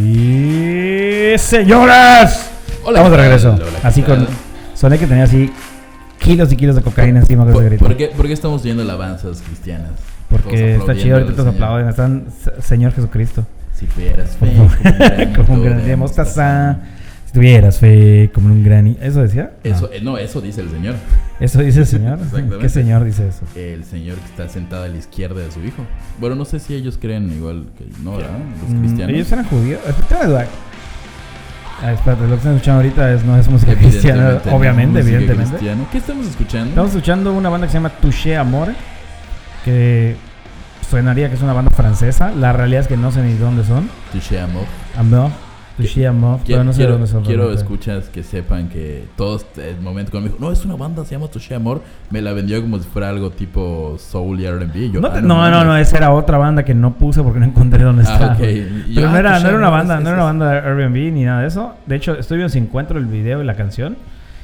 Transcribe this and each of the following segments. Y señoras, Hola, estamos de ¿qué tal? regreso. Hola, ¿qué así con tal? Soné que tenía así kilos y kilos de cocaína encima con ese ¿Por, grito. por qué, por qué estamos oyendo alabanzas cristianas? Porque Todos está chido, ahorita al todos Señor. aplauden. Están se- Señor Jesucristo. Si fueras fe, Como, como un grano gran de día mostaza. Si tuvieras fe, como un gran. ¿Eso decía? Eso, Ah, eh, no, eso dice el Señor. ¿Eso dice el Señor. Exactamente. ¿Qué Señor dice eso? El Señor que está sentado a la izquierda de su hijo. Bueno, no sé si ellos creen igual que no, ¿verdad? Los Mm, cristianos. ¿Ellos eran judíos? Eh, Tengo una duda. Ah, espérate, lo que están escuchando ahorita es, no es música Evidentemente, cristiana, ¿no? obviamente, Música evidentemente. cristiana. ¿Qué estamos escuchando? Estamos escuchando una banda que se llama Touché Amore, que sonaría que es una banda francesa. La realidad es que no sé ni dónde son. Touché Amor. Amor, Touché Amor, Quiero, pero no sé quiero, dónde son. quiero realmente. escuchas que sepan que todos, eh, el momento cuando me dijo, no, es una banda, se llama Touché Amor, me la vendió como si fuera algo tipo Soul y RB. Yo, No, ah, te- no, no, no, esa era otra banda que no puse porque no encontré dónde Ah, estaba. ok. Y yo, Pero no ah, era, Touché pues no era una Amor, banda, es- no era una es- banda de Airbnb ni nada de eso. De hecho, estoy viendo si encuentro el video y la canción.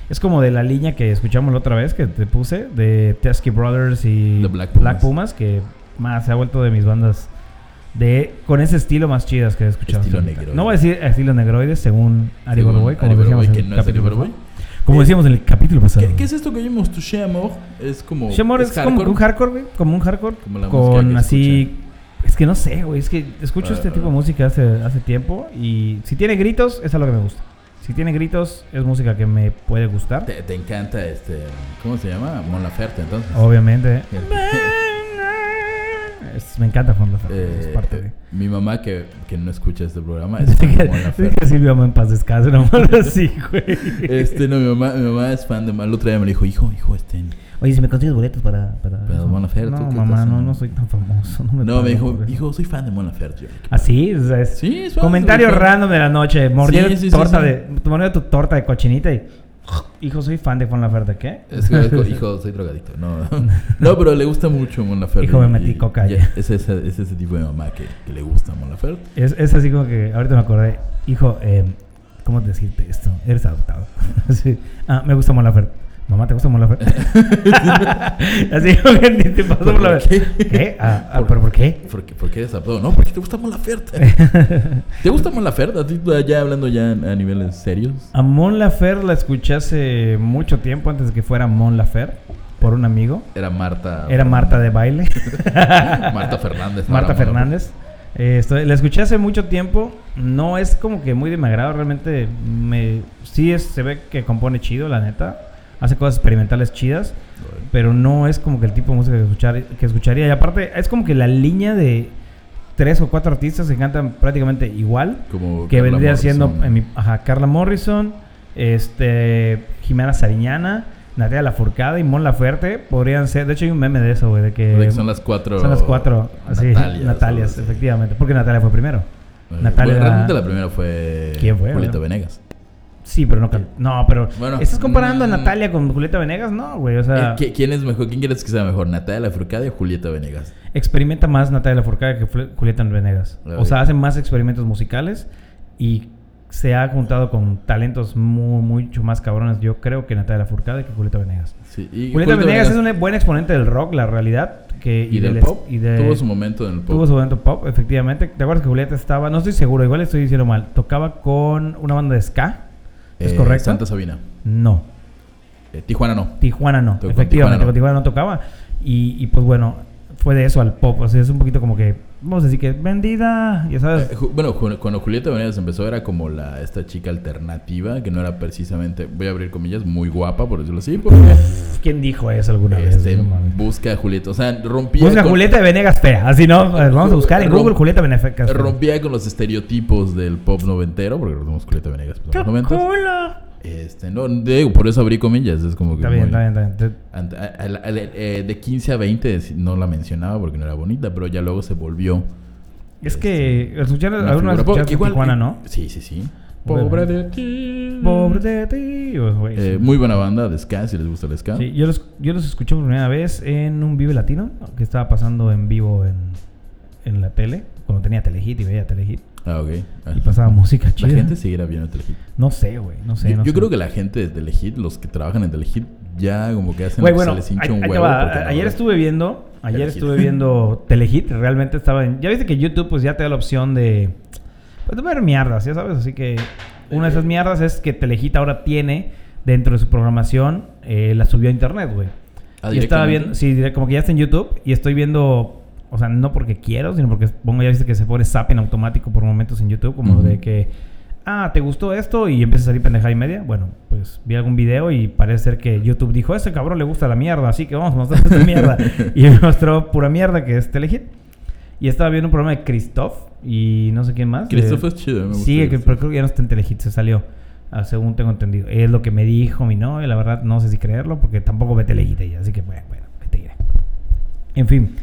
Es como de la línea que escuchamos la otra vez que te puse, de Teskey Brothers y The Black Pumas. que más se ha vuelto de mis bandas de con ese estilo más chidas que he escuchado. Estilo hasta ahorita. negroides. No voy a decir estilo negroides según Ari Según Boroboy, como Ari Boroboy, decíamos en que el no es Ari capítulo Boroboy. pasado. Como Eh, decíamos en el capítulo pasado. ¿Qué, qué es esto que oimos? Touché Amor es como. Shamor es, como hardcore? un hardcore, güey. Como un hardcore. Como la música con que así. Es que no sé, güey. Es que escucho Ah, este ah. tipo de música hace, hace tiempo. Y si tiene gritos, es a lo que me gusta. Si tiene gritos, es música que me puede gustar. Te, te encanta este. ¿Cómo se llama? Mon Laferte, entonces. Oh. Obviamente. Eh, Es- me encanta Fon Laferte, Es eh, parte de. mi mamá, que, que no escucha este programa, es fan de Mon Dije Laferte. que Silvio Amor en paz descanse, no así, güey. Este, no, mi mamá, mi mamá es fan de. El otro día me dijo, hijo, hijo, este. Oye, si me consigues boletos para. para Pero eso. Mon Laferte, No, ¿qué mamá, estás no, haciendo? no soy tan famoso. No, me No, me pagan dijo, por eso. hijo, soy fan de Mon Laferte. Yo, ¿qué Así, o sea, es- Sí, es fan, Comentario soy fan. random de la noche. Mordiendo Sí, sí, sí, torta sí. de. Mordiendo tu torta de cochinita y. Hijo, soy fan de Juan Laferte, ¿qué? Es que, es- hijo, soy drogadicto. No, no, pero le gusta mucho Mon Laferte. Hijo, me metí y- coca y ya. Es ese, es ese tipo de mamá que, que le gusta Mon Laferte. Es, es así como que ahorita me acordé. Hijo, eh, ¿cómo decirte esto? Eres adoptado. Sí. Ah, me gusta Mon Laferte. Mamá, ¿te gusta Mon Laferte? así como que ni te pasó ¿Pero por la vez. por qué? ¿Qué? Ah, ah, ¿Por- ¿Pero por qué? ¿Por qué, por qué eres abogado? No, porque te gusta Mon Laferte. ¿Te gusta Mon Laferte? A ti, ya hablando ya a niveles serios. A Mon Laferte la escuché hace mucho tiempo antes de que fuera Mon Laferte por un amigo. Era Marta. Era Marta de baile. Marta Fernández. Marta ahora Mon Fernández. Eh, estoy- la escuché hace mucho tiempo. No es como que muy de mi agrado, realmente me, sí es- se ve que compone chido, la neta. Hace cosas experimentales chidas, Laferte. pero no es como que el tipo de música que, escuchar- que escucharía. Y aparte, es como que la línea de tres o cuatro artistas que cantan prácticamente igual, Como que Carla vendría siendo Morrison. en mi- ajá, Carla Morrison, este, Jimena Sariñana, Natalia Lafourcade y Mon Laferte. Podrían ser, de hecho hay un meme de eso, güey, de O sea, que que son las cuatro. eh, son las cuatro. Así, Natalias. Natalias, o algo así. efectivamente. Porque Natalia fue primero. Eh, Natalia- bueno, realmente la primera fue. ¿Quién fue? Julieta Venegas. Sí, pero no can- No, pero. Bueno, ¿Estás comparando mm. a Natalia con Julieta Venegas? No, güey. O sea, Eh, ¿qui- ¿Quién es mejor? ¿Quién crees que sea mejor? ¿Natalia Lafourcade o Julieta Venegas? experimenta más Natalia Lafourcade que Fle- Julieta Venegas. Ay. O sea, hace más experimentos musicales y se ha juntado con talentos muy, mucho más cabrones, yo creo, que Natalia Lafourcade que Julieta Venegas. Sí, y Julieta, Venegas, es un buen exponente del rock, la realidad. Que, Y, del est- pop. y de- Tuvo su momento en el pop. Tuvo su momento pop, efectivamente. ¿Te acuerdas que Julieta estaba, no estoy seguro, igual estoy diciendo mal, tocaba con una banda de ska? ¿Es Eh, correcto? Santa Sabina. No. Eh, Tijuana no. Tijuana no, Tocó- Tijuana efectivamente, no. con Tijuana no tocaba. Y, y, pues bueno, fue de eso al pop, o sea, es un poquito como que, vamos a decir que vendida, ya sabes. Eh, ju- bueno, ju- cuando Julieta Venegas empezó era como la esta chica alternativa que no era precisamente, voy a abrir comillas, muy guapa por decirlo así, porque ¿Quién dijo eso alguna este, vez? Ah, No mames. busca a Julieta, o sea, rompía Busca con, Julieta de Venegas fea, así no, Pues, vamos a buscar en Rom- Google Julieta Venegas fea. rompía con los estereotipos del pop noventero, porque recordemos que Julieta Venegas pues, ¡Qué en los noventas. culo! Este, no, digo, por eso abrí comillas, es como que Está bien, muy- está bien, está bien. Ant- a- a- a- eh, de 15 a 20 es- no la mencionaba porque no era bonita, pero ya luego se volvió Es que escuchar una alguna vez figura pop, escuchaste igual- Tijuana, ¿no? Sí, sí, sí. Obviamente. Pobre de ti. Pobre de ti, pues, güey. Eh, muy buena banda de ska, si les gusta el ska. Sí, yo los, yo los escuché por primera vez en un Vive Latino que estaba pasando en vivo en, en la tele, cuando tenía Telehit y veía Telehit. Ah, ok. Ah. Y pasaba música La chida. gente seguirá viendo Telehit. No sé, güey, no sé. yo no yo sé. creo que la gente de Telehit, los que trabajan en Telehit, ya como que hacen Güey, lo que bueno, se les hincha ahí- un ahí te huevo. va. porque no ayer lo- estuve viendo, ayer Telehit. estuve viendo Telehit, realmente estaba en... Ya viste que YouTube pues ya te da la opción de... Pues ver mierdas, ya sabes. Así que una de esas Eh. mierdas es que Telejita ahora tiene dentro de su programación, eh, la subió a internet, güey. Ah, y estaba directamente. viendo, sí, direct- como que ya está en YouTube y estoy viendo, o sea, no porque quiero, sino porque pongo ya viste que se pone zap en automático por momentos en YouTube, como Ujú. de que, ah, ¿te gustó esto? Y empieza a salir pendejada y media. Bueno, pues vi algún video y parece ser que YouTube dijo, a ese cabrón le gusta la mierda, así que vamos a mostrar esta mierda. y me mostró pura mierda que es Telehit. Y estaba viendo un programa de Christoph y no sé quién más. de- Christoph es chido, me gusta. Sí, que- Christoph. pero creo que ya no está en Telehit, se salió. ah, Según tengo entendido. Es lo que me dijo mi novia, la verdad no sé si creerlo porque tampoco ve Telehit ella, así que bueno, bueno, que te diré. En fin.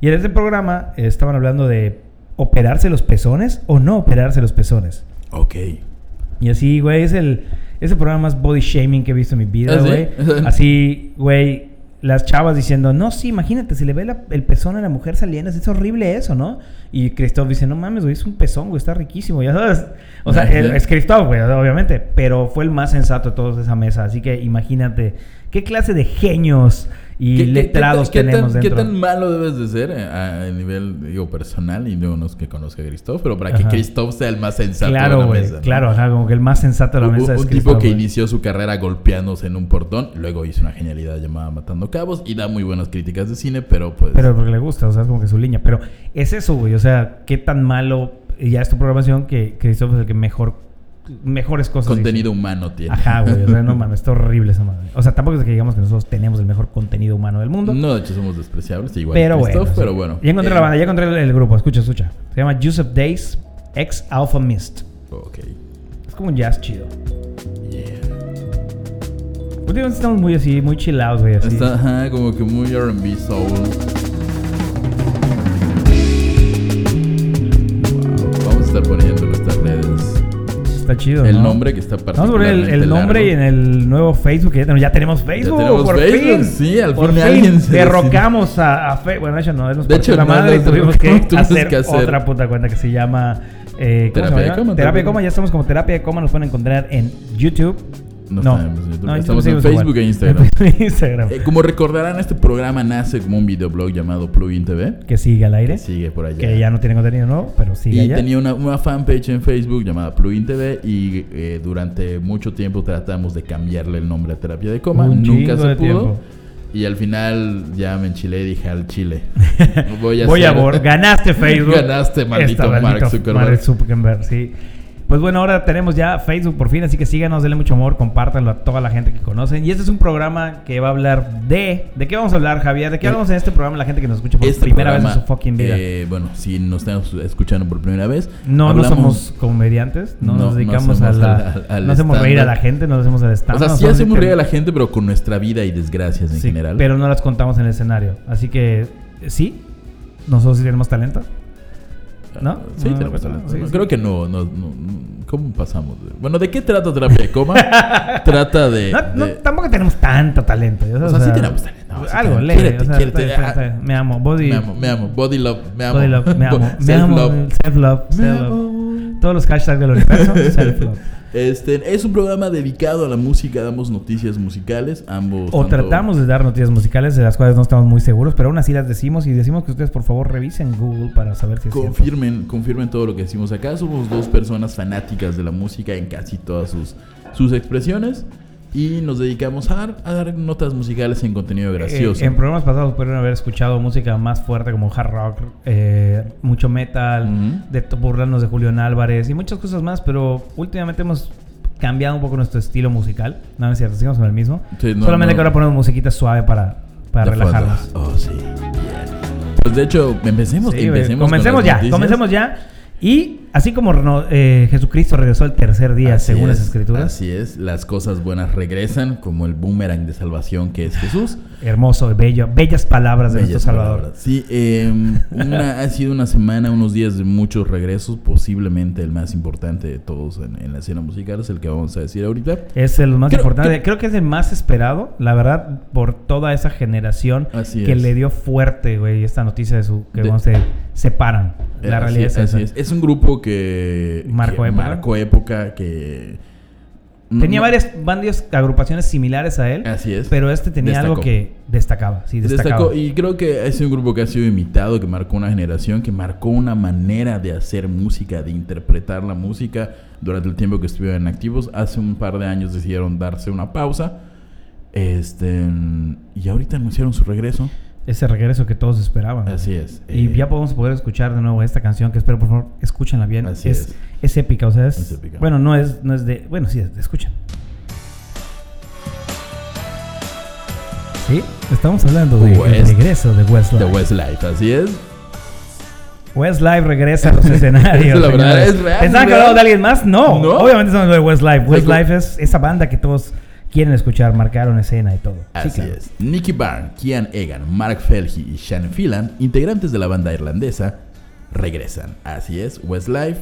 Y en este programa eh, estaban hablando de operarse los pezones o no operarse los pezones. Ok. Y así, güey, es el, es el programa más body shaming que he visto en mi vida, ¿Ah, sí? güey. Así, güey, las chavas diciendo, no, sí, imagínate, si le ve la- el pezón a la mujer saliendo, es horrible eso, ¿no? Y Christoph dice, no mames, güey, es un pezón, güey, está riquísimo, ya sabes. O sea, Ah, sí. él- es Christoph, güey, obviamente, pero fue el más sensato de todos de esa mesa. Así que imagínate, ¿qué clase de genios y ¿Qué- qué- letrados qué tan- tenemos qué tan, dentro? ¿Qué tan malo debes de ser eh, a, a nivel, digo, personal? Y no, no es que conozca a Christoph, pero para que Ajá. Christoph sea el más sensato de Claro, la güey, mesa. ¿no? claro, ajá, como que el más sensato de la Un- mesa un, es tipo Christoph, que güey. inició su carrera golpeándose en un portón, luego hizo una genialidad llamada Matando Cabos y da muy buenas críticas de cine, pero pues... Pero porque le gusta, o sea, es como que su línea. Pero es eso, güey. O sea, qué tan malo ya es tu programación que Christoph es el que mejor, mejores cosas. contenido humano hizo. tiene. pues, Ajá, güey. O sea, no mames, está horrible esa madre. O sea, tampoco es que digamos que nosotros tenemos el mejor contenido humano del mundo. No, de hecho somos despreciables, igual pero que Christoph, bueno. pero sí. bueno. Ya encontré Eh, la banda, ya encontré el, el grupo. Escucha, escucha. Se llama Joseph Days ex Alpha Mist. Eh, Ok. Es como un jazz chido. Yeah. Últimamente estamos muy así, muy chillados, güey. Así. Está ajá, como que muy R&B soul. Wow, Vamos a estar poniendo en nuestras redes Está chido. el ¿no? nombre que está Vamos a poner el, particularmente el nombre y en largo. el nuevo Facebook. que Ya tenemos, ya tenemos Facebook. tenemos por Facebook, fin. sí, al por fin alguien se derrocamos a, a Facebook. Bueno, de hecho, no, él nos De partió hecho, la no, madre y nos tuvimos que, derrocamos, tuvimos hacer que hacer. otra puta cuenta que se llama. eh, ¿cómo Terapia se de coma, Terapia de terapia. coma. Ya estamos como terapia de coma. Nos pueden encontrar en YouTube. No estamos en YouTube, en estamos en seguimos igual. Facebook e Instagram. En Instagram. Eh, como recordarán, este programa nace como un videoblog llamado Plugin TV. Que sigue al aire. Que sigue por allá. Que ya no tiene contenido nuevo, pero sigue Y allá. tenía una, una fanpage en Facebook llamada Plugin TV y eh, durante mucho tiempo tratamos de cambiarle el nombre a Terapia de Coma. Un Nunca chingo se de pudo. tiempo. Y al final ya me enchilé y dije al chile. Voy a, Voy a hacer- borrar. Ganaste Facebook. Ganaste, maldito Esta, Mark Zuckerberg. Mark Zuckerberg, sí. Pues bueno, ahora tenemos ya Facebook por fin, así que síganos, denle mucho amor, compártanlo a toda la gente que conocen. Y este es un programa que va a hablar de... ¿De qué vamos a hablar, Javier? ¿De qué Eh, hablamos en este programa? La gente que nos escucha por Este primera vez en programa, su fucking vida. eh, bueno, si nos están escuchando por primera vez, no, hablamos- no somos comediantes, no, No, nos no dedicamos a hacemos la... al- al no hacemos reír a la stand-up. gente, no hacemos al stand O sea, sí hacemos reír a la gente, pero con nuestra vida y desgracias en Sí, general. pero no las contamos en el escenario. Así que, eh, sí, nosotros sí tenemos talento. ¿No? Ah, Sí, No, tenemos no, talento. sí, sí. Creo que no, no, no- ¿Cómo pasamos? Bueno, ¿de qué trata terapia de coma? trata de. No, no, Eh, de- tampoco tenemos tanto talento. ya O sabes, sea, sí tenemos talento, o sea, algo quiérete, leve. o sea, está quiérete, bien, está bien, está bien. me amo. Body, ah, me amo, me amo. Body love, me amo. body love, me amo. me Self amo. love. Self-love. Me Self-love. amo. Todos los hashtags del universo. self-love. Este, es un programa dedicado a la música, damos noticias musicales, ambos. O tanto- tratamos de dar noticias musicales de las cuales no estamos muy seguros, pero aún así las decimos y decimos que ustedes por favor revisen Google para saber si es cierto. Confirmen, confirmen todo lo que decimos acá. Somos dos personas fanáticas de la música en casi todas sus, sus expresiones. Y nos dedicamos a dar, a dar notas musicales en contenido gracioso. Eh, en programas pasados pudieron haber escuchado música más fuerte como hard rock, eh, mucho metal, Ujú. de to- burlarnos de Julián Álvarez y muchas cosas más, pero últimamente hemos cambiado un poco nuestro estilo musical. No, no es cierto, seguimos con el mismo. Sí, no, Solamente no. que ahora ponemos musiquita suave para, para De fondo. relajarnos. Oh, sí. Bien. Pues de hecho, empecemos. Sí, empecemos güey, con comencemos las ya, noticias. comencemos ya. Y así como no- eh, Jesucristo regresó al tercer día, Así según las es, escrituras, Así es, las cosas buenas regresan, como el boomerang de salvación que es Jesús. hermoso, bello, bellas palabras de Bellas nuestro Salvador. palabras. Sí, eh, una- ha sido una semana, unos días de muchos regresos. Posiblemente el más importante de todos en, en la escena musical es el que vamos a decir ahorita. Es el más Creo- importante. creo- Creo que es el más esperado, la verdad, por toda esa generación Así que es. le dio fuerte, güey, esta noticia de su que De- bueno, se separan. Eh, La así- realidad es esa. así es. Es un grupo que Marcó que época. marcó época, que No, Tenía no. varias bandas, agrupaciones similares a él. Así es. Pero este tenía algo Destacó. que destacaba. Sí, destacaba. Destacó, y creo que es un grupo que ha sido imitado, que marcó una generación, que marcó una manera de hacer música, de interpretar la música durante el tiempo que estuvieron activos. Hace un par de años decidieron darse una pausa. Este, y ahorita anunciaron su regreso. Ese regreso que todos esperaban. Así es. Y Eh, ya podemos poder escuchar de nuevo esta canción que espero, por favor, escúchenla bien. Así es, es. es épica, o sea, es, Es épica. Bueno, no es, no es de... Bueno, sí, es de- escuchen. Sí, estamos hablando de el West- regreso de de Westlife. Westlife, así es. Westlife regresa a los escenarios. La verdad, señores. es real, ¿Pensaban que real. hablamos de alguien más? No. No. Obviamente estamos hablando de Westlife. Ay, como- Westlife es esa banda que todos quieren escuchar, marcaron escena y todo. Sí, Así claro. es. Nicky Barn, Kian Egan, Mark Felgi y Shannon Phelan, integrantes de la banda irlandesa, regresan. Así es, Westlife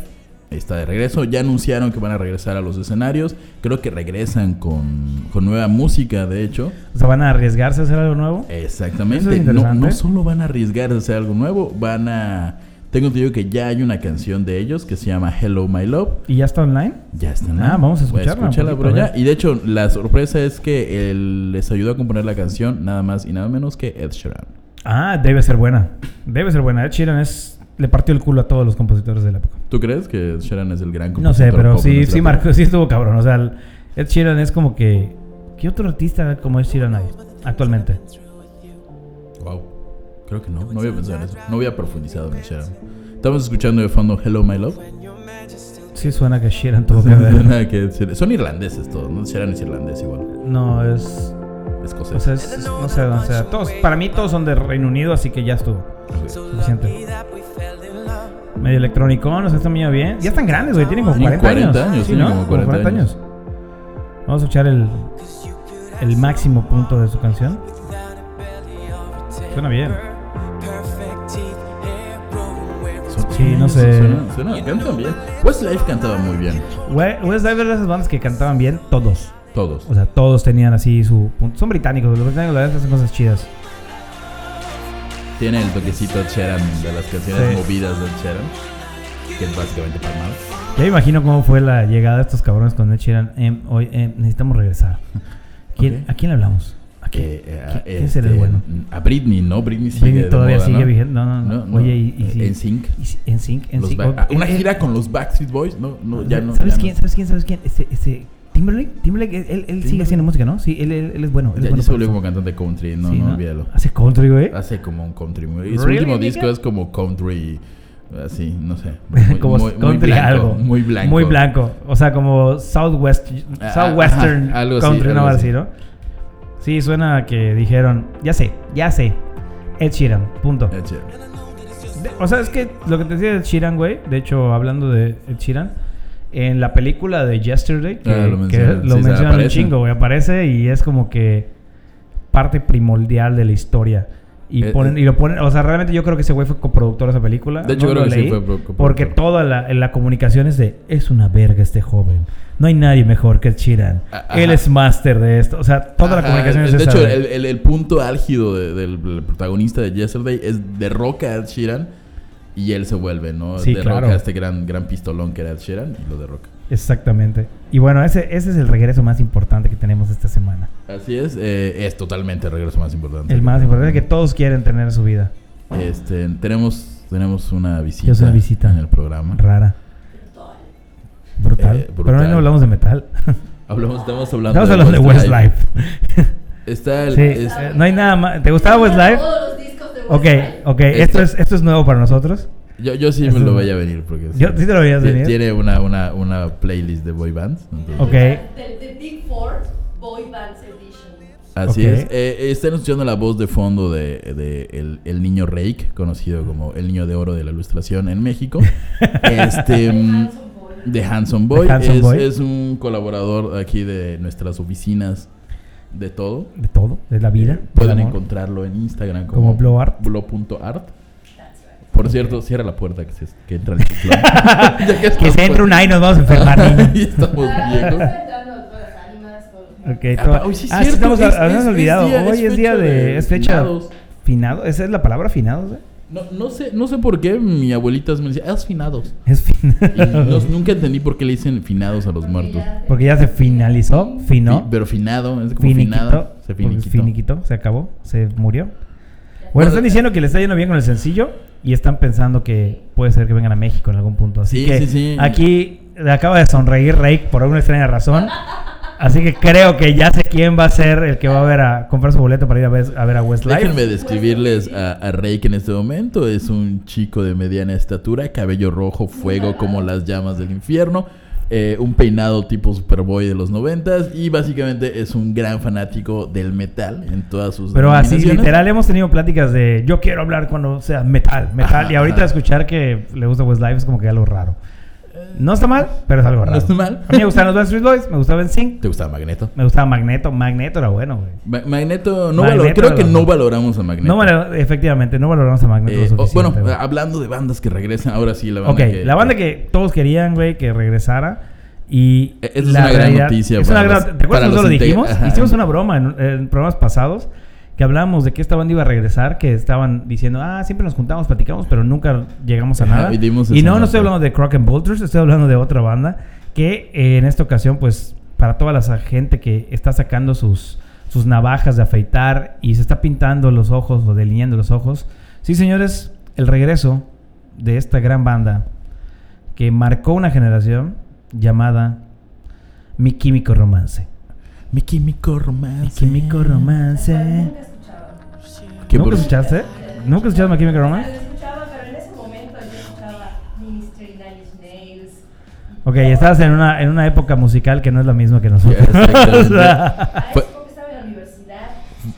está de regreso. Ya anunciaron que van a regresar a los escenarios. Creo que regresan con, con nueva música, de hecho. O sea, ¿van a arriesgarse a hacer algo nuevo? Eh. Eso Exactamente. es no, interesante. no solo van a arriesgarse a hacer algo nuevo, van a. Tengo entendido que ya hay una canción de ellos que se llama Hello My Love. ¿Y ya está online? Ya está, Ah, vamos a escucharla un escucharla poquito, por a allá. Y de hecho, la sorpresa es que él les ayudó a componer la canción nada más y nada menos que Ed Sheeran. Ah, debe ser buena. Debe ser buena. Ed Sheeran es... Le partió el culo a todos los compositores de la época. ¿Tú crees que Ed Sheeran es el gran No sé, compositor pero pop de sí, nuestra sí, época? Marco, sí estuvo cabrón. O sea, el- Ed Sheeran es como que... ¿Qué otro artista como Ed Sheeran hay actualmente? Wow. Creo que no, no había pensado en eso. No había profundizado en Ed Sheeran. Estamos escuchando de fondo Hello My Love. Sí suena que Sheeran tuvo que ver. Nada que Ed Sheeran- Son irlandeses todos, ¿no? Sheeran es irlandés igual. No, es... Escocés. O sea, es- es- no sé, o sea, todos, para mí todos son de Reino Unido, así que ya estuvo. Ok. Suficiente. Medio electrónico, no sé, está medio bien. Ya están grandes, güey, tienen como Tienen 40, 40 años, Sí, tienen ¿no? como Como 40 años. años. Vamos a escuchar el, el máximo punto de su canción. Suena bien. Son- Sí, no sé. Suena, suena- cantan bien. Westlife cantaba muy bien. We- Westlife era de esas bandas que cantaban bien todos. Todos. O sea, todos tenían así su punto. Son británicos, los británicos la verdad hacen cosas chidas. Tiene el toquecito Cheran de las canciones Sí. movidas del Cheran, que es básicamente Palmar. Ya me imagino cómo fue la llegada de estos cabrones con Ed Sheeran. Em, hoy, em, necesitamos regresar. ¿Quién- Ok. ¿A quién le hablamos? ¿A quién? Que, eh, a- ¿Qui- quién será el bueno? A Britney, ¿no? Britney sigue. Britney de todavía moda, sigue ¿no? eh, vigente. No, no, no. Oye, y, y si- En Sync. y si- en sync, en sync. o- ah, Una eh, gira con los Backstreet Boys, no, no, ya no. ¿Sabes ya no. quién? ¿Sabes quién? ¿Sabes quién? Este, este, Timberlake, Timberlake, él, él sigue Timberlake. haciendo música, ¿no? Sí, él, él, él es bueno. él es Ya, ya bueno se volvió para como cantante country, eso. no, Sí, no, olvídalo. Hace country, güey. Hace como un country. muy- Y su ¿Really, último nigga? disco es como country, así, no sé. Muy, como muy- muy country blanco, algo. Muy blanco. Muy blanco. O sea, como Southwest, Ah, Southwestern ajá, algo así, country, no algo va a así. decir, ¿no? Sí, suena que dijeron, ya sé, ya sé. Ed Sheeran, punto. Eh, chévere. De- O sea, es que lo que te decía de Ed Sheeran, güey, de hecho, hablando de Ed Sheeran, en la película de Yesterday, que, Ah, lo que mencionan, lo sí, se mencionan un aparece. chingo, güey, aparece y es como que parte primordial de la historia. Y, Eh, ponen, eh. y lo ponen, o sea, realmente yo creo que ese güey fue coproductor de esa película. De hecho, no creo lo que sí leí, fue pro- coproductor. Porque toda la, la comunicación es de, es una verga este joven. No hay nadie mejor que Ed Sheeran. Ah, Él ajá. es máster de esto. O sea, toda la Ajá, comunicación de, es de esa, hecho, güey. el, el- el punto álgido de- del, del protagonista de Yesterday es derroca a Ed Sheeran y él se vuelve, ¿no? Sí, derroca claro. a este gran, gran pistolón que era Ed Sheeran y lo derroca. Exactamente. Y bueno, ese, ese es el regreso más importante que tenemos esta semana. Así es, eh, es totalmente el regreso más importante. El más importante que todos quieren tener en su vida. Este, tenemos, tenemos una visita, Yo soy una visita. en el programa. Rara. Brutal. Eh, brutal. Pero hoy no hablamos de metal. Hablamos, estamos hablando Estamos hablando de Westlife. Westlife. Está el, Sí, es- eh, no hay nada más. ¿Te gustaba Westlife? Todos los discos de Ok, Westlife. ok. Esto- Esto es, esto es nuevo para nosotros. yo, yo sí Esto- me lo voy a venir porque Yo- sí te lo veías tie- venir. Tiene una, una, una playlist de boy bands. entonces- Ok. The, the Big Four Boy Bands Edition. Así Ok. es. Eh, están escuchando la voz de fondo de, de el, el niño Rake, conocido como el niño de oro de la ilustración en México. este mm, Handsome Boy. de Handsome Boy. The Handsome es, Boy. es un colaborador aquí de nuestras oficinas de todo. De todo. De la vida. del Pueden amor. encontrarlo en Instagram Como como, Blowart. blow.art. Por cierto, cierra la puerta que, se, que entra el ciclón. Ya Que estamos- se entre un ahí nos vamos a enfermar, Ya niño. estamos Ah, viejos. está entrando a todas las ánimas, todos los- Ok, Ah, todo. hoy sí es Ah, sí, cierto, estamos, es- habíamos es- es olvidado. día- Hoy es día de. Es fecha. finados. Finado. ¿Esa es la palabra finados? eh? No, no, sé, no sé por qué mi abuelita me decía, haz finados. Es final. Y no- nunca entendí por qué le dicen finados a los muertos. Porque ya se finalizó, Fi- finó, Pero finado, es como finiquito, Pues finado. Se finiquito. finiquitó. se acabó, se murió. Bueno, están diciendo que le está yendo bien con el sencillo y están pensando que puede ser que vengan a México en algún punto. Así Sí, que sí, sí. aquí le acaba de sonreír Rake por alguna extraña razón. Así que creo que ya sé quién va a ser el que va a ver a comprar su boleto para ir a ver a, ver a Westlife. Déjenme describirles a, a Rey que en este momento es un chico de mediana estatura, cabello rojo, fuego como las llamas del infierno, eh, un peinado tipo Superboy de los noventas y básicamente es un gran fanático del metal en todas sus Pero así, denominaciones. literal, hemos tenido pláticas de yo quiero hablar cuando sea metal, metal. Ajá, y ahorita ajá. escuchar que le gusta Westlife es como que algo raro. No está mal, pero es algo raro. No está mal. A mí me gustan los Backstreet Boys, me gustaba NSYNC, ¿Te gustaba Magneto? me gustaba Magneto. Magneto era bueno, güey. Ma- Magneto, no Magneto valor- creo era que la- no valoramos a Magneto. No, valor- efectivamente, no valoramos a Magneto Eh, lo o- suficiente. bueno, güey. hablando de bandas que regresan, ahora sí la banda ok, que- la banda que todos querían, güey, que regresara. Y Eh, esa es la una gran noticia es una para gran- los- ¿Te acuerdas para cuando lo los integra- dijimos? Ajá. Hicimos una broma en, en programas pasados que hablábamos de que esta banda iba a regresar, que estaban diciendo, ah, siempre nos juntamos, platicamos, pero nunca llegamos a Ajá, nada. y dimos Y esa no, no nota. estoy hablando de Crock and Bolters, estoy hablando de otra banda que eh, en esta ocasión, pues, para toda la sa- gente que está sacando sus, sus navajas de afeitar y se está pintando los ojos o delineando los ojos, sí, señores, el regreso de esta gran banda que marcó una generación llamada Mi Químico Romance. Mi Químico Romance. Mi Químico Romance. Nunca escuchaba. Que ¿Nunca por- escuchaste? ¿Nunca escuchaste My Chemical Lo Romance? escuchaba, pero en ese momento yo escuchaba Ministry, Nine Inch Nails. Ok, estabas en una, en una época musical que no es la misma que nosotros. Ya, exactamente. O sea, Ah, Fue- es porque estaba en la universidad.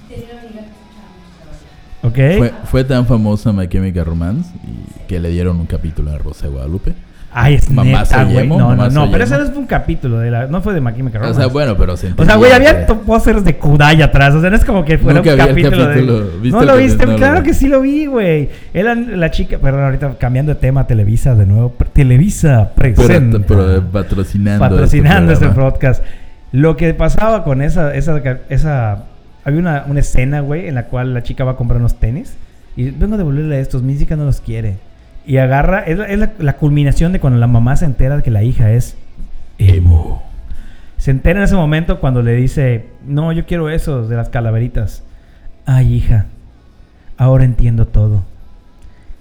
Tenía una amiga que escuchaba mucho la banda. ok. Fue, fue tan famosa My Chemical Romance y que le dieron un capítulo a Rosa de Guadalupe. Ay, es Mamazo neta, güey. Yemo, No, no, Mamazo no. Pero Yemo. ese no es un capítulo. De la, no fue de My Chemical O Romance. sea, bueno, pero se O sea, güey, entendía había que- to- pósters de Kudai atrás. O sea, no es como que fuera Nunca un vi el capítulo. de- capítulo. ¿Viste No el lo capítulo? viste. No lo claro vi. que sí lo vi, güey. Era la chica. Perdón, ahorita cambiando de tema, Televisa de nuevo. Pre- Televisa pero- presenta. pero eh, patrocinando. patrocinando este programa. podcast. Lo que pasaba con esa. esa, esa había una, una escena, güey, en la cual la chica va a comprar unos tenis. Y vengo a devolverle a estos. Mi hija no los quiere. Y agarra. Es, la, es la- la culminación de cuando la mamá se entera de que la hija es. Emo. Se entera en ese momento cuando le dice, no, yo quiero esos de las calaveritas. Ay, hija, ahora entiendo todo.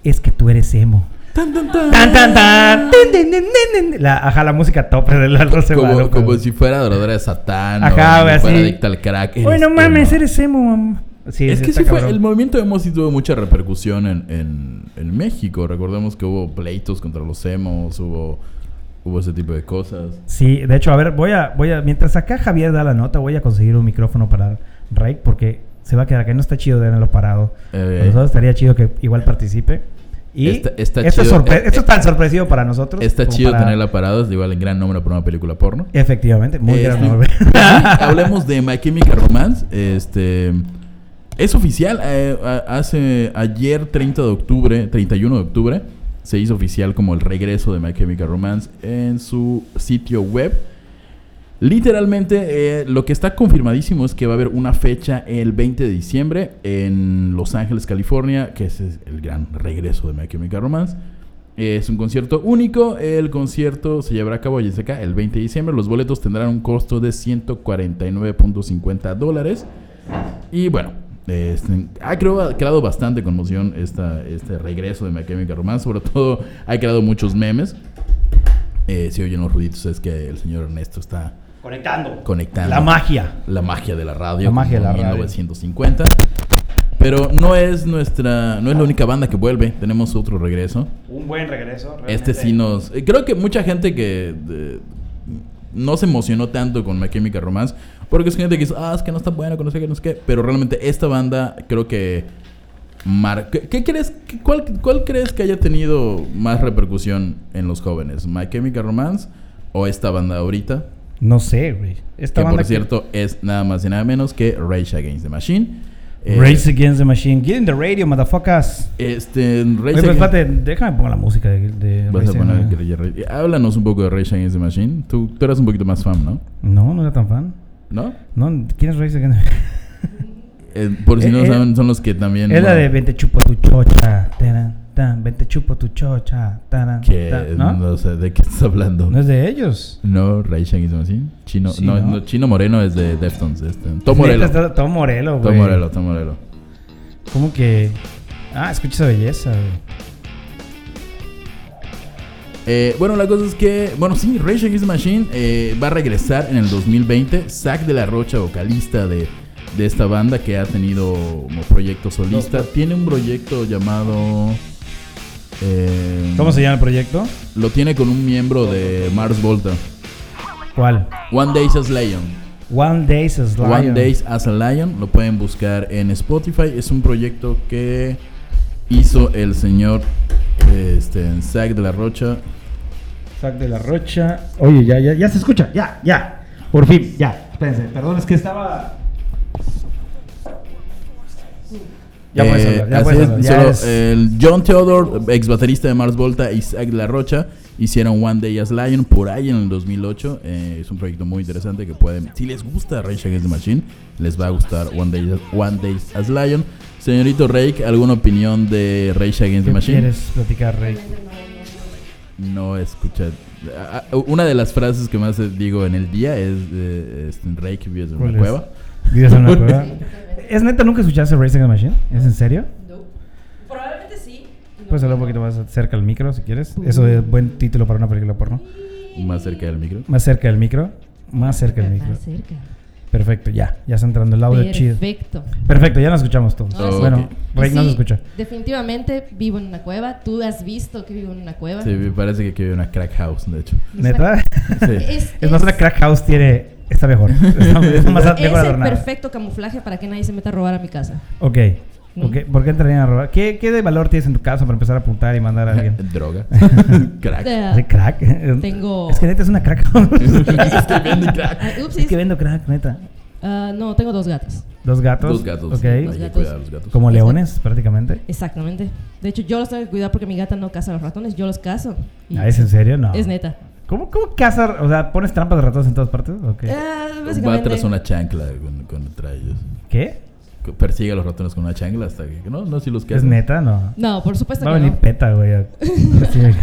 Es que tú eres emo. Tan, tan, tan. Tan, tan, tan. Tin, tin, tin, tin, tin. La, ajá, la música tope de la Rosa de Como, Guadalupe. como si fuera adoradora de Satán. Ajá, o güey, si fuera así. adicta al crack. Oye, no emo. mames, eres emo, mamá. Sí, Es que está sí fue, cabrón. el movimiento emo sí tuvo mucha repercusión en, en, en México. Recordemos que hubo pleitos contra los emos, hubo, hubo ese tipo de cosas. Sí, de hecho, a ver, voy a, voy a, mientras acá Javier da la nota, voy a conseguir un micrófono para Rey, porque se va a quedar que no está chido tenerlo parado. Eh, Para nosotros estaría chido que igual participe. Y Está- está esto, es chido. sorpre- Eh, esto es eh, tan sorpresivo para nosotros. Está como chido para- tenerla parada, es igual en gran nombre para una película porno. Efectivamente, muy Este, gran nombre. Hablemos de My Chemical Romance. Este es oficial. eh, a- hace ayer 30 de octubre, 31 de octubre, se hizo oficial como el regreso de My Chemical Romance en su sitio web. Literalmente, eh, lo que está confirmadísimo es que va a haber una fecha el 20 de diciembre en Los Ángeles, California, que ese es el gran regreso de My Chemical Romance. Eh, Es un concierto único. El concierto se llevará a cabo allí acá el 20 de diciembre. Los boletos tendrán un costo de 149.50 dólares. Y bueno, este, ha creo- ha creado bastante conmoción esta, este regreso de My Chemical Romance. Sobre todo, ha creado muchos memes. Eh, si oyen los ruiditos, es que el señor Ernesto está Conectando. conectando La magia. la magia de la radio. La magia de como la radio. 1950. Pero no es nuestra, no es la única banda que vuelve. Tenemos otro regreso. Un buen regreso. Este sí nos. eh, Creo que mucha gente que de- no se emocionó tanto con My Chemical Romance. Porque es gente que dice, ah, es que no está buena, que no sé qué, no sé qué. Pero realmente esta banda creo que. mar- ¿Qué, qué crees? qué- cuál, cuál crees que haya tenido más repercusión en los jóvenes? ¿My Chemical Romance o esta banda ahorita? No sé, güey. Esta que banda por cierto es nada más y nada menos que Rage Against the Machine. que- Eh, Race Against the Machine. Get in the radio, motherfuckers. Este, Rage Oye, pero Against- espérate, déjame poner la música de, de Vas a Rage poner Against the- Guerrilla Rage. Háblanos un poco de Rage Against the Machine. Tú, tú eras un poquito más fan, ¿no? No, no era tan fan. ¿No? No, ¿quién es Race Against the Eh, eh, por si no Eh, eh, saben, son los que también. Es la bueno, de Vente chupo tu chocha. taran, tan, Vente chupo tu chocha. taran, que tan", ¿no? ¿no? sé de qué estás hablando. No es de ellos. No, Ray Shang is así. Chino, Sí, no, ¿no? no, Chino Moreno es de Deftones. Este. Tom Neta, Morello. está- Tom Morello, güey. Tom Morello, Tom Morello. ¿Cómo que.? Ah, escucha esa belleza, güey. Eh, bueno, la cosa es que, bueno, sí, Rage Against the Machine eh, va a regresar en el 2020. Zack de la Rocha, vocalista de, de esta banda que ha tenido como proyecto solista, tiene un proyecto llamado. eh, ¿Cómo se llama el proyecto? Lo tiene con un miembro de Mars Volta. ¿Cuál? One Days as Lion. One Days as Lion. One Days as a Lion. Lo pueden buscar en Spotify. Es un proyecto que hizo el señor este, Zack de la Rocha. Zack de la Rocha. Oye, ya, ya, ya se escucha, ya, ya. Por fin, ya. Espérense, perdón, es que estaba. Ya puedes Eh, hablar, ya así puedes es, hablar. ya solo eh, es- el John Theodore, ex baterista de Mars Volta, y Zack de la Rocha hicieron One Day as Lion por ahí en el 2008. Eh, es un proyecto muy interesante que pueden, si les gusta Rage Against the Machine, les va a gustar One Day, One Days as Lion. Señorito Rake, ¿alguna opinión de Rage Against the ¿Qué Machine? quieres platicar, Rey? No escucha. ah, ah, Una de las frases que más eh, digo en el día es, eh, este, Rey que vive en ¿Cuál es? una cueva. ¿Vives en una cueva? ¿Es neta nunca escuchaste Race Against the Machine? ¿Es en serio? No. Probablemente sí. no. Puedes hablar Pues, un poquito más cerca al micro si quieres. Eso es buen título para una película porno. Más cerca del micro. Más cerca del micro. Más cerca del micro. Más cerca. Perfecto, ya. Ya está entrando el audio chido. Perfecto. Perfecto, ya nos escuchamos todos. Ahora sí. Bueno, Ok. Rey no Sí, se escucha. Definitivamente vivo en una cueva. Tú has visto que vivo en una cueva. Sí, me parece que aquí vive una crack house, de hecho. ¿Neta? Sí. Es, Es más, es- la crack house tiene... Está mejor. Está más mejor es el adornada. perfecto camuflaje para que nadie se meta a robar a mi casa. Ok. ok. ¿Por qué entrarían a robar? ¿Qué, ¿Qué de valor tienes en tu casa para empezar a apuntar y mandar a alguien? Droga. crack. Eh, ¿Hace crack? Tengo- Es que neta es una crack. Es que vende crack. ah, upsis. es que vendo crack, neta. Ah, no, tengo dos gatas. Dos gatos. Dos gatos. Ok. sí, Hay que gatos. cuidar a los gatos. Como leones, prácticamente. Exactamente. De hecho, yo los tengo que cuidar porque mi gata no caza a los ratones. Yo los cazo. Y- Ah, ¿Es en serio? No. Es neta. ¿Cómo, cómo cazar? O sea, ¿pones trampas de ratas en todas partes? ¿O qué? Ah, Va básicamente. tras una chancla con, contra ellos. ¿Qué? Co- Persigue a los ratones con una chancla hasta que. No, no, si los que ¿Es neta? No. No, por supuesto Va a que venir no. peta, güey. Así de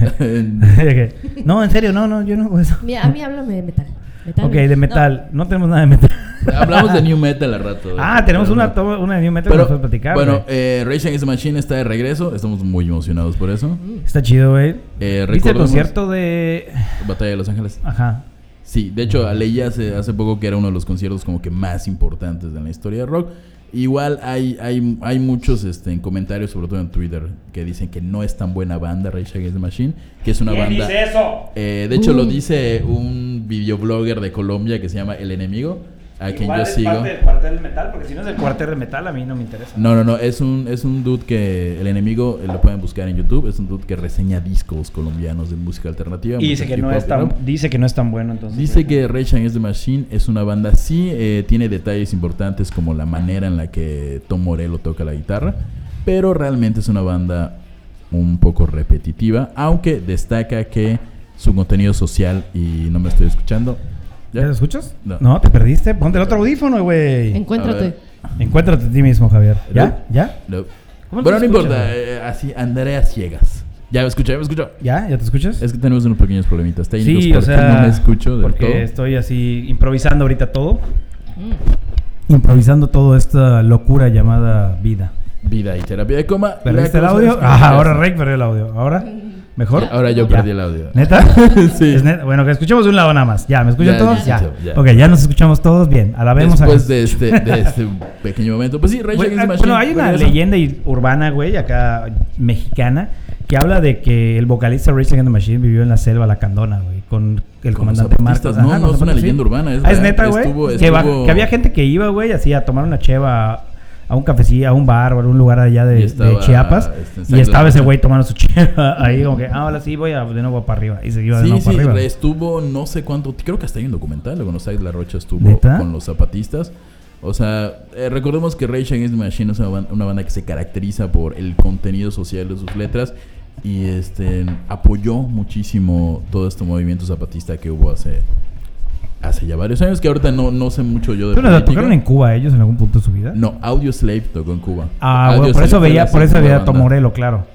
que- no, en serio, no, no, yo no hago eso. Mira, a mí háblame de metal. metal Ok, de no. metal. No. tenemos nada de metal. Hablamos de New Metal al rato. Ah, tenemos Pero una, no. to- una de New Metal que nos Pero, puedes platicar. bueno, güey. eh, Rage Against the Machine está de regreso. Estamos muy emocionados por eso. Está chido, güey. Eh, Mm. ¿Viste el recordemos- concierto de...? Batalla de Los Ángeles. Ajá. Sí, de hecho leí hace, hace poco que era uno de los conciertos como que más importantes en la historia del rock. Igual hay, hay, hay muchos este, en comentarios, sobre todo en Twitter, que dicen que no es tan buena banda Rage Against the Machine, que es una banda... eso? Eh, de hecho lo Uh. Mm. dice un videoblogger de Colombia que se llama El Enemigo, a quien yo sigo. del cuartel de metal, porque si no es el cuartel de metal, a mí no me interesa. No, no, no, es un, es un dude que el enemigo eh, lo pueden buscar en YouTube, es un dude que reseña discos colombianos de música alternativa. Y dice mucho que, hip no hop es y rap. tan, dice que no es tan bueno, entonces. pues, Dice que Rage Against the Machine es una banda, sí, eh, tiene detalles importantes como la manera en la que Tom Morello toca la guitarra, pero realmente es una banda un poco repetitiva, aunque destaca que su contenido social, y no me estoy escuchando, ¿Ya lo escuchas? No. te perdiste. Ponte el otro audífono, güey. A ver. Encuéntrate. Encuéntrate a ti mismo, Javier. ¿Ya? ¿Ya? No. ¿Cómo Bueno, te no escuchas, importa, güey? eh, así andaré a ciegas. Ya me escucho, ya me escucho. ¿Ya? ¿Ya te escuchas? Es que tenemos unos pequeños problemitas técnicos porque no me escucho del porque todo. estoy así improvisando ahorita todo. Mm. Improvisando toda esta locura llamada vida. Vida y terapia de coma. ¿Perdiste el La cosa audio? es que- Ah, ahora Rick perdió el audio. ¿Ahora? ¿Mejor? Ahora yo Ya. perdí el audio. ¿Neta? Sí. Es neta. Bueno, que escuchemos de un lado nada más. ¿Ya? ¿Me escuchan Ya, todos? ya, Ya, ya. Ok, ya nos escuchamos todos bien. Alabemos a Después de este, de este pequeño momento. Pues sí, Rage Güey, Against ah, the Machine. bueno, hay una regresa. leyenda y- urbana, güey, acá mexicana, que habla de que el vocalista Rage Against the Machine vivió en la selva La Candona, güey, con el Con los comandante Marcos. zapatistas. No, Ajá, no, los es una zapatistas, leyenda urbana, es Ah, es real. neta, güey. Estuvo- Que, va- estuvo- que había gente que iba, güey, así a tomar una cheva a- a un cafecito, a un bar o a algún lugar allá Y de, estaba, de Chiapas. este, en San y estaba ese Clemente. güey tomando su cheva ahí, como que, ah, ahora sí voy a, de nuevo para arriba. Y se iba de Sí, nuevo sí, para arriba. re- estuvo no sé cuánto, creo que hasta hay un documental, cuando Zack de la Rocha estuvo ¿Neta? con los zapatistas. O sea, eh, recordemos que Rage Against the Machine es una ban- una banda, que se caracteriza por el contenido social de sus letras y este apoyó muchísimo todo este movimiento zapatista que hubo hace hace ya varios años, que ahorita no, no sé mucho yo de ¿Pero la política. tocaron en Cuba ellos en algún punto de su vida? No, Audio Slave tocó en Cuba. Ah, Audio bueno, por Slave eso fue veía, la por eso segunda veía a Tom banda. Morello, claro.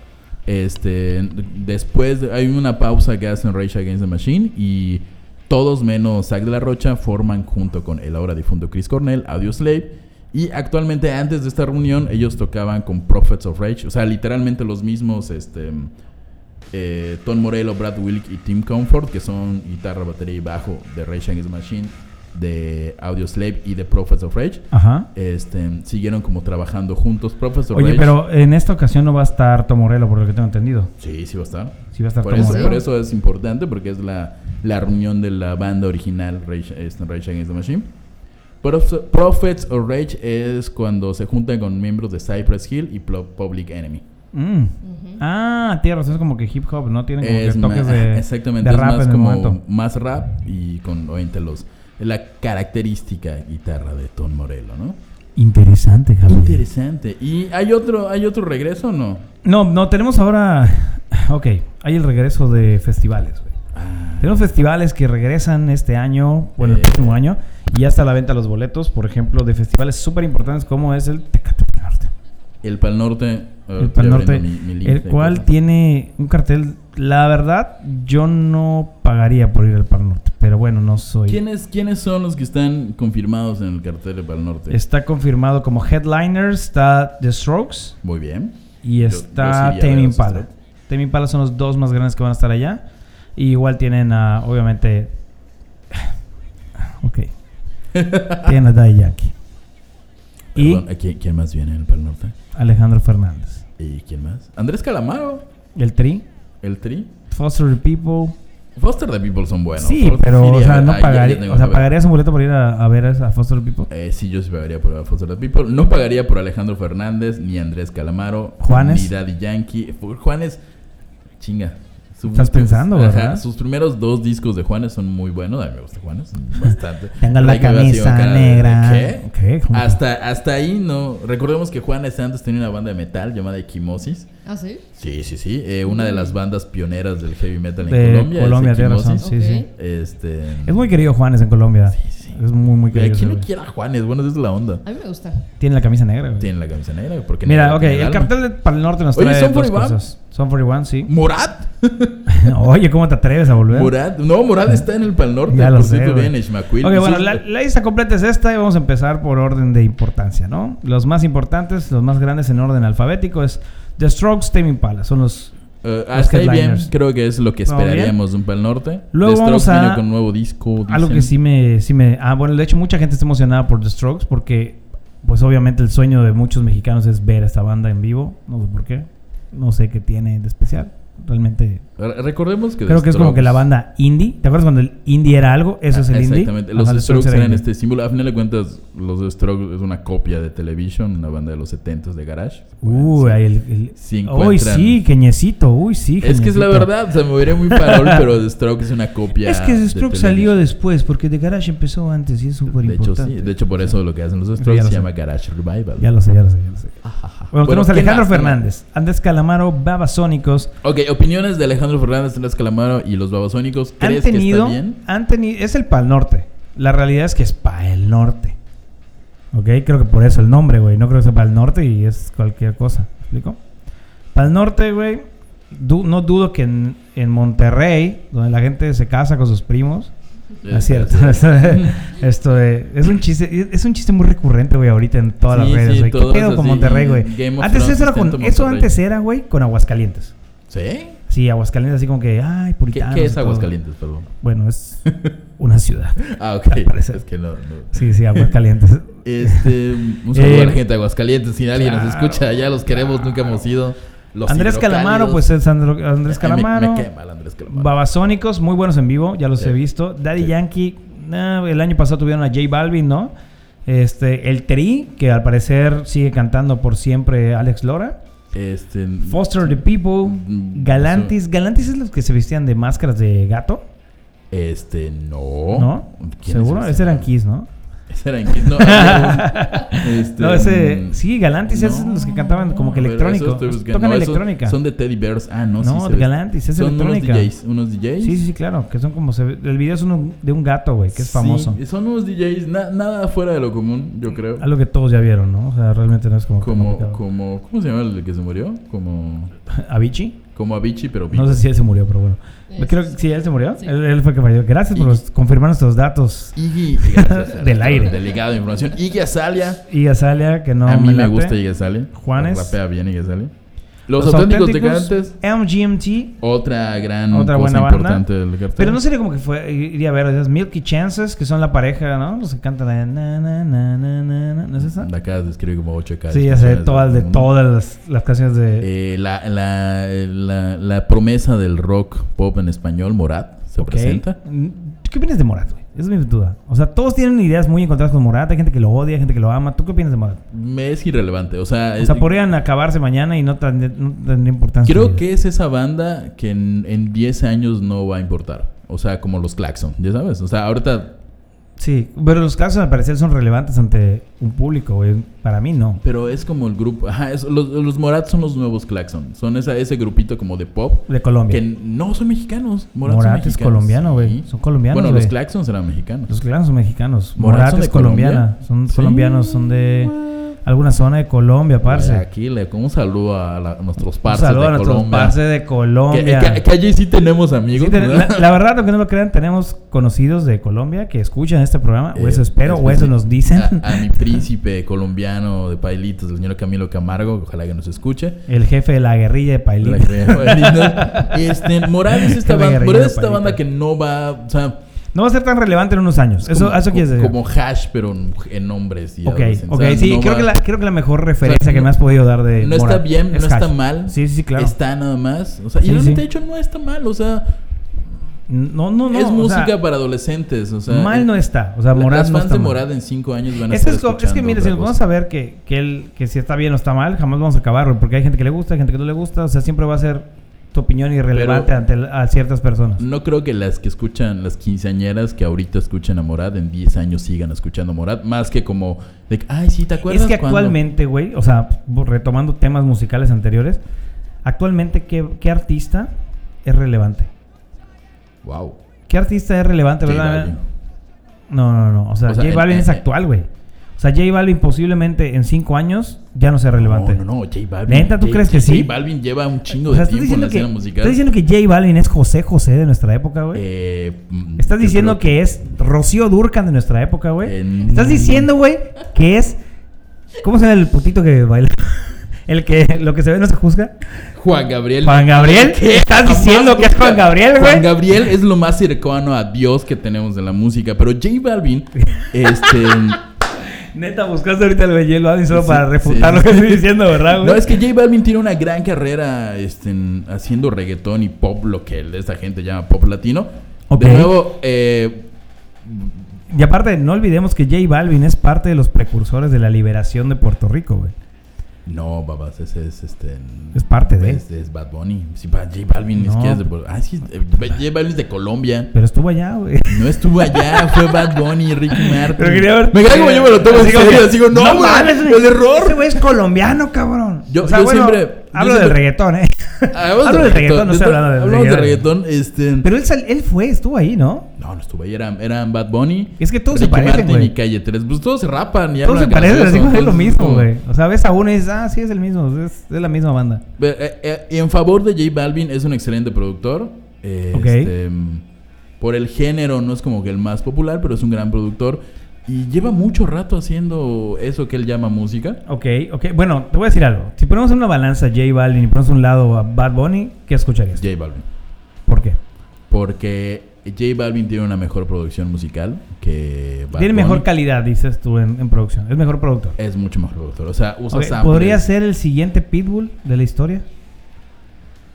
Este, después de- hay una pausa que hacen Rage Against the Machine y todos menos Zack de la Rocha forman junto con el ahora difunto Chris Cornell, Audio Slave. Y actualmente, antes de esta reunión, ellos tocaban con Prophets of Rage. O sea, literalmente los mismos, este... eh, Tom Morello, Brad Wilk y Tim Comfort, que son guitarra, batería y bajo de Rage Against the Machine, de Audio Slave y de Prophets of Rage. Ajá. Este, siguieron como trabajando juntos. Prophets of Oye, Rage- pero en esta ocasión no va a estar Tom Morello, por lo que tengo entendido. Sí, sí va a estar. Sí va a estar Por Tom eso, Morello. por eso es importante, porque es la, la reunión de la banda original Rage, este, Rage Against the Machine. Prof- Prophets of Rage es cuando se juntan con miembros de Cypress Hill y Plo- Public Enemy. Mm. Ujú. Ah, tierra, es como que hip hop, ¿no? Tienen como Es que ma- ah, toques de, exactamente, de es rap más en el como momento. más rap y con obviamente los la característica guitarra de Tom Morello, ¿no? Interesante, Javier. Interesante. ¿Y hay otro hay otro regreso o no? No, no, tenemos ahora. Ok, hay el regreso de festivales, güey. Ah, Tenemos festivales que regresan este año, bueno, el Eh. próximo año, y ya está a la venta los boletos, por ejemplo, de festivales súper importantes como es el Tecate Pal Norte. el Pal Norte. a ver, el estoy Pal Norte, abriendo mi- mi link el de cual cosas. tiene un cartel. La verdad, yo no pagaría por ir al Pal Norte, pero bueno, no soy. ¿Quiénes, ¿Quiénes son los que están confirmados en el cartel de Pal Norte? Está confirmado como headliner, está The Strokes Muy bien. y Yo- yo sí está iría a Tame ver a los Impala. Strokes. Tame Impala son los dos más grandes que van a estar allá. Y igual tienen, ah, obviamente... Ok. tienen a Daddy Yankee. Y Perdón, ¿a quién, quién más viene en el Pal Norte? Alejandro Fernández. ¿Y quién más? Andrés Calamaro, El Tri. el Tri. Foster the People. Foster the People son buenos. sí, Foster- pero, o iría a sea, ver- no ahí ya pagaría... tengo O sea, que ver. ¿pagarías un boleto por ir a, a ver a, a Foster the People? Eh, sí, yo sí pagaría por Foster the People. No pagaría por Alejandro Fernández, ni Andrés Calamaro, Juanes. ni Daddy Yankee. Por Juanes, chinga. Su- Estás pensando, Ajá, ¿verdad? Sus primeros dos discos de Juanes son muy buenos. A mí me gusta Juanes bastante. Tengo la Pero hay que ver así camisa con cara de, negra. ¿Qué? ¿Qué? ¿Cómo que? Hasta, hasta ahí no. Recordemos que Juanes antes tenía una banda de metal llamada Equimosis. ¿Ah, sí? Sí, sí, sí. eh, una de las bandas pioneras del heavy metal en De Colombia. Colombia, es tienes razón. Equimosis. Sí, sí. Ok. Este, Es muy querido Juanes en Colombia. Sí, sí. Es muy, muy Güey, querido. ¿Quién ese no güey. quiere a Juanes? Bueno, esa es la onda. A mí me gusta. Tiene la camisa negra, güey. Tienen la camisa negra, porque Mira, negra ok, tiene el alma. cartel de Pal Norte nos Oye, trae ¿son dos 41? cosas. Son 41, sí. Morat. Oye, ¿cómo te atreves a volver? Morat. No, Morat está en el Pal Norte. Ya lo por sé, cierto, güey. viene Eh, Ishmaquil. Ok, Eso bueno, es- la, la lista completa es esta y vamos a empezar por orden de importancia, ¿no? Los más importantes, los más grandes en orden alfabético es The Strokes, Tame Impala, son los... Eh, hasta ahí bien, headliners. creo que es lo que ¿Todo bien? esperaríamos de un Pal Norte. Luego The Strokes vamos a- vino con nuevo disco. dicen. Algo que sí me, sí me... Ah, bueno, de hecho mucha gente está emocionada por The Strokes porque, pues obviamente el sueño de muchos mexicanos es ver a esta banda en vivo, no sé por qué, no sé qué tiene de especial, realmente... Re- Recordemos que. Creo The que es como Strokes- que la banda indie. ¿Te acuerdas cuando el indie era algo? Eso es Ah, el indie. Exactamente. Los Ajá, The Strokes era eran indie. este símbolo. A final de cuentas, los The Strokes es una copia de Television, una banda de los 70s de Garage. Uy, ahí el, el- Si encuentran- Uy, sí, queñecito. Uy, sí. Es que es la Queñecito. verdad, o sea, me hubiera muy parol, pero The Strokes es una copia. Es que de The Stroke salió Television. después, porque The Garage empezó antes y es súper De hecho, importante. sí. De hecho, por eso lo que hacen los The Ya Strokes lo se sé. llama Garage Revival. Ah, Ya lo sé, ya lo sé, ya lo sé. Ajá. Bueno, tenemos a qué Alejandro lástima. Fernández, Andrés Calamaro, Babasónicos. Ok, opiniones de Alejandro Fernández, Andrés Calamaro y los Babasónicos. Han ¿Crees tenido, que está bien? han teni- es el Pal Norte. La realidad es que es Pal Norte. Ok, creo que por eso el nombre, güey. No creo que sea Pal Norte y es cualquier cosa. ¿Me explico? Pal Norte, güey. du- no dudo que en, en Monterrey, donde la gente se casa con sus primos, No es Ah, cierto. Esto de, esto de- es un chiste, es un chiste muy recurrente, güey, ahorita en todas Sí, las redes, sí, güey. todo ¿Qué es pedo con así. Monterrey, güey? Game of Antes Thrones eso era está en con, eso Monterrey. antes era, güey, con Aguascalientes. ¿Sí? Sí, Aguascalientes así como que, ay, ¿Qué, puritanos. qué y es todo. Aguascalientes, perdón? Bueno, es una ciudad. Ah, ok. Al parecer. Es que no. no. Sí, sí, Aguascalientes. Este, un saludo Eh, a la gente de Aguascalientes. Si alguien nos claro, escucha, ya los queremos, nunca hemos ido. Los Andrés Calamaro, hidrocálidos. pues es Andro- Andrés A mí me- Calamaro. Me, quema el Andrés Calamaro. Babasónicos, muy buenos en vivo, ya los Sí. he visto. Daddy Sí. Yankee, nah, el año pasado tuvieron a J Balvin, ¿no? Este, el Tri, que al parecer sigue cantando por siempre Alex Lora. Este, Foster the People, Mm, Galantis. Galantis es los que se vestían de máscaras de gato, Este, no. ¿no? ¿Quiénes ¿Seguro? son? Ese eran Kiss, ¿no? Ese era en Kiss, no. había un, este, no, ese. mm, Sí, Galantis esos son los que cantaban como que a ver, eso electrónico. estoy buscando. Tocan No, esos electrónica. Son de Teddy Bears. Ah, no, No, sí. se ve. Galantis, es son electrónica. Unos DJs, unos DJs. Sí, sí, sí, claro. Que son como. Se ve- el video es uno, de un gato, güey, que es Sí, famoso. son unos DJs, na- nada fuera de lo común, yo creo. Algo que todos ya vieron, ¿no? O sea, realmente no es como. que Como, complicado. como, ¿cómo se llama el que se murió? Como, Avicii. como Avicii, pero No sé si él se murió, pero bueno. Sí. Creo que sí, él se murió. Sí. Él, él fue el que falló. Gracias por Y- los- confirmar nuestros datos. Iggy. Del aire. Delicado de información. Iggy Azalea. Y Azalia, que no a mí me, late. gusta Iggy Azalea. Juanes. Rapea bien Iggy Azalea. Los, auténticos, Decadantes. MGMT. Otra gran Otra cosa buena banda. importante del cartel. Pero no sería como que fue, iría a ver esas Milky Chances, que son la pareja, ¿no? Los que cantan la de na, na, na, na, na, na. ¿No es esa? La acabas de escribir como 8 k Sí, ya sé, todas, de todas las, las canciones de... Eh, la, la, eh, la, la promesa del rock pop en español, Morat, se Ok. presenta. Mm, ¿Qué opinas de Morat, güey? Esa es mi duda. O sea, todos tienen ideas muy encontradas con Morat. Hay gente que lo odia, hay gente que lo ama. ¿Tú qué opinas de Morat? Me es irrelevante. O sea, O es- sea, podrían acabarse mañana y no, tendría- no tendría importancia. creo su vida. que es esa banda que en, en 10 años no va a importar. O sea, como los Claxon, ya sabes. O sea, ahorita. Sí, pero los casos al parecer son relevantes ante un público, güey. Para mí no. Pero es como el grupo. Ajá, es- los, los Morat son los nuevos Claxon. Son esa, ese grupito como de pop. De Colombia. Que no son mexicanos. Morat, Morat, son es mexicanos. colombiano, güey. Sí. Son colombianos, Bueno, güey. los Claxons eran mexicanos. Los claros son mexicanos. Morat Morat son es de Colombia. colombiana. Son Sí. colombianos, son de alguna zona de Colombia, parce. Eh, Aquí le un saludo a, la- a nuestros Un parces saludo de a nuestros Colombia. parce de Que, Colombia. que- que allí sí tenemos Sí, amigos. ten- la, ¿verdad? la verdad, lo que no lo crean, tenemos conocidos de Colombia que escuchan este programa. O eso Eh, espero, o pues, eso sí. nos dicen. A, a mi príncipe colombiano de Pailitos, el señor Camilo Camargo, ojalá que nos escuche. El jefe de la guerrilla de La Pailín. idea de Pailitos. este, Morales es Qué esta, banda, verga, Morales es Pailitos. esta banda que no va, o sea, No va a ser tan relevante en unos años. Eso, como, eso quieres co- decir. como hash pero en, en hombres y Ok, adolescentes. ok, O sea, sí, no creo, va- que la, creo que la mejor referencia que no- me has podido dar de. no está Morat bien, no es está Hash. mal. Sí, sí, sí, claro. Está nada más, o sea, y Sí, realmente sí. de hecho no está mal, o sea, No, no, no. es o música sea, para adolescentes, o sea, eh, mal no está. O sea, la- Morat las no fans está de mal. Morad en cinco años van a Es que, estar es, co- es que escuchando mire, otra si nos cosa. vamos a ver que, que, él, que si está bien o está mal, jamás vamos a acabar, güey, porque hay gente que le gusta, hay gente que no le gusta, o sea, siempre va a ser tu opinión irrelevante Pero- ante la- a ciertas personas. No creo que las que escuchan, las quinceañeras que ahorita escuchan a Morad, en 10 años sigan escuchando a Morad, más que como de que, ay, sí, ¿te acuerdas? Es que cuando?" actualmente, güey, o sea, retomando temas musicales anteriores, actualmente, ¿qué, qué artista es relevante? Wow. ¿Qué artista es relevante, J verdad? Balvin. No, no, no. O sea, O sea, J en- Balvin en- es actual, güey. O sea, J Balvin posiblemente en cinco años ya no sea relevante. No, no, no, J Balvin. ¿Neta, tú J- crees que sí? J Balvin lleva un chingo O sea, de estás tiempo en la diciendo, que, escena musical. estás diciendo que J Balvin es José José de nuestra época, güey. Eh, mm, estás yo diciendo creo que es Rocío Durcan de nuestra época, güey. Eh, Estás diciendo, güey, que es. ¿Cómo se llama el putito que baila? El que lo que se ve no se juzga. Juan Gabriel. Juan Gabriel. ¿Estás Jamás diciendo que es Juan Gabriel, güey? Juan Gabriel es lo más cercano a Dios que tenemos en la música, pero J Balvin, este. Neta, buscaste ahorita el J Balvin solo Sí, para sí, refutar sí. lo que estoy diciendo, ¿verdad, güey? No, es que J Balvin tiene una gran carrera este, en- haciendo reggaetón y pop, lo que esta gente llama pop latino. Ok. De nuevo, eh, Y aparte, no olvidemos que J Balvin es parte de los precursores de la liberación de Puerto Rico, güey. no, babas, ese es este. en- Es parte de. Es, es Bad Bunny. Si va J Balvin ni No. siquiera es de. Puerto- Ah, sí, eh, J Balvin es de Colombia. Pero estuvo allá, güey. No estuvo allá, fue Bad Bunny, Ricky Martin. Pero quería ver. Me cae como yo me lo tomo en Así como serio. que, así como, no, güey, mames, güey, el error. Ese güey es colombiano, cabrón. Yo- yo siempre- yo Hablo del siempre- reggaetón, eh. Hablamos Hablo del reggaetón, no estoy Después- hablando del hablamos de reggaetón. reggaetón. Este, Pero él, sal- él fue, estuvo ahí, ¿no? No, no estuvo ahí. Eran, eran Bad Bunny. Es que todos se Ricky parecen, Martin güey. y Calle 3. Pues todos se rapan. Y Todos se hablan parecen, así gracioso, como es lo entonces, mismo, como- güey. O sea, ves a uno y dices, ah, sí, es el mismo, es, es la misma banda. Ve- eh, eh, En favor de J Balvin, es un excelente productor. Eh, Ok. este, mm, por el género, no es como que el más popular, pero es un gran productor. Y lleva mucho rato haciendo eso que él llama música. Ok, ok. Bueno, te voy a decir algo. Si ponemos en una balanza a J Balvin y ponemos a un lado a Bad Bunny, ¿qué escucharías? J Balvin. ¿Por qué? Porque J Balvin tiene una mejor producción musical que Bad Tiene mejor Bunny. calidad, dices tú, en, en producción. Es mejor productor. Es mucho mejor productor. O sea, usa Ok, samples. ¿Podría ser el siguiente Pitbull de la historia?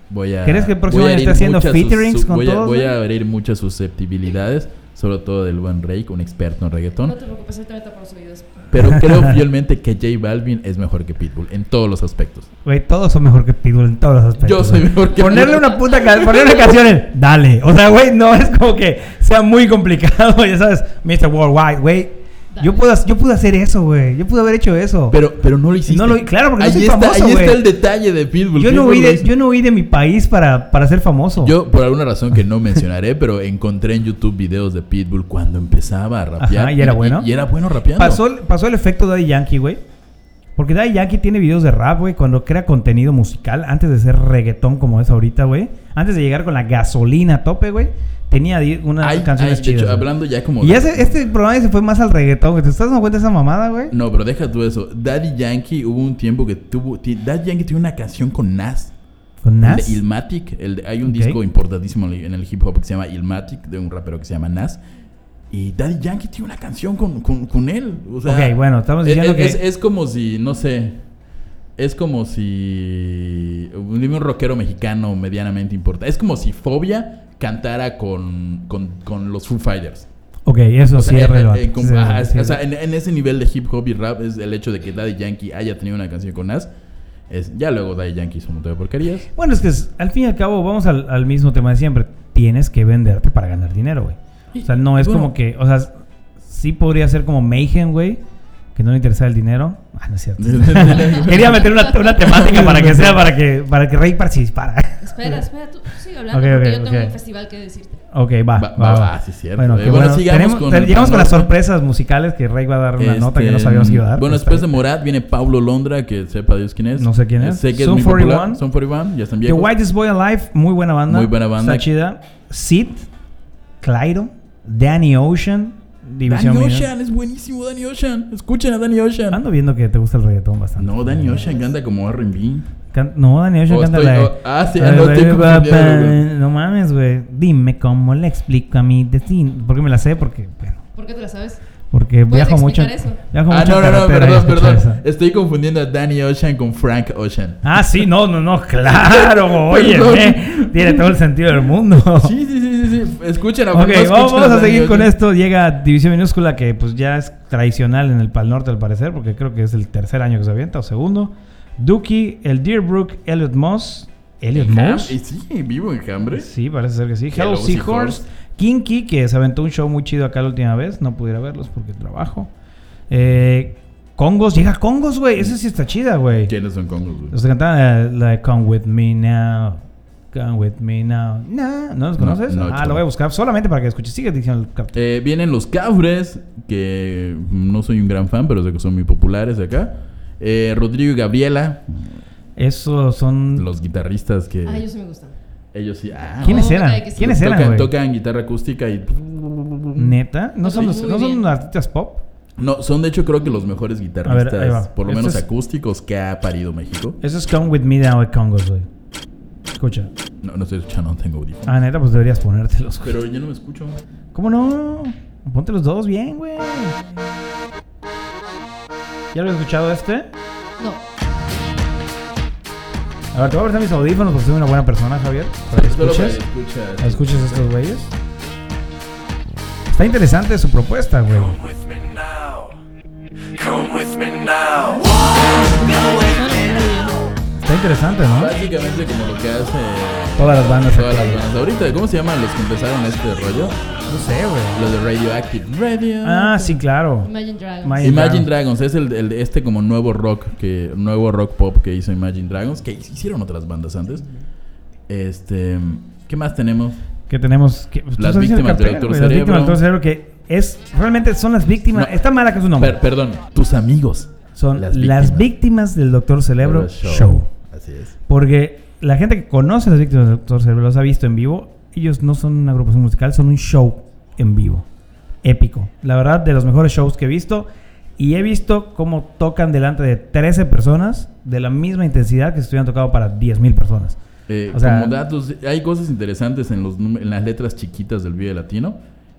Voy a, ¿Crees que el próximo voy a año esté herir haciendo muchas featurings con voy a, todos, Voy güey? a abrir muchas susceptibilidades, sobre todo del buen Rake, un experto en No reggaetón. te preocupes, ahorita me tapo los oídos. Pero creo fielmente que J Balvin es mejor que Pitbull en todos los aspectos. Güey, todos son mejor que Pitbull en todos los aspectos. Yo soy güey. mejor que Ponerle Pitbull. una puta ca- ponerle una canción en- Dale. O sea, güey, no es como que sea muy complicado, ya sabes. Mr. Worldwide, güey. Yo pude, yo pude hacer eso, güey. Yo pude haber hecho eso. Pero, pero no lo hiciste. No lo- claro, porque no ahí soy está, famoso, Ahí está güey. el detalle de Pitbull. yo, no Pitbull huí lo de, hizo. yo no huí de mi país para, para ser famoso. Yo, por alguna razón que no mencionaré, pero encontré en YouTube videos de Pitbull cuando empezaba a rapear. Ajá, ¿y era bueno? Y, era bueno rapeando. pasó, el- pasó el efecto Daddy Yankee, güey. Porque Daddy Yankee tiene videos de rap, güey, cuando crea contenido musical, antes de ser reggaetón como es ahorita, güey. Antes de llegar con la gasolina a tope, güey. Tenía di- unas Ay, canciones ay, de hecho, chidas. güey. hablando ya como... y de- ese- este programa se fue más al reggaetón, güey. ¿Te estás dando cuenta de esa mamada, güey? No, pero deja tú eso. Daddy Yankee hubo un tiempo que tuvo... ti- Daddy Yankee tiene una canción con Nas. Con El Nas. de Illmatic. el de- hay un Ok. disco importantísimo en el hip hop que se llama Illmatic, de un rapero que se llama Nas. Y Daddy Yankee tiene una canción con, con- con él. O sea, Ok, bueno, estamos es- diciendo es, que- Es, es como si, no sé... Es como si... Dime un rockero mexicano medianamente importante. Es como si Fobia cantara con, con, con los Foo Fighters. Ok, eso O sea, sí eh, es eh, relevante. eh, como- Sí, ajá, sí, o sí. sea, en, en ese nivel de hip hop y rap es el hecho de que Daddy Yankee haya tenido una canción con Nas. Es, ya luego Daddy Yankee hizo un montón de porquerías. Bueno, es que es- al fin y al cabo vamos al, al mismo tema de siempre. Tienes que venderte para ganar dinero, güey. O sea, no es Bueno. como que... O sea, sí podría ser como Mayhem, güey. Que no le interesaba el dinero. Ah, no es cierto. Quería meter una, una temática para que sea, para que, para que Rey participara. Espera, espera, tú tú sigue hablando Ok, porque ok, yo tengo ok. un festival que decirte. Ok, va. Va- Va, va, va, va, sí, cierto. Bueno, Eh, qué bueno, bueno. sigamos Tenemos- con- te- llegamos con las con- sorpresas musicales que Rey va a dar una nota que no Este, sabíamos que iba a dar. pues, Bueno, Está después de bien. Morat viene Pablo Londra, que sepa Dios quién es. Eh, No sé quién es. Sé que es Son muy popular. 41. Son 41, ya están The viejos. Whitest Boy Alive, muy buena banda. Muy buena banda. Está chida. Sid, Clyro, Danny Ocean, División Danny Minor. Ocean, es buenísimo Danny Ocean. Escuchen a Danny Ocean. Ando viendo que te gusta el reggaetón bastante. Eh, No, Danny Ocean canta como R&B. Can- no, Danny Ocean Oh, canta estoy- la de- oh, ah, sí, la de no estoy Baby confundiendo, Papa. güey. No mames, güey. Dime cómo le explico a mi destino. Porque me la sé, porque, bueno, ¿Por qué te la sabes? porque ¿Puedes viajo mucho. explicar eso? Viajo Ah, mucho no, en no, no, carretera y perdón, escucho perdón. eso. Estoy confundiendo a Danny Ocean con Frank Ocean. Ah, sí, no, no, no, claro, oye, Perdón. eh, tiene todo el sentido del mundo. Sí, sí, sí, sí, sí. Escuchen a Ok, pues, no vamos, escuchen vamos a Danny seguir con Ocean. esto. Llega División Minúscula, que pues ya es tradicional en el Pal Norte al parecer, porque creo que es el tercer año que se avienta, o segundo. Dookie, el Deerbrook, Elliot Moss. Elliot Ham- Moss. y sí, vivo en hambre. Sí, parece ser que sí. Hello, Hello Seahorse. Seahorse. Kinky, que se aventó un show muy chido acá la última vez. No pudiera verlos porque trabajo. Eh, Congos, llega Congos, güey. Esa sí está chida, güey. ¿Quiénes son congos? güey? Los que cantaban la, la de Come With Me Now. Come With Me Now. Nah, ¿No los No, conoces? no, ah, yo lo voy a no. buscar solamente para que escuches. Sigue diciendo el capítulo. Eh, vienen los Cabres, que no soy un gran fan, pero sé que son muy populares acá. Eh, Rodrigo y Gabriela, Esos son. los guitarristas que Ah, ellos sí me gustan. ellos sí. ah, ¿Quiénes Oh, eran? caray, que sí. ¿Quiénes eran, tocan, güey? tocan guitarra acústica y Neta. ¿No son, los, Muy ¿no son bien. artistas pop? no son de hecho creo que los mejores guitarristas, ahí va. por lo Esto menos es- acústicos que ha parido México. Eso es Come With Me Now de Congos, güey. Escucha. No, no estoy escuchando, no tengo audífonos. Ah, neta, pues deberías ponértelos, güey. Pero yo no me escucho. ¿Cómo no? Ponte los dos bien, güey. ¿Ya lo he escuchado este? No. A ver, te voy a prestar mis audífonos porque soy una buena persona, Javier. Para que Solo para que escuches. escuchas. ¿Escuchas estos güeyes? Está interesante su propuesta, güey. with me now. Come with me now. Está interesante, ¿no? Básicamente como lo que hace Todas las bandas todas acá. las bandas. Ahorita, ¿cómo se llaman los que empezaron este rollo? No sé, güey. Los de Radioactive Radio. Ah, sí, claro. Imagine Dragons. Ma- Imagine Dragons es el, el- este como nuevo rock que nuevo rock pop que hizo Imagine Dragons que hicieron otras bandas antes. Este, ¿qué más tenemos? Que tenemos. Que, pues, tú Las estás diciendo el víctimas del cartel, Dr. güey, Las Cerebro. víctimas del Dr. Cerebro que es. Realmente son las víctimas. No. Está mala que es un nombre. Per- perdón, tus amigos. son las víctimas. del Doctor Cerebro Pero show. Así es. Porque la gente que conoce a las víctimas del Doctor Cerebro, los ha visto en vivo, ellos no son una agrupación musical, son un show en vivo. Épico. La verdad, de los mejores shows que he visto. Y he visto cómo tocan delante de 13 personas de la misma intensidad que si estuvieran tocado para 10.000 personas. Eh, O sea- como datos, hay cosas interesantes en los num- en las letras chiquitas del video latino.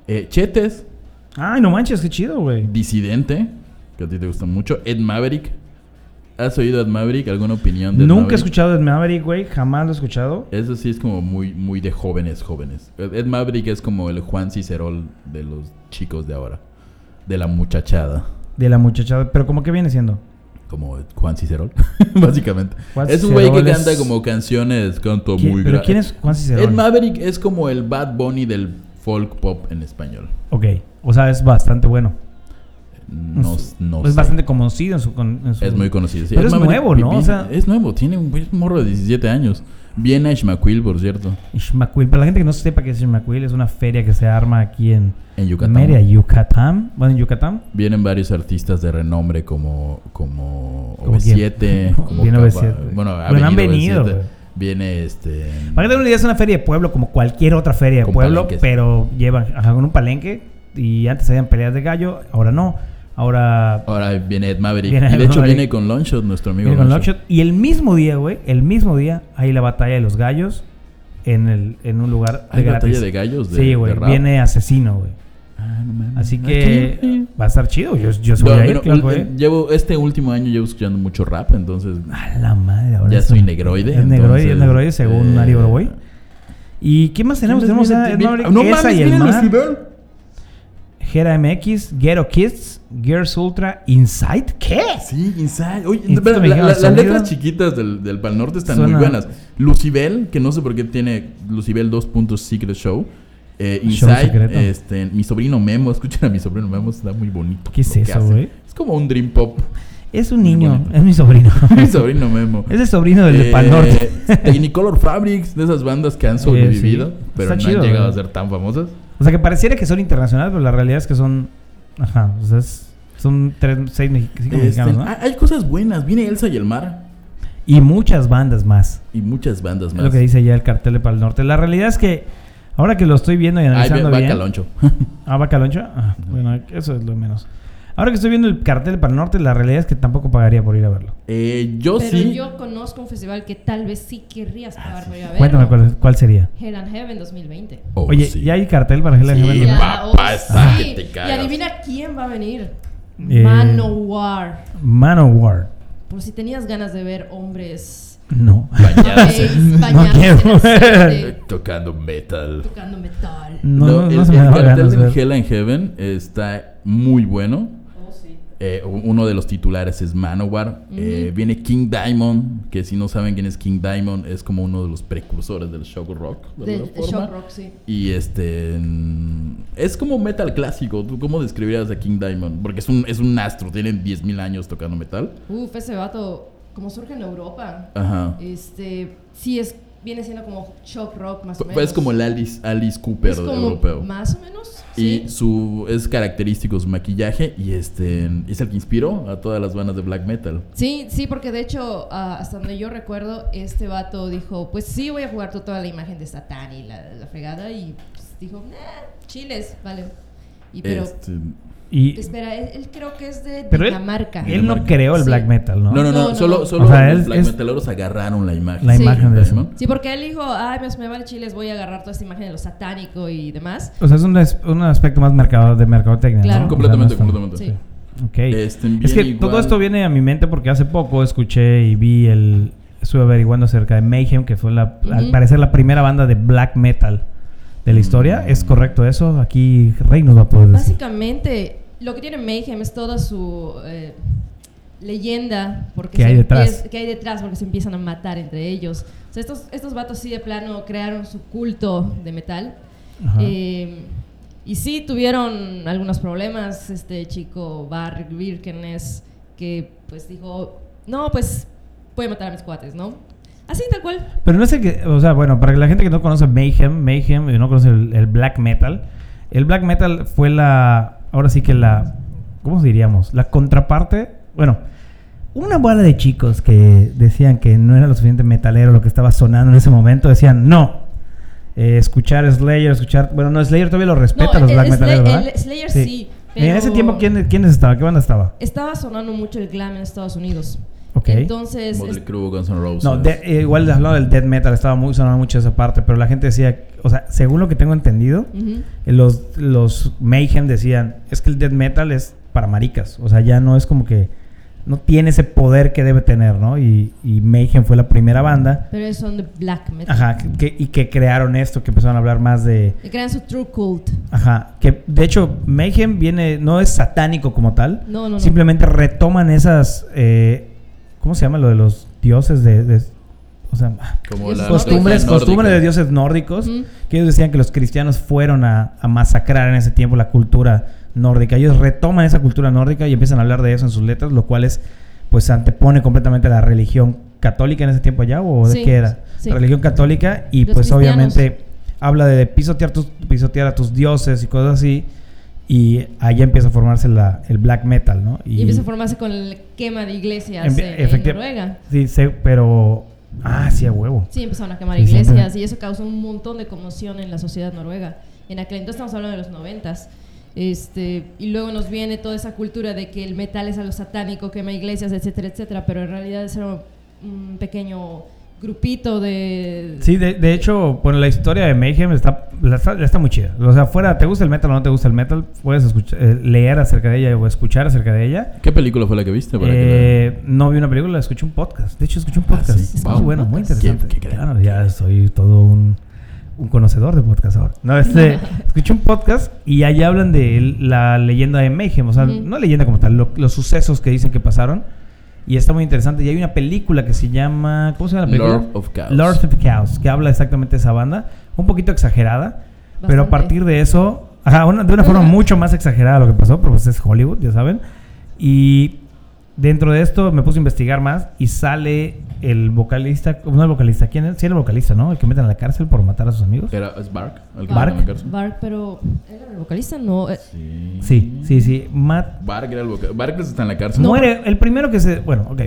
Eh, Chetes, Ay, no manches, qué chido, güey. Disidente, que a ti te gusta mucho. Ed Maverick. ¿Has oído Ed Maverick? ¿Alguna opinión de Ed Nunca he Maverick? escuchado de Maverick, güey. Jamás lo he escuchado. Eso sí es como muy, muy de jóvenes, jóvenes. Ed Ed Maverick es como el Juan Cicerol de los chicos de ahora. De la muchachada. De la muchachada. Pero como que viene siendo. Como Juan Cicerol, básicamente. Juan es un güey que Cicerol es- canta como canciones, canto ¿Quién- muy pero gra- quién es Juan Cicerón? Ed Maverick es como el Bad Bunny del folk pop en español. Ok. O sea, es bastante bueno. No, Es- no es sé. bastante conocido en su, con- en su- Es muy conocido. sí. Pero es más bien nuevo, ¿no? pipín. O sea- es nuevo, tiene un es un morro de 17 años. Viene a Ishmaquil, por cierto, Xmacuil. Para la gente que no sepa qué es Xmacuil, es una feria que se arma aquí en en Yucatán. Mérida, Yucatán. Bueno, en Yucatán. Vienen varios artistas de renombre como como ¿Como OV7, quién? como Viene Capa- OV7. Bueno, ha Bueno, han venido, venido OV7. güey. Viene este Para que tengan una idea, es una feria de pueblo como cualquier otra feria de Con pueblo, palenques. pero llevan ajá, con un palenque y antes habían peleas de gallo, ahora no. Ahora Ahora viene Ed Maverick. Viene y Ed de hecho Maverick. viene con Longshot, nuestro amigo viene con Longshot. Lockshot. Y el mismo día, güey, el mismo día hay la batalla de los gallos en, el, en un lugar Hay batalla gratis. de gallos de- Sí, de güey, rap. viene asesino, güey. Ah, no mames. Así Ah, que qué- va a estar chido. Yo, yo soy No, ahí, pero, claro, eh, güey. llevo este último año llevo escuchando mucho rap, entonces A la madre, ahora ya es- soy negroide. Es negroide, es entonces, negroide, según eh, Ari Boroboy. ¿Y qué más tenemos? Tenemos a Ed Maverick, No esa mames, y el miren Mar. los niveles. Gera MX, Ghetto Kids, Girls Ultra, Inside. ¿Qué? Sí, Inside. Oye, Instituto espera, la- Mexicano la- del las Sonido. letras chiquitas del, del Pal Norte están muy Suena- buenas. Lucibel, que no sé por qué tiene Lucibel 2. Secret Show. Eh, Show secreto. Inside, este, mi sobrino Memo, escuchen a mi sobrino Memo, está muy bonito. ¿Qué es lo que eso, eh? hace. güey? Es como un dream pop. Es un Muy niño, bonito. es mi sobrino. mi sobrino Memo. es el sobrino del Eh, Pal Norte. Technicolor Fabrics, de esas bandas que han Eh, sí. sobrevivido, pero Está no chido, han llegado güey. a ser tan famosas. o sea, que pareciera que son internacionales, pero la realidad es que son. Ajá, o sea, es- son tres, seis mexi- cinco Este, mexicanos, ¿no? hay, hay cosas buenas. Viene Elsa y el Mar Y muchas bandas más. y muchas bandas Es más. lo que dice ya el cartel de Pal Norte. La realidad es que, ahora que lo estoy viendo y Ahí analizando va va bien. Caloncho. Ah, Bacaloncho. Ah, bueno, eso es lo menos. Ahora que estoy viendo el cartel de Pal Norte, la realidad es que tampoco pagaría por ir a verlo. Eh, Oh, yo Pero sí. yo conozco un festival que tal vez sí querrías Ah, pagar por ir a ver. Cuéntame cuál, cuál sería. Hell and Heaven 2020. Oh, Oye, sí. ¿ya hay cartel para Hell and Sí, Heaven? va. ¿no? papá, está que te cagas. Y adivina quién va a venir. Eh. Manowar. Manowar. Por si tenías ganas de ver hombres No. Bañarse. gays bañados No quiero. en el aceite, Tocando metal. tocando metal. No, no, no el, se me el daba cartel ganas de de ver. Hell and Heaven está muy bueno. Oh, sí. Eh, u- uno de los titulares es Manowar. Eh, viene King Diamond, que si no saben quién es King Diamond, es como uno de los precursores del shock rock. de Del alguna forma. shock rock, sí. Y este. mm, Es como metal clásico. ¿Tú cómo describirías a King Diamond? Porque es un, es un astro, tiene 10.000 años tocando metal. Uf, ese vato, como surge en Europa. Ajá. Este, sí es, viene siendo como shock rock más o Pues menos. es como el Alice, Alice Cooper Es como europeo. Más o menos, sí. Y su es característico su maquillaje y este es el que inspiró a todas las bandas de black metal. Sí, sí, porque de hecho, ah, hasta donde yo recuerdo, este vato dijo, pues sí, voy a jugar to- toda la imagen de Satán y la, la fregada, y pues, dijo, nah, chiles, vale. Y pero, Este, Y, espera, él, él creo que es de pero él, Dinamarca. él no Dinamarca. creó el Sí. black metal, ¿no? no, no, no, No, no, solo, no. solo O sea, los él black es- metaleros agarraron la imagen. La Sí. imagen de eso. Diamond. Sí, porque él dijo, ay, pues me vale chiles, voy a agarrar toda esta imagen de lo satánico y demás. O sea, es un, es un aspecto más mercado, de mercadotecnia, Claro. ¿no? Completamente, O sea, no es tan- completamente. Sí. Ok. Este, es viene que igual- todo esto viene a mi mente porque hace poco escuché y vi el... Estuve averiguando acerca de Mayhem, que fue la, al Ujú. parecer la primera banda de black metal de la historia. Mm. ¿Es correcto eso? Aquí Rey nos va a poder decir. Básicamente, lo que tiene Mayhem es toda su eh, leyenda porque ¿Qué se hay detrás? empieza- que hay detrás porque se empiezan a matar entre ellos. O sea, estos, estos vatos sí de plano crearon su culto de metal. Ajá. Eh, y sí tuvieron algunos problemas. Este chico Barry Birkenes que pues dijo, no, pues voy a matar a mis cuates, ¿no? Así tal cual. Pero no sé que, o sea, bueno, para la gente que no conoce Mayhem, Mayhem y no conoce el, el black metal, el black metal fue la, ahora sí que la, ¿cómo diríamos? La contraparte, bueno, una bola de chicos que decían que no era lo suficiente metalero lo que estaba sonando en ese momento, decían, no, eh, escuchar Slayer, escuchar, bueno, no, Slayer todavía lo respeta No, los el- black el metaleros, Slay- ¿verdad? el Slayer sí, En ese pero- tiempo, ¿quién, ¿quiénes estaba? ¿Qué banda estaba? Estaba sonando mucho el glam en Estados Unidos. Ok. Entonces, Motley es- Crue, Guns N' Roses. No, de- eh, igual hablando del death metal, estaba muy sonando mucho esa parte, pero la gente decía, o sea, según lo que tengo entendido, eh, Ujú. los, los Mayhem decían, es que el death metal es para maricas, o sea, ya no es como que no tiene ese poder que debe tener, ¿no? Y, y Mayhem fue la primera banda, Pero son de black metal. ajá, que, y que crearon esto, que empezaron a hablar más de, Que crean su true cult. ajá, que de hecho Mayhem viene, no es satánico como tal, No, no, no. simplemente retoman esas, eh, ¿cómo se llama? Lo de los dioses de, de- o sea... Como la costumbres, mitología costumbres nórdica. de dioses nórdicos, Ujú. que ellos decían que los cristianos fueron a, a masacrar en ese tiempo la cultura nórdica. Ellos retoman esa cultura nórdica y empiezan a hablar de eso en sus letras, lo cual es, pues, se antepone completamente a la religión católica en ese tiempo allá, o de Sí, qué era? sí. Religión católica, y Los pues, cristianos. obviamente, habla de pisotear, tus, pisotear a tus dioses y cosas así. Y allá empieza a formarse la- el black metal, ¿no? Y, empieza a formarse con el quema de iglesias Empe- en- en, efectiva- Noruega. Sí, se- pero. Ah, sí, a huevo. Sí, empezaron a quemar Sí, siempre. iglesias y eso causó un montón de conmoción en la sociedad noruega. En aquel entonces estamos hablando de los noventas. Este, y luego nos viene toda esa cultura de que el metal es algo satánico, quema iglesias, etcétera, etcétera, pero en realidad es era un pequeño grupito de... Sí, de, de hecho, bueno, la historia de Mayhem está, la está, la está muy chida. O sea, fuera, ¿te gusta el metal o no te gusta el metal? Puedes escuch- eh, leer acerca de ella o escuchar acerca de ella. ¿Qué película fue la que viste? para que la- Eh, No vi una película, escuché un podcast. De hecho, escuché un Ah, podcast. sí. Es Wow. muy bueno, muy Podcast. interesante. Qué- qué gran- Claro, ya soy todo un, un conocedor de podcast ahora. No, este, escuché un podcast y allá hablan de la leyenda de Mayhem. O sea, Ujú. no leyenda como tal, lo- los sucesos que dicen que pasaron. Y está muy interesante. Y hay una película que se llama. ¿Cómo se llama la película? Lord of Chaos. Lord of Chaos, que habla exactamente de esa banda. Un poquito exagerada. Pero a Bastante. partir de eso, ajá, una- de una forma mucho más exagerada lo que pasó, porque pues es Hollywood, ya saben. Y dentro de esto me puse a investigar más y sale el vocalista, no el vocalista, ¿quién es? Sí, era el vocalista, ¿no? El que meten a la cárcel por matar a sus amigos. ¿Era es Bark? ¿El que Bark. estaba en la cárcel? Bark, pero... ¿Era el vocalista? No. eh, Sí. Sí, sí, sí. Mat Bark era el vocal. Bark está en la cárcel. muere, el primero que se. Bueno, ok.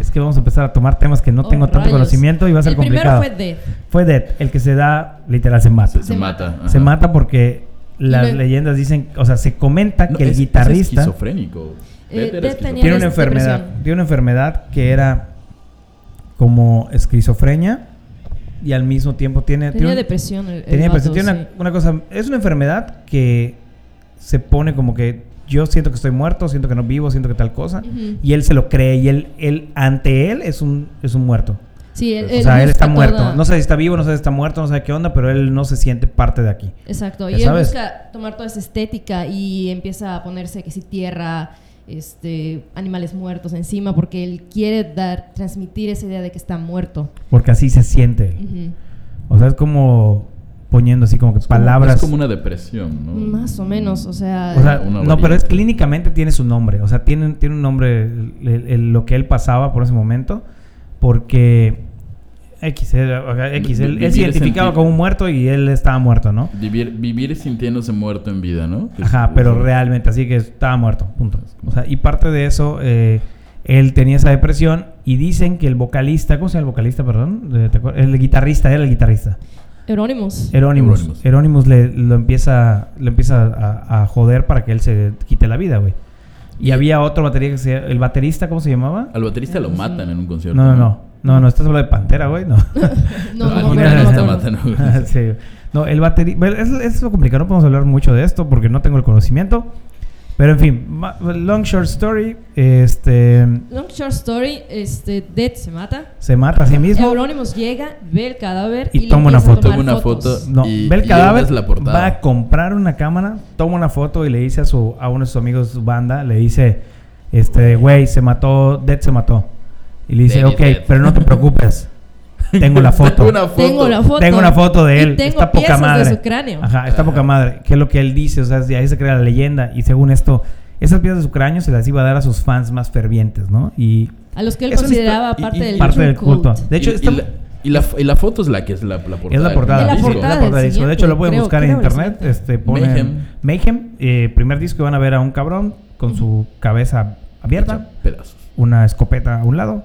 Es que vamos a empezar a tomar temas que no oh, tengo tanto rayos. conocimiento y va a ser el complicado. primero fue Death. Fue Dead, el que se da, literal, se mata. Se, se Se mata. Se ajá. mata porque las Lo- leyendas dicen, o sea, se comenta pues, No, que el es- es guitarrista esquizofrénico. Eh, Death era Death tenía- tiene una Tienes depresión. enfermedad, tiene una enfermedad que era como esquizofrenia y al mismo tiempo tiene Tenía tiene un- depresión. El, el tenía depresión, vato, tiene una, sí. una cosa, es una enfermedad que se pone como que yo siento que estoy muerto, siento que no vivo, siento que tal cosa Ujú. y él se lo cree y él él ante él es un es un muerto. Sí, él, o sea, él está busca muerto, toda- no sé si está vivo, no sé si está muerto, no sé qué onda, pero él no se siente parte de aquí. Exacto, Ya y él sabes. busca tomar toda esa estética y empieza a ponerse que si tierra, este, animales muertos encima, porque él quiere dar, transmitir esa idea de que está muerto. Porque así se siente él. Ujú. O sea, es como poniendo así como que como- palabras. Es como una depresión, ¿no? Más o menos, o sea, Mm. O sea, Una no, pero es variante. clínicamente tiene su nombre. O sea, tiene, tiene un nombre el- el- el- lo que él pasaba por ese momento. Porque X, era- o sea, X, Vi- él, él vivir se identificaba sentido. como un muerto y él estaba muerto, ¿no? Vivir, vivir sintiéndose muerto en vida, ¿no? Que Ajá, es- pero es- realmente, así que estaba muerto, punto. O sea, y parte de eso, eh, él tenía esa depresión y dicen que el vocalista, ¿cómo se llama el vocalista, perdón? Eh, ¿te acuer- El guitarrista, era el guitarrista. Euronymous. Herónimos. Euronymous. Herónimos le lo empieza, lo empieza a, a joder para que él se quite la vida, güey. Y había otro batería que se el baterista, ¿cómo se llamaba? Ah, Al baterista lo matan en un concierto. No, no, no. No, no, estás hablando de Pantera, güey, no. No, Ah, no, ni no, nada, no, está no, no. matando. Sí. No, el baterista, es, es lo complicado, no podemos hablar mucho de esto porque no tengo el conocimiento. Pero en fin, ma- long short story, este Long short story, este, Dead se mata. se mata a sí mismo. Euronymous llega, ve el cadáver Y y, le toma una empieza a foto. tomar Toma una fotos. foto. No, Y- ve el y cadáver, esa es la portada. va a comprar una cámara, toma una foto y le dice a su a uno de sus amigos de su banda, le dice, este, güey, se mató, Dead se mató. Y le dice, Dead is ok, dead". pero no te preocupes, tengo la foto. Una foto. Tengo la foto. Tengo una foto de Y él. tengo está poca piezas madre. de su cráneo. Ajá, está poca madre. Que es lo que él dice, o sea, de ahí se crea la leyenda. Y según esto, esas piezas de su cráneo se las iba a dar a sus fans más fervientes, ¿no? Y A los que él Es una consideraba histo- y- parte, y- del, parte true del culto. cult. De hecho, y, está- y la, y la f- y la foto es la que es la, la portada. es la portada. Es la del disco. portada. Es la portada del del disco. De hecho, lo siguiente, pueden creo, buscar en creo, del internet. siguiente. Este, ponen Mayhem. Mayhem, eh, primer disco, y van a ver a un cabrón con su cabeza abierta, Hecha Pedazos. una escopeta a un lado.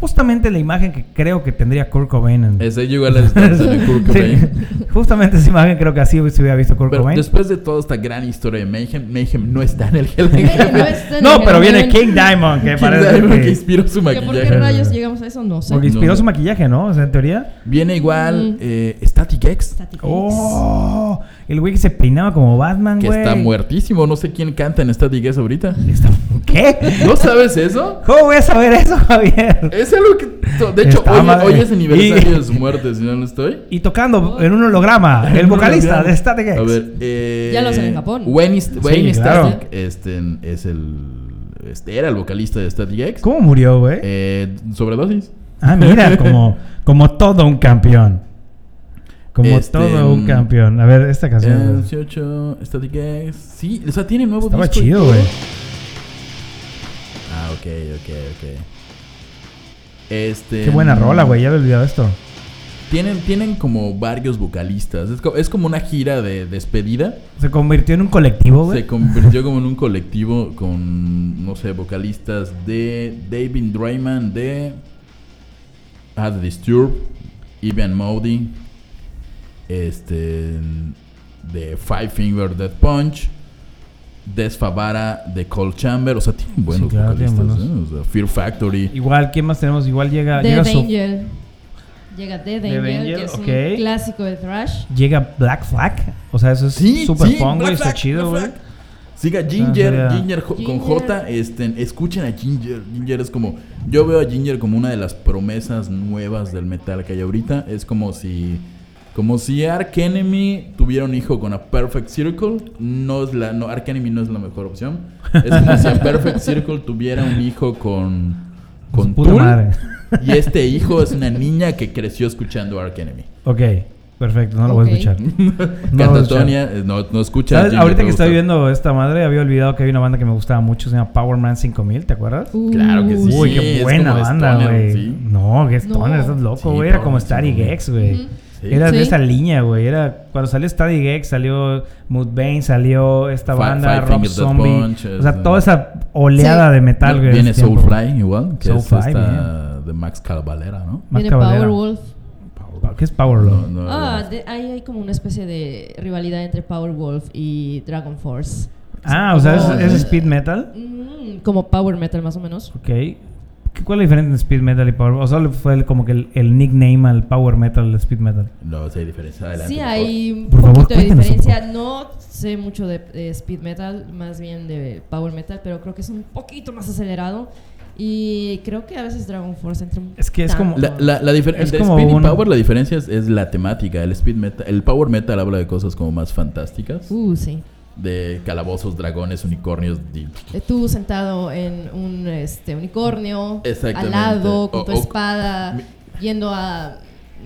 Justamente la imagen que creo que tendría Kurt Cobain en... Ese llegó a la distancia de Kurt Cobain. Sí, Justamente esa imagen creo que así se hubiera visto Kurt Pero Cobain. después de toda esta gran historia de Mayhem, Mayhem no está en el Hell Pero in no Heaven. está en No, el pero viene Hellman. King Diamond, que King parece Diamond que que- inspiró su ¿Que ¿Por qué maquillaje. rayos llegamos a eso? No sé. Porque inspiró No. su maquillaje, ¿no? O sea, en teoría. Viene igual Mm. eh, Static X, Static X. ¡Oh! El güey que se peinaba como Batman, que güey. está muertísimo. No sé quién canta en Static X ahorita. Está- ¿Qué? ¿No sabes eso? ¿Cómo voy a saber eso, Javier? Es algo que. to- De hecho, Está mal- hoy, hoy es aniversario y- de su muerte, si no lo estoy. Y tocando en un holograma, el vocalista de Static X. A ver, eh, Ya lo hacen en Japón. Wayne, St- Sí, Wayne claro. Static este, es el. Este, era el vocalista de Static X. ¿Cómo murió, güey? Eh, sobredosis. Ah, mira, como, como todo un campeón. Como Este, todo un mm, eh, campeón. A ver, esta El canción. 18, Static X. Sí, o sea, tiene nuevo Estaba disco y chido, todo. güey. Ah, ok, ok, ok. Este. Qué buena mm, rola, güey. Ya había olvidado esto. Tienen, tienen como varios vocalistas. Es, co- es como una gira de despedida. Se convirtió en un colectivo, Se güey. convirtió como en un colectivo con, no sé, vocalistas de David Drayman, de. Ah, de Disturb, Ivan Modi, este. de Five Finger Death Punch, Des Favara de Cold Chamber, o sea, tienen buenos claro, tienen vocalistas, ¿eh? O sea, Fear Factory. Igual, ¿quién más tenemos? Igual llega. Dead Llega, su- Angel. Llega Dead Dead Angel, Angel, que es ok. un clásico de thrash. llega Black Flag. O sea, eso es Sí, super sí, punk, güey. Black Está Flag, chido, Black güey. Flag. Siga Ah, Ginger, sería- Ginger jo- con Ginger. J, este, escuchen a Ginger. Ginger es como, yo veo a Ginger como una de las promesas nuevas del metal que hay ahorita. Es como si, como si Ark Enemy tuviera un hijo con a Perfect Circle. No es la, no, Ark Enemy no es la mejor opción. Es como si a Perfect Circle tuviera un hijo con, con Su puta Tool. madre. Y este hijo es una niña que creció escuchando Ark Enemy. Ok, perfecto. No lo voy a Ok. escuchar. No lo voy a escuchar. Catatonia, eh, no, no escucha. a ¿Sabes? Ginger, Ahorita te que estoy gusta. viendo esta madre, había olvidado que había una banda que me gustaba mucho, se llama Power Man 5000, ¿te acuerdas? Claro que sí. Uh, Uy, es qué buena como banda, stoner, güey. sí. No, que Stoner, No. estás Sí, loco, güey. era Power como Man Static 5000. Gex, güey. Ujú. Sí. Era de Sí. esa línea, güey. Era cuando salió Static Gex, salió Mudvayne, salió esta Fi- banda, Five Rob Finger Death Zombie. Punch, o sea, este. toda esa oleada Sí. de metal, güey. en Viene ese tiempo, eh. güey. Soulfly igual, que Soulfly, es esta de Max Cavalera, ¿no? Más Viene caballera. Powerwolf. Pa- ¿Qué es Power No, Love? no, Ah, no. de- ahí hay como una especie de rivalidad entre Powerwolf y Dragon Force. Ah, o sea, es, No, es no. speed metal. Mm, como Power Metal más o menos. Ok. ¿Qué- ¿Cuál es la diferencia entre speed metal y power? O sea, fue el- como que el, el nickname al power metal, al speed metal. No, sí hay diferencia. Adelante, sí, por hay un Por favor, poquito de cuéntanos un diferencia. No sé mucho de, de speed metal, más bien de power metal, pero creo que es un poquito más acelerado. Y creo que a veces Dragon Force entra un Es que es como- favor. La, la, la diferencia Es entre como Speed y un- Power, la diferencia es, es la temática. El Speed Metal, el Power Metal habla de cosas como más fantásticas. Uh, sí. De calabozos, dragones, unicornios. di- Eh, Tú sentado en un este, unicornio, Exactamente. alado, con O- tu o- espada, mi- yendo a,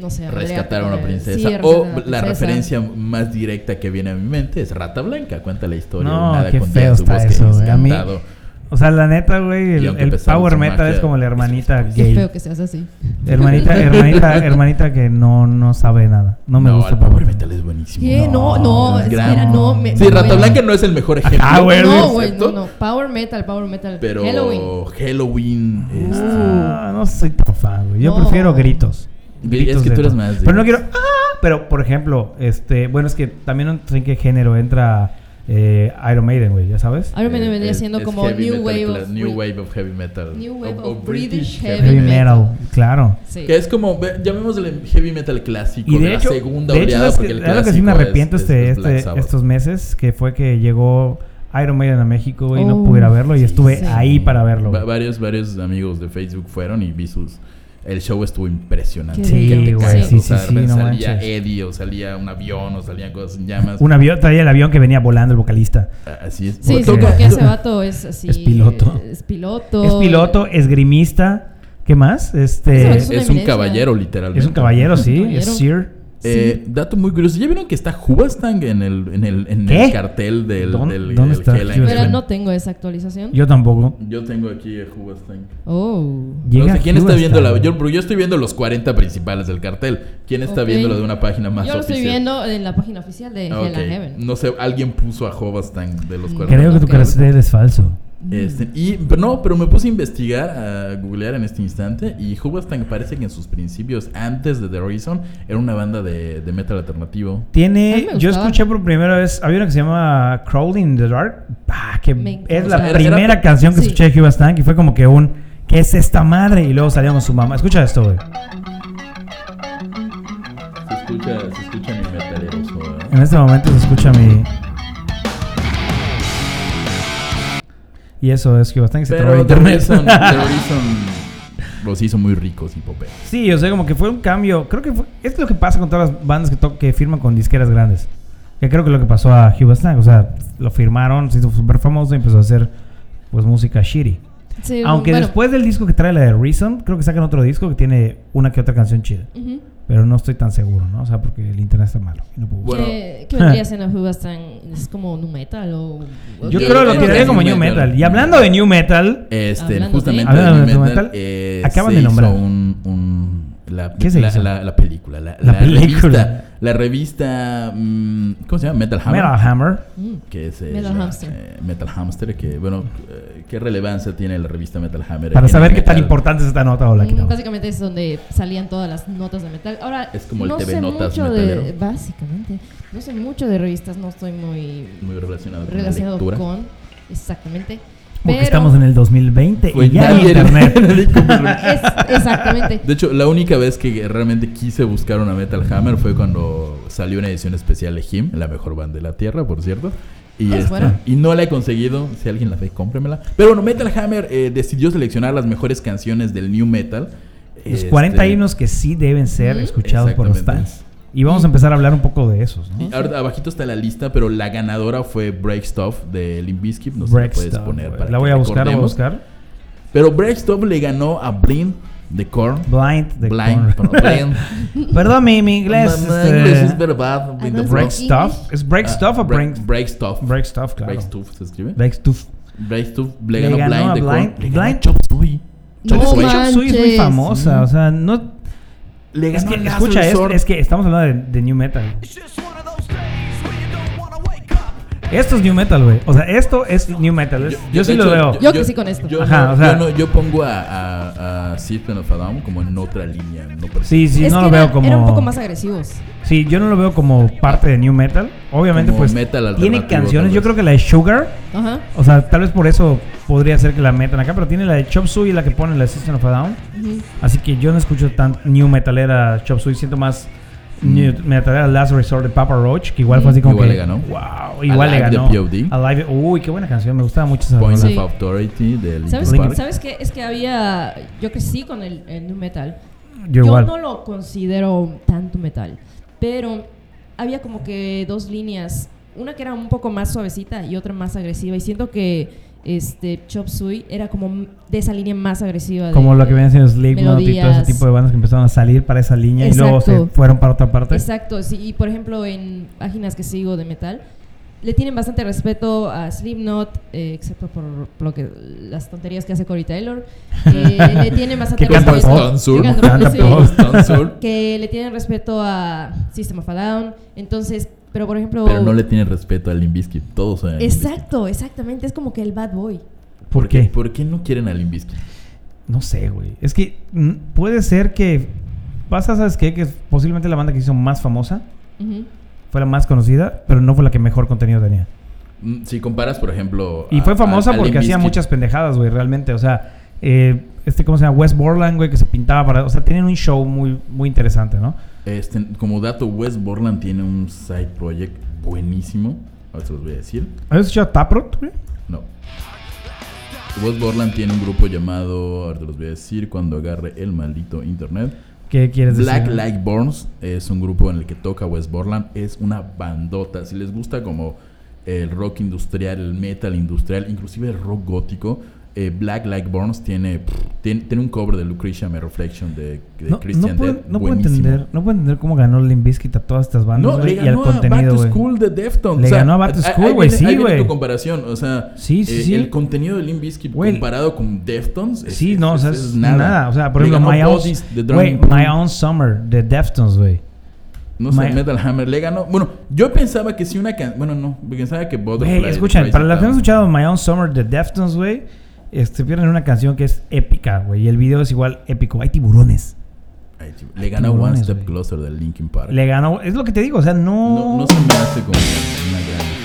no sé, Rescatar a pelear una con el- sí, princesa. rescatar o a la una princesa. referencia más directa que viene a mi mente es Rata Blanca. Cuenta la historia No, de un qué anaconda en feo su está bosque eso, güey. A mí- encantado. O sea, la neta, güey, Y el, aunque el pesaron power su metal magia, es como la es hermanita Qué gay. feo que seas así. Hermanita, hermanita, hermanita que no, no sabe nada. No me gusta el el power Power metal. Metal es buenísimo. ¿Qué? No, No, no, es espera, gran- no. me- Sí, me- Rata Blanca no es el mejor ejemplo. Ah, güey, No, Luis. güey, no, ¿Cierto? no. Power metal, power metal. Pero Halloween. Halloween. este, Ah, no soy tan fan, güey. Yo No. prefiero gritos. Gri- es Gritos que de tú eres todo. más de- Pero no quiero. "Ah", Pero, por ejemplo, este. Bueno, es que también no sé en qué género entra eh, Iron Maiden, güey, ya sabes. Iron Man eh, vendría es- siendo es como heavy New metal, Wave claro, of New Brit- Wave of Heavy Metal. New Wave O- o of British Heavy Heavy metal, metal. claro. Sí. Que es como, ve- llamémosle heavy metal clásico Y de, de hecho, la segunda de hecho oleada. ¿sabes porque que, el algo que sí me clásico es- arrepiento es- este, es Black este- Sabbath. estos meses, que fue que llegó Iron Maiden a México güey, y no Oh, pudiera verlo y estuve sí. ahí para verlo. Va- güey. varios, varios amigos de Facebook fueron y vi sus. El show estuvo impresionante. Qué Sí, Te güey, cagas, sí, o sea, sí, sí, no salía manches. Eddie, o salía un avión, o salían cosas en llamas. Un avión, Pues traía el avión que venía volando el vocalista. Así es. Sí, sí, Porque- porque ese vato es así. Es piloto. Es piloto. Es piloto, esgrimista, ¿qué más? Ese Este vato es es, una es un eminencia. caballero, literalmente. es un caballero, sí, caballero. es Sir. Eh, Dato muy curioso. ¿Ya vieron que está Hubastang en el, en el, en ¿Qué? el cartel del, ¿Dónde- del, dónde del está Hell and Hubastang? Pero Heaven? no tengo esa actualización. Yo tampoco. Yo tengo aquí a Hubastang. Oh. Llega No sé quién está Hughes viendo la. también. Yo, yo estoy viendo los 40 principales del cartel. ¿Quién está Ok. viendo la de una página más Yo lo estoy oficial? viendo en la página oficial de Ah, Hell and ok. Heaven. No sé, alguien puso a Hubastang de los Mm. 40. Creo que tu Ok. cartel es falso. Este, y, pero no, pero me puse a investigar, a googlear en este instante. Y Hubastang parece que en sus principios, antes de The Reason, era una banda de, de metal alternativo. A mí Tiene, me yo gustaba. escuché por primera vez, había una que se llama Crawling in the Dark, bah, que Me es encanta. la Era- era- primera canción que Sí. escuché de Hugh Stank y fue como que un, ¿qué es esta madre? Y luego salíamos su mamá. Escucha esto, güey. Se escucha, se escucha en el metalero. ¿eh? En este momento se escucha mi... Y eso es Hugh Stank, se trabó Pero The internet. Reason, The Reason los hizo muy ricos y poperos. Sí, o sea, como que fue un cambio. Creo que fue- es lo que pasa con todas las bandas que, to- que firman con disqueras grandes. Que creo que lo que pasó a Hugh Stank, o sea, lo firmaron, se hizo súper famoso y empezó a hacer pues música shitty. Sí, Aunque bueno. después del disco que trae la de Reason, creo que sacan otro disco que tiene una que otra canción chida. Ujú. Pero Pero no estoy tan seguro, ¿no? O sea, porque el internet está malo. y no puedo buscar. Bueno. ¿Qué, qué vendría a ser una Fubastan? ¿Es como nu metal o...? o Yo qué- creo que qué- lo tiraría metal. como New metal. Y hablando de New Metal, Este, Hablando justamente de- de Hablando de New metal, eh, acaban se de nombrar. hizo un, un- la, ¿Qué se la, hizo? la- la película, la, La la película. revista, la revista, mm, ¿cómo se llama? Metal Hammer. Metal Hammer. Mm. Que es, eh, Metal la, Hamster. eh, Metal Hamster, que bueno, eh, ¿qué relevancia tiene la revista Metal Hammer? en Para el saber qué tan metal? importante es esta nota o la Mm, quitamos. Básicamente es donde salían todas las notas de metal. Ahora, Es como el no TV sé Notas mucho de... metalero. Básicamente. No sé mucho de revistas, no estoy muy Muy relacionado con la relacionado lectura. con... Exactamente. Porque Pero estamos en el 2020 Pues y ya hay nadie- internet. nadie compró- es, exactamente. De hecho, la única vez que realmente quise buscar una Metal Hammer fue cuando salió una edición especial de Him, la mejor banda de la Tierra, por cierto. Y, Ah, es este, buena. y no la he conseguido. Si alguien la ve, cómpremela. Pero bueno, Metal Hammer eh, decidió seleccionar las mejores canciones del New Metal. Los Este, 40 himnos que sí deben ser Ujú. escuchados por los Exactamente. fans. Y vamos a empezar a hablar un poco de esos, ¿no? y ahora abajito está la lista, pero la ganadora fue Break Stuff de Limp Bizkit. No sé si la Break puedes Stuff, poner. güey. para la que voy a buscar, la voy a recordemos. buscar. Pero Break Stuff le ganó a Blind de Korn. Blind. de Blind, Korn. perdón, Blind. Perdón, mi, mi inglés. Mamá, este, inglés es verdad. Ah, no The es break Break English. stuff. ¿Es break Ah, stuff o break- break, Break stuff. break stuff? Claro. Break stuff se escribe. Break stuff. Break stuff. Le Le ganó ganó Blind a de Blind. Korn. Le ganó Blind. a Chop Suey. No Chop Suey. Chop Suey es muy manches. famosa. O sea, no. Le Es ganó que, a Lazarus escucha, es, Sword. es que estamos hablando de, de New Metal. It's just one of those days when you don't wanna wake up. Esto es New Metal, güey. O sea, esto es New Metal. es- yo sí de lo hecho, veo. Yo crecí con esto. Yo, Ajá, no- o sea- yo, no- yo pongo a, a, a System of a Down como en otra línea. No parece- sí, sí, es no que lo eran, veo como. eran un poco más agresivos. Sí, yo no lo veo como parte de New Metal. Obviamente, Como pues. metal tiene alternativo, canciones. Yo tal vez. creo que la de Sugar. Ajá. O sea, tal vez por eso podría ser que la metan acá. Pero tiene la de Chop Suey y la que pone la de System of a Down. Ujú. Así que yo no escucho tan New Metalera Chop Suey. Siento más. New Metalera Last Resort de Papa Roach. Que igual fue así como Mm. Igual que. le ganó. Wow, igual Alive le de ganó. POD. Alive. Uy, qué buena canción. Me gustaba mucho esa Points rola. Sí. of Authority de Linkin ¿Sabes, Park. ¿Sabes qué? Es que había. Yo crecí con el, el nu metal. Yo igual. no lo considero tanto metal. Pero había como que dos líneas. Una que era un poco más suavecita y otra más agresiva. Y siento que este Chop Suey era como m- de esa línea más agresiva. de- Como lo que vienen haciendo Slipknot y todo ese melodías. tipo de bandas que empezaron a salir para esa línea y luego se Exacto. fueron para otra parte. Exacto, sí, y por ejemplo en páginas que sigo de metal, le tienen bastante respeto a Slipknot, eh, excepto por lo que, las tonterías que hace Corey Taylor. Eh, le tienen bastante Que canta respeto. pop. Stone Sour. Que canta Canta pop, pop. sí. Que le tienen respeto a System of a Down. Entonces, pero por ejemplo. Pero no le tiene respeto al Limbisky. Todos saben. Exacto, exactamente. Es como que el bad boy. ¿Por qué? ¿Por qué no quieren al Limbisky? No sé, güey. Es que mm, puede ser que pasa, ¿sabes qué? Que posiblemente la banda que hizo más famosa Ujú. fue la más conocida, pero no fue la que mejor contenido tenía. Mm, Si comparas, por ejemplo. Y a- fue famosa a- a porque Ah, Limp hacía Bizkit. muchas pendejadas, güey, realmente. O sea, eh, este, ¿cómo se llama? West Borland, güey, que se pintaba para. O sea, tienen un show muy, muy interesante, ¿no? Este, como dato, Wes Borland tiene un side project buenísimo. A ver, se los voy a decir. ¿Habías escuchado Taproot, güey? No. Wes Borland tiene un grupo llamado, ahora te los voy a decir, cuando agarre el maldito internet. ¿Qué quieres Black decir? Light Burns es un grupo en el que toca Wes Borland. Es una bandota. Si les gusta como el rock industrial, el metal industrial, inclusive el rock gótico, eh, Black Light Burns tiene, pff, tiene, tiene un cover de Lucretia My Reflection de, de No, no, Christian puedo, Death, no puedo buenísimo. entender, no puedo entender cómo ganó Limbiskit a todas estas bandas No, güey, le y al ganó a Back contenido, to güey. School de Deftones. Le ganó a Back to ahí- School, ahí güey, viene- sí, ahí viene güey. tu comparación, o sea, eh, Sí, sí, sí. el contenido de Limp Bizkit Güey. comparado con Deftones es- Sí, es- no, o sea, es es nada. O sea, por Le ejemplo, My ganó Own, Bodies de Drum güey, and Bass. My Own Summer de Deftones, güey. No sé, My- Metal Hammer le ganó. Bueno, yo pensaba que si una canción. Bueno, no, pensaba que Butterfly. Güey, escuchen, Twice para los que no han Town. escuchado My Own Summer de Deftones, güey, este, pierden una canción que es épica, güey, y el video es igual épico. Hay tiburones. Ay, chico, Le ganó One Tiburones, Step güey. Closer de Linkin Park. Le ganó, es lo que te digo, o sea, no... No, no se me hace como una gran decisión.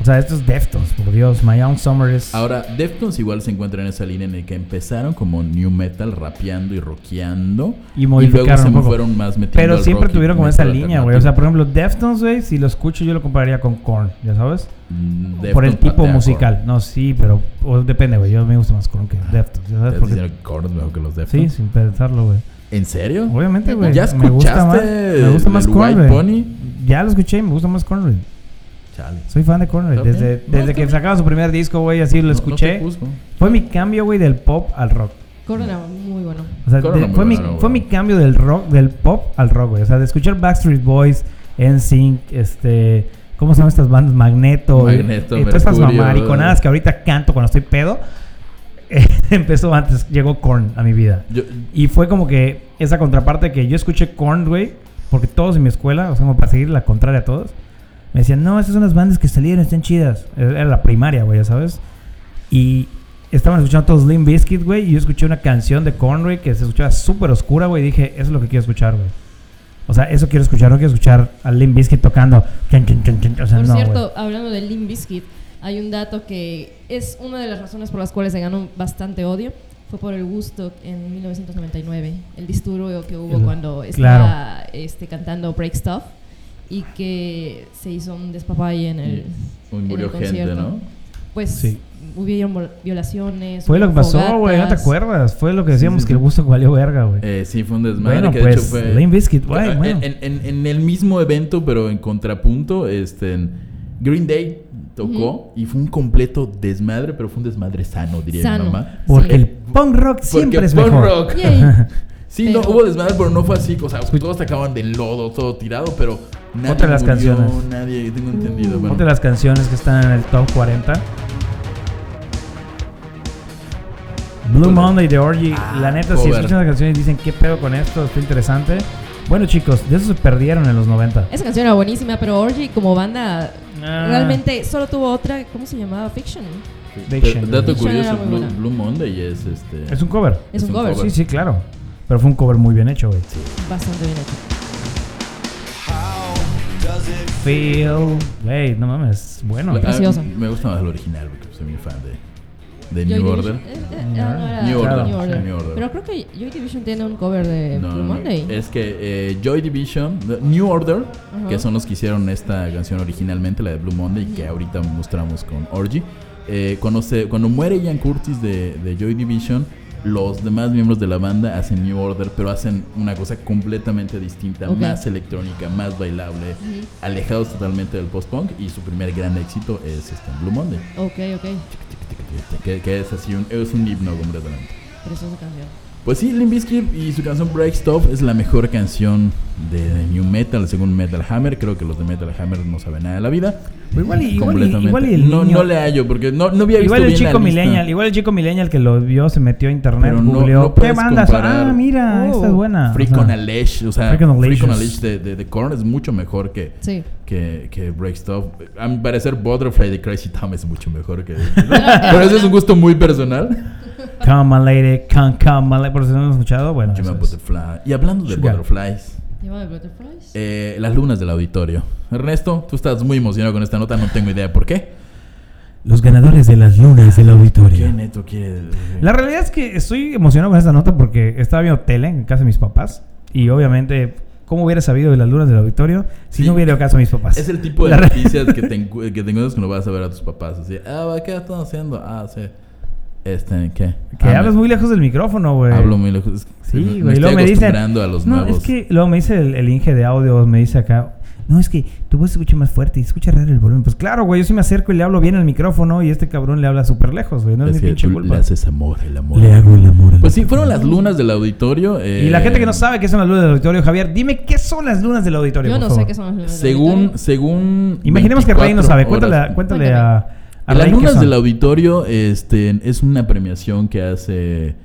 O sea, esto es Deftones, por Dios. My Own Summer es... Ahora, Deftones igual se encuentra en esa línea en la que empezaron como new metal, rapeando y rockeando. Y modificaron luego se un poco. fueron más metiendo pero al siempre rock y tuvieron como esa metal línea, güey. O sea, por ejemplo, Deftones, güey, si lo escucho yo lo compararía con Korn, ¿ya sabes? Mm, por Deftones el tipo patea musical. No, sí, pero o depende, güey. Yo me gusta más Korn que Deftones, ¿ya Korn. sabes? ¿Estás Porque- diciendo que Korn Ah, es mejor que los sí, Deftones? sin pensarlo, güey. ¿En serio? Obviamente, güey. ¿Ya me gusta más, escuchaste me gusta el más Korn, White güey. Pony? Ya lo escuché y me gusta más Korn, güey. Chale. Soy fan de Korn, güey. Está bien. Desde, No, desde está que bien. sacaba su primer disco, güey, así lo No- no te escuché. juzgo. Fue mi cambio, güey, del pop al rock. Corona, muy bueno. O sea, Corona de- muy fue, mi, buena, güey. fue mi cambio del rock, del pop al rock, güey. O sea, de escuchar Backstreet Boys, NSYNC, este. ¿Cómo se llaman estas bandas? Magneto. y- Magneto, y, todas estas Mercurio. mamariconadas que ahorita canto cuando estoy pedo. empezó antes, llegó Korn a mi vida. Yo, Y fue como que esa contraparte que yo escuché Korn, güey, porque todos en mi escuela, o sea, como para seguir la contraria a todos, me decían, no, esas son las bandas que salieron, están chidas. E-, Era la primaria, güey, ya sabes. Y estaban escuchando todos Limp Bizkit, güey, y yo escuché una canción de Korn, güey, que se escuchaba súper oscura, güey, y dije, eso es lo que quiero escuchar, güey. O sea, eso quiero escuchar, no quiero escuchar a Limp Bizkit tocando. Chun, chun, chun, chun. O sea, Por no, cierto, güey. hablando de Limp Bizkit, hay un dato que es una de las razones por las cuales se ganó bastante odio. Fue por el gusto en 1999, el disturbio que hubo El- cuando claro. estaba este, cantando Break Stuff y que se hizo un despapalle en el, Uy, en Mm. murió el gente, concierto. ¿no? Pues Sí. hubieron vol- violaciones. Fue lo que pasó, güey, no te fogatas. acuerdas. Fue lo que Sí, decíamos sí, que el sí. gusto valió verga, güey. eh, sí, fue un desmadre. Bueno, que de pues, hecho fue, Limp Bizkit, güey, Ah, bueno. en, en- en el mismo evento, pero en contrapunto, este, en Green Day tocó y fue un completo desmadre, pero fue un desmadre sano, diría Sano. mi mamá. Porque Sí. el punk rock siempre Porque es punk mejor. rock. Yay. Sí, no, Pero- hubo desmadre, pero no fue así. O sea, todos te acaban del lodo, todo tirado, pero nadie Pues Otra de las murió, canciones. Nadie, tengo entendido. bueno. Otra de las canciones que están en el top 40. Blue ¿Cuál? Monday de Orgy. Ah, la neta, si cover. escuchan las canciones y dicen qué pedo con esto, está interesante. Bueno, chicos, de eso se perdieron en los 90. Esa canción era buenísima, pero Orgy como banda Ah. realmente solo tuvo otra, ¿cómo se llamaba? Fiction. Big Da- Shame. Dato Shame curioso, era muy Blue, buena. Blue Monday es este. Es un cover. Es, un, cover, Sí, sí, claro. Pero fue un cover muy bien hecho, güey. bastante bien hecho. Feel. Güey, no mames, bueno. Ah, Precioso. me gusta más el original porque soy muy fan de, de Joy New Order. Division- eh, Mm, eh, ah, no, era New Order, New sí, Order. New Order. Pero creo que Joy Division tiene un cover de No, Este, Blue no, no. Monday. Es que eh, Joy Division, no, New Order, que son los que hicieron esta canción originalmente, la de Blue Monday, que ahorita mostramos con Orgy. eh, cuando, se- cuando muere Ian Curtis de, de Joy Division, los demás miembros de la banda hacen New Order, pero hacen una cosa completamente distinta, Ok. más electrónica, más bailable, alejados totalmente del post-punk. Y su primer gran éxito es este, Blue Monday, Ok, ok. que, que es así un, es un himno completamente. Preciosa canción. Pues sí, Limp Bizkit y su canción Break Stuff es la mejor canción de, de New Metal, según Metal Hammer. Creo que los de Metal Hammer no saben nada de la vida. Igual y- igual y- Completamente. igual y el no, niño- no le hallo, porque no, no había visto Igual el bien la chico lista. millennial, igual el chico millennial que lo vio se metió a internet, Pero no- googleó, no ¿qué puedes bandas? comparar- Ah, mira, esta es Oh. buena. Freak ah, O sea, on a Leash, o sea, Freak on a Freak on a Leash. Leash de, de, de Korn es mucho mejor que, Sí. que, que Break Stuff. A mi parecer, Butterfly de Crazy Town es mucho mejor que. Pero ese es un gusto muy personal. Come on, lady, come, come on, lady. Por si no lo han escuchado, bueno. Yo me eso es. Butterfly. Y hablando de Sugar. Butterflies. Llamada de Butterflies. Eh, las lunas del auditorio. Ernesto, tú estás muy emocionado con esta nota, no tengo idea por qué. Los ganadores de las lunas del auditorio. ¿Qué neto quiere? eh, La realidad es que estoy emocionado con esta nota porque estaba viendo tele en casa de mis papás y obviamente, ¿cómo hubiera sabido de las lunas del auditorio si Sí. no hubiera ido a casa de mis papás? Es el tipo de La re- noticias que te, encu- que te encuentras cuando vas a ver a tus papás. Así, ah, ¿qué están haciendo? Ah, sí. Este, ¿qué? Que Ah, hablas me- muy lejos del micrófono, güey. Hablo muy lejos. Es que Sí, me- güey. Me luego estoy me dicen. acostumbrando a los no, nuevos. es que luego me dice el, el Inge de audio, me dice acá. No, es que tu voz se escucha más fuerte y se escucha raro el volumen. Pues claro, güey, yo sí me acerco y le hablo bien al micrófono y este cabrón le habla súper lejos, güey. No es, Es mi que pinche tú culpa. le haces amor, el amor. hago el amor. Pues sí, fueron las lunas del auditorio. Y la eh, gente que no sabe qué son las lunas del auditorio, Javier, dime qué son las lunas del auditorio. Yo por no sé favor. qué son las lunas del Según, auditorio. según. Imaginemos que Rey no 24 sabe. Cuéntale, horas- cuéntale a, a Las Rey qué lunas son. del auditorio este, es una premiación que hace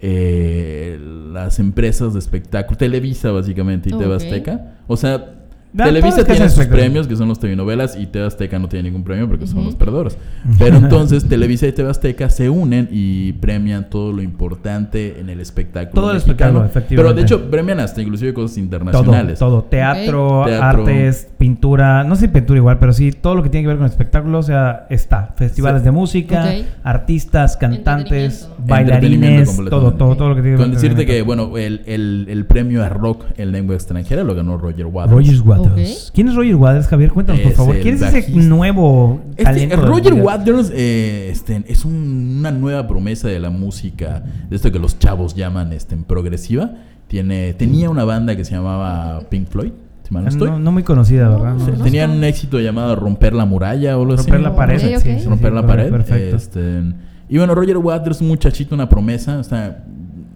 eh, las empresas de espectáculo, Televisa básicamente y TV Ok. Azteca. O sea, Da, todos los Televisa que tiene hacen sus espectáculo. premios, que son los telenovelas, y TV Azteca no tiene ningún premio porque son Ujú. los perdedores. Pero entonces Televisa y TV Azteca se unen y premian todo lo importante en el espectáculo. Todo el mexicano. espectáculo, Pero de efectivamente. hecho premian hasta inclusive cosas Todo, internacionales. todo. Teatro, Ok. Teatro. artes, pintura. No sé si pintura igual, pero sí todo lo que tiene que ver con espectáculos. O sea, está. Festivales Sí. de música, Ok. artistas, cantantes, Entretenimiento. bailarines, Entretenimiento todo, todo, todo lo que tiene que Con ver decirte que, entretenimiento. bueno, el, el, el premio a rock en lengua extranjera lo ganó Roger Waters. Roger Waters. Ok. ¿Quién es Roger Waters, Javier? Cuéntanos, por Es favor. el ¿Quién es ese bajista. nuevo Este, talento? del Roger mundial? Waters eh, este, es un- una nueva promesa de la música, de esto que los chavos llaman este, progresiva. Tiene, tenía una banda que se llamaba Pink Floyd, si mal no estoy. Este, No, no muy conocida, ¿verdad? No, No. no. Tenían un éxito llamado Romper la Muralla o algo así. Romper la pared. Ok, sí, ok. sí, sí, Romper la correcto, pared. Perfecto. este, Y bueno, Roger Waters, un muchachito, una promesa, está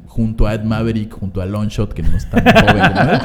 junto a Ed Maverick, junto a Longshot, que no está eh, tan joven como él.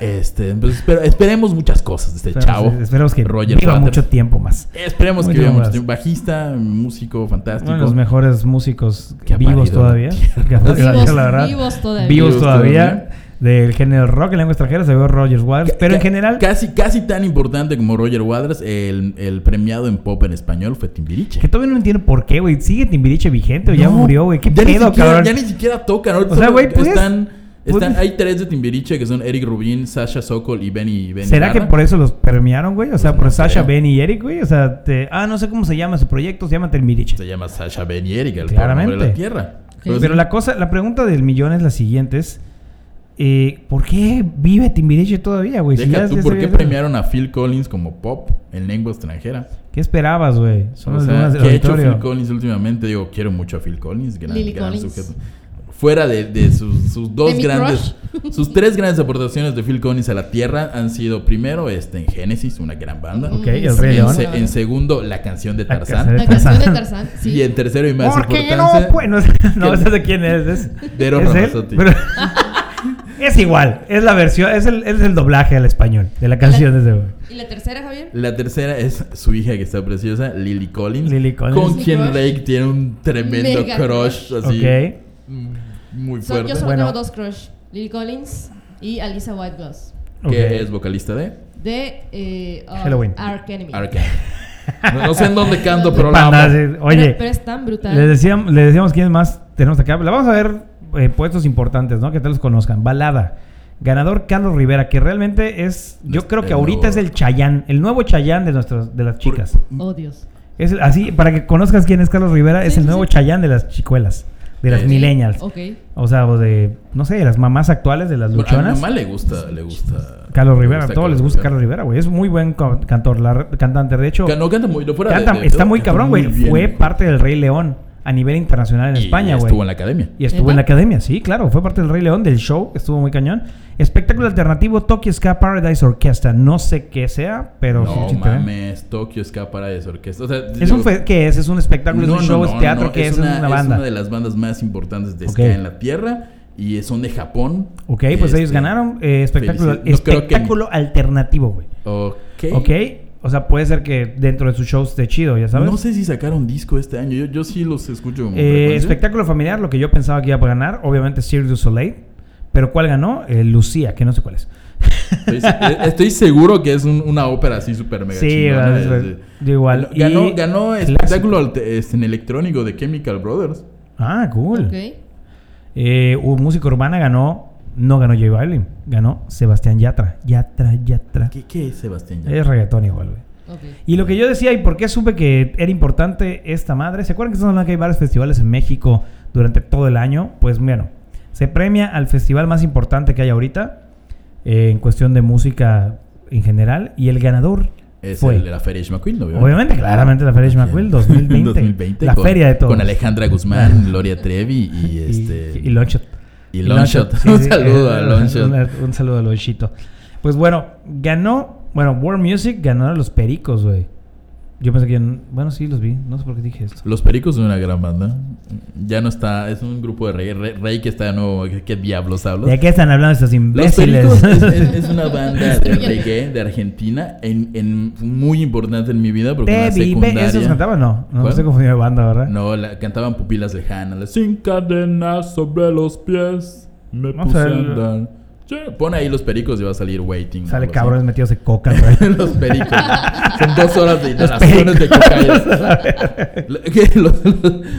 Este, pues, espero- esperemos muchas cosas de este Esperemos- chavo. Esperemos que Roger viva Waters. mucho tiempo más. Esperemos que Mucho viva mucho más. tiempo. Bajista, músico, fantástico. Uno de los mejores músicos Que ha vivos parido, todavía. ¿no? Que ha parido, Vivos- la verdad. vivos todavía. Vivos Vivos todavía. todavía. Del género rock en lengua extranjera se vio Roger Waters. Ca- Pero en ca- general, Casi, casi tan importante como Roger Waters, el, el premiado en pop en español fue Timbiriche. que todavía no entiendo por qué, güey. Sigue Timbiriche vigente o ya No, murió, güey. ¿Qué ya ni pedo, siquiera- cabrón? Ya ni siquiera tocan. ahorita O sea, solo güey, pues, están, pues- están- hay tres de Timbiriche que son Eric Rubin, Sasha Sokol y Benny. Benny ¿Será Ibarra. que por eso los premiaron, güey? O sea, Pues por no Sasha, creo. Ben y Eric, güey. O sea, te- ah, no sé cómo se llama su proyecto, se llama Timbiriche. Se llama Sasha Ben y Eric, el pobre Claramente. hombre de la tierra. Pero, la cosa, la pregunta del millón es la siguiente: es, eh, ¿por qué vive Timbiriche todavía, güey? Si Deja ya- tú, ya ¿por se qué había- premiaron a Phil Collins como pop en lengua extranjera? ¿Qué esperabas, güey? Son O las sea, lunas del ¿qué ha hecho auditorio. Phil Collins últimamente? Digo, quiero mucho a Phil Collins, gran, Lily gran Collins. sujeto. Fuera de, de sus, sus dos De mi grandes, sus tres grandes aportaciones de Phil Collins a la tierra han sido primero este, en Genesis, una gran banda. Ok, el Rey Mm, sí, En, León. sí, se- claro. en segundo, la canción de La Tarzán. canción La canción de Tarzán, sí. Y en tercero y más Porque no, importante, pues, no, no, ¿sabes de quién es? Es, De Eros es él, Ramazzotti. pero- es igual, es la versión, es el, es el doblaje al español de la canción de ese güey. ¿Y la tercera, Javier? La tercera es su hija que está preciosa, Lily Collins. Lily Collins. Con Mi quien crush. Drake tiene un tremendo Mega crush así. Ok. mm, Muy So- fuerte. yo solo Bueno. tengo dos crush. Lily Collins y Alisa White Gloss. que es vocalista de De eh, oh, Halloween. Ark Enemy. Arcane. No, no sé en dónde canto, pero la Panda, amo. sí. Oye, Pero, pero es tan brutal. les decíamos, les decíamos quiénes más tenemos acá. La vamos a ver eh, puestos importantes, ¿no? Que tal los conozcan. Balada. Ganador Carlos Rivera, que realmente es, yo Este, creo que el ahorita nuevo- es el Chayán, el nuevo Chayán de nuestras, de las chicas. Oh, Dios. Es el- así, para que conozcas quién es Carlos Rivera, es Sí, el sí, nuevo sí. Chayán de las chicuelas, de las Sí. millennials. Ok. O sea, o de, no sé, de las mamás actuales, de las Bueno, a mi luchonas. mamá le gusta, le gusta. Carlos le Rivera, a gusta todos les gusta Carlos Rivera, güey. Es muy buen co- cantor, la re- cantante. De hecho, Ca- No canta muy, lo fuera de- canta- de está pedo, muy canta cabrón, güey. bien, Fue parte del Rey León a nivel internacional en Y España, güey. Estuvo en la academia. Y estuvo en ¿Neta? la academia, sí, claro. Fue parte del Rey León, del show. Estuvo muy cañón. Espectáculo alternativo Tokyo Ska Paradise Orchestra. No sé qué sea, pero... sí, No sí te- mames, Tokio Escapara de orquesta. O sea, ¿Es un fe- ¿Qué es? ¿Es un espectáculo? ¿Es un show? ¿Es teatro? ¿Qué es? ¿Es una, banda? Es una de las bandas más importantes de ska Ok. en la tierra y son de Japón. Ok, pues ellos Este, ganaron eh, espectáculo, felicidades. No creo que- ¿Eh? espectáculo alternativo, güey. Ok. Ok, o sea, puede ser que dentro de sus shows esté chido, ya sabes. No sé si sacaron disco este año. Yo, yo sí los escucho como Eh, frecuencia. espectáculo familiar, lo que yo pensaba que iba a ganar, obviamente Cirque du Soleil. Pero ¿cuál ganó? Eh, Lucía, que no sé cuál es. Estoy, eh, estoy seguro que es un- una ópera así súper mega Sí, chingona, ¿verdad? desde- Es- yo igual. Ganó, Y- ganó clásico. espectáculo alte- este, en electrónico de Chemical Brothers. Ah, cool. Ok. Eh, un músico urbana ganó, no ganó J Balvin, ganó Sebastián Yatra. Yatra, Yatra. ¿Qué, qué es Sebastián? Yatra? Es reggaetón igual, güey. Ok. Y lo que yo decía, y por qué supe que era importante esta madre, ¿se acuerdan que estamos hablando que hay varios festivales en México durante todo el año? Pues bueno, se premia al festival más importante que hay ahorita eh, en cuestión de música en general, y el ganador Es fue. el de la Feria Ish McQueen, ¿no? Obviamente, claramente, la Feria Ish McQueen 2020. La con- feria de todos. Ah. Con Alejandra Guzmán, Gloria Trevi y este. y, y Longshot. y Longshot. sí, un sí, saludo eh, a un- Longshot. Un, un saludo a Longshito. Pues bueno, ganó. Bueno, World Music ganaron los pericos, güey. Yo pensé que. Bueno, sí, los vi. No sé por qué dije esto. Los Pericos son una gran banda. Ya no está. Es un grupo de rey. Rey, rey que está de nuevo. ¿Qué, qué diablos hablas? ¿De qué están hablando estos Los imbéciles? Pericos es, es- es una banda de Destruyen. reggae de Argentina en, en- muy importante en mi vida porque en Te la vi, ve- secundaria ¿Esos cantaban? No, no me ¿Cuál? estoy confundiendo de banda, ¿verdad? no la- cantaban pupilas lejanas las sin cadenas sobre los pies me Vamos puse a a ver. andar Che, pon ahí los pericos y va a salir waiting Sale algo así. cabrones metidos de coca, güey. los pericos son dos horas de inhalaciones de cocaína Lo- que los,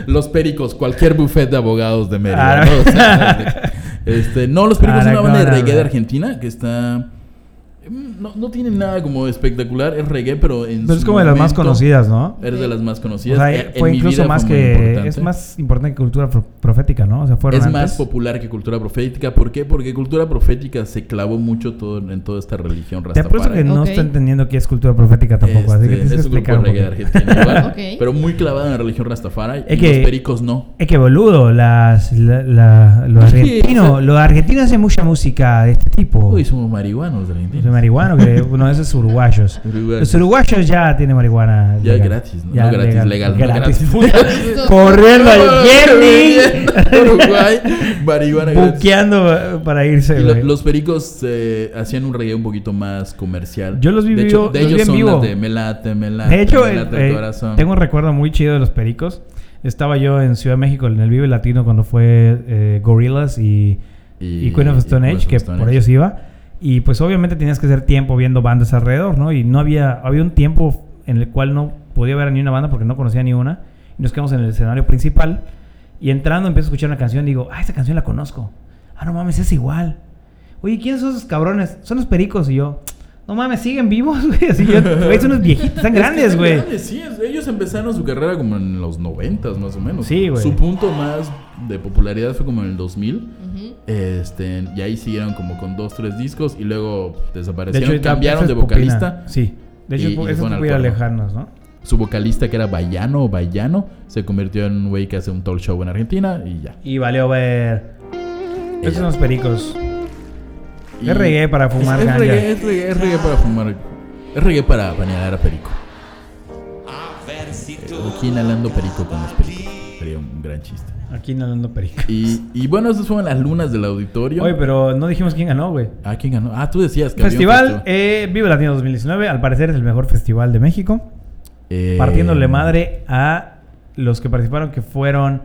los pericos cualquier buffet de abogados de Mérida Ah, ¿no? O sea, este, no los pericos es Ahora, una banda de ahora, reggae de ahora. Argentina que está mm, no, no tiene nada como espectacular es reggae pero en Pero es su como de las más momento conocidas, ¿no? es de las más O conocidas sea, En- en fue mi incluso vida más fue muy que. importante. Es más importante que cultura pro- profética, ¿no? O sea, fueron es antes. más popular que cultura profética. ¿Por qué? Porque cultura profética se clavó mucho todo en toda esta religión Te apuesto que rastafari. no Ok. está entendiendo qué es cultura profética tampoco, así que Este, tienes que es un grupo explicar de un reggae de poquito. Argentina igual, Ok. pero muy clavado en la religión rastafari. Es y que- los pericos no. Es que boludo, las, la, la- los Sí, o argentinos, sea- los argentinos hacen mucha música de este tipo. Uy, somos marihuanos de O sea, Argentina. marihuana, que uno de esos uruguayos. Uruguayos. Los uruguayos ya tienen marihuana. Ya legal. gratis, ¿no? Ya No gratis, legal, no gratis. Corriendo al Jenny. Uruguay, marihuana gratis. Buqueando para irse. Y lo- güey. los pericos eh, hacían un reggae un poquito más comercial. Yo los vi de vivo- hecho, de los vi ellos en son vivo. las de Melate, Melate. De hecho, eh, Melate eh, corazón. tengo un recuerdo muy chido de los Pericos. Estaba yo en Ciudad de México en el Vive Latino cuando fue eh, Gorillaz y, y Queen of y Stone Queen Age, of que Stone por Age. ellos iba. Y pues obviamente tenías que hacer tiempo viendo bandas alrededor, ¿no? Y no había, había un tiempo en el cual no podía ver a ni una banda porque no conocía ni una. Y nos quedamos en el escenario principal. Y entrando empiezo a escuchar una canción y digo, ah, esta canción la conozco. Ah, no mames, es igual. Oye, ¿quiénes son esos cabrones? Son los pericos. Y yo, no mames, siguen vivos, güey. Así yo, güey, son unos viejitos, están Es que grandes, están güey. grandes, Sí, es- ellos empezaron su carrera como en los 90 más o menos. Sí, güey. Su punto más de popularidad fue como en el 2000. Ujú. Este, y ahí siguieron como con dos, tres discos y luego De desaparecieron. hecho, cambiaron esa de es Popina. vocalista. Sí. De hecho, Y- y eso fueron es al Popina cuerno. Lejanos, ¿no? Su vocalista, que era Bayano o Bayano, se convirtió en un güey que hace un talk show en Argentina y ya. Y valió ver. Ella. Esos son los pericos. Y- Es reggae para fumar es, es ganja. reggae, es reggae, es reggae para fumar. Es reggae para banear a Perico. Eh, Aquí inhalando Perico con los pericos. Sería un gran chiste. Aquí nadando perico. Y, y bueno, esas fueron las lunas del auditorio. Oye, pero no dijimos quién ganó, güey. Ah, ¿quién ganó? Ah, tú decías que había un Festival festival. eh, Vive Latino 2019. Al parecer es el mejor festival de México. Eh, Partiéndole madre a los que participaron que fueron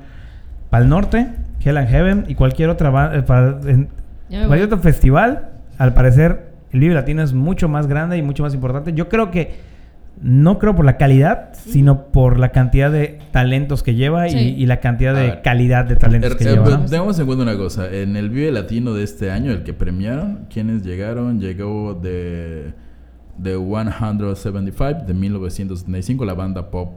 Pal Norte, Hell and Heaven y cualquier otra ba- eh, para- en- Ya me cualquier voy. otro festival. Al parecer el Vive Latino es mucho más grande y mucho más importante. Yo creo que no creo por la calidad, sino por la cantidad de talentos que lleva y- Sí. y, la cantidad A de ver. calidad de talentos Eh, que eh, lleva. pero ¿no? Tengamos en cuenta una cosa. En el Vive Latino de este año, el que premiaron, quienes llegaron, llegó de, de 175, de 1975, la banda pop.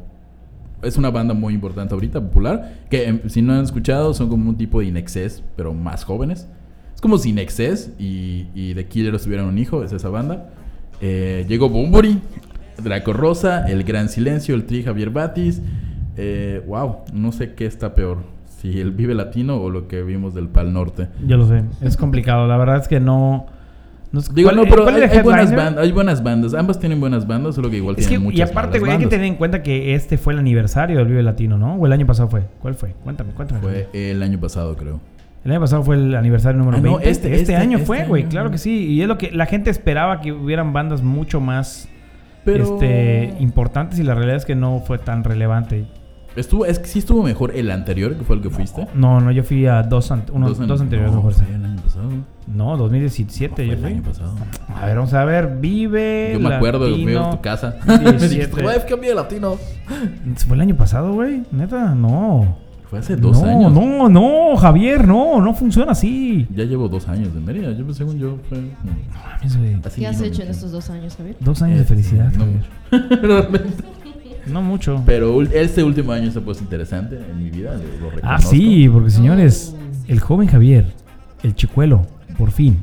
Es una banda muy importante ahorita, popular, que em, si no han escuchado son como un tipo de Inexcess, pero más jóvenes. Es como si Inexcess y, y The Killers tuvieran un hijo, es esa banda. Eh, llegó Bumburi, Draco Rosa, El Gran Silencio, el Tri Javier Batis. Eh, wow, no sé qué está peor, si el Vive Latino o lo que vimos del Pal Norte. Yo lo sé, es complicado. La verdad es que no. no sé- Digo, ¿cuál- eh, no, pero cuál hay, era el hay buenas headliner? bandas, hay buenas bandas, ambas tienen buenas bandas, solo que igual Es que, tienen muchas y aparte, malas güey, hay que bandas. tener en cuenta que este fue el aniversario del Vive Latino, ¿no? ¿O el año pasado fue? ¿Cuál fue? Cuéntame, cuéntame. Fue el año pasado, creo. El año pasado fue el aniversario número Ah, no, 20. este- este, este- año este fue, güey, año. claro que sí. Y es lo que la gente esperaba que hubieran bandas mucho más Pero este, importantes y la realidad es que no fue tan relevante. estuvo, es que sí estuvo mejor el anterior, que fue el que fuiste. No, no, yo fui a dos, ant- uno- an- dos anteriores, no, no, fue el año pasado. No, 2017 Fue yo el fui. año pasado. A ver, vamos a ver, Vive Yo me acuerdo que fui a Latino tu casa. 17. Live cambia latino. ¿Fue el año pasado, güey? Neta, no. Fue hace dos no, años. no, no, Javier, no, no funciona así. Ya llevo dos años de Mérida. Yo pensé según yo fue. mm, Mames, güey. así ¿Qué has no, hecho en no. estos dos años, Javier? Dos años de Este, felicidad, no Javier. mucho. Realmente. No mucho. Pero ul- este último año se ha puesto interesante en mi vida. Lo, lo ah, reconozco. sí, porque señores, el joven Javier, el chicuelo, por fin,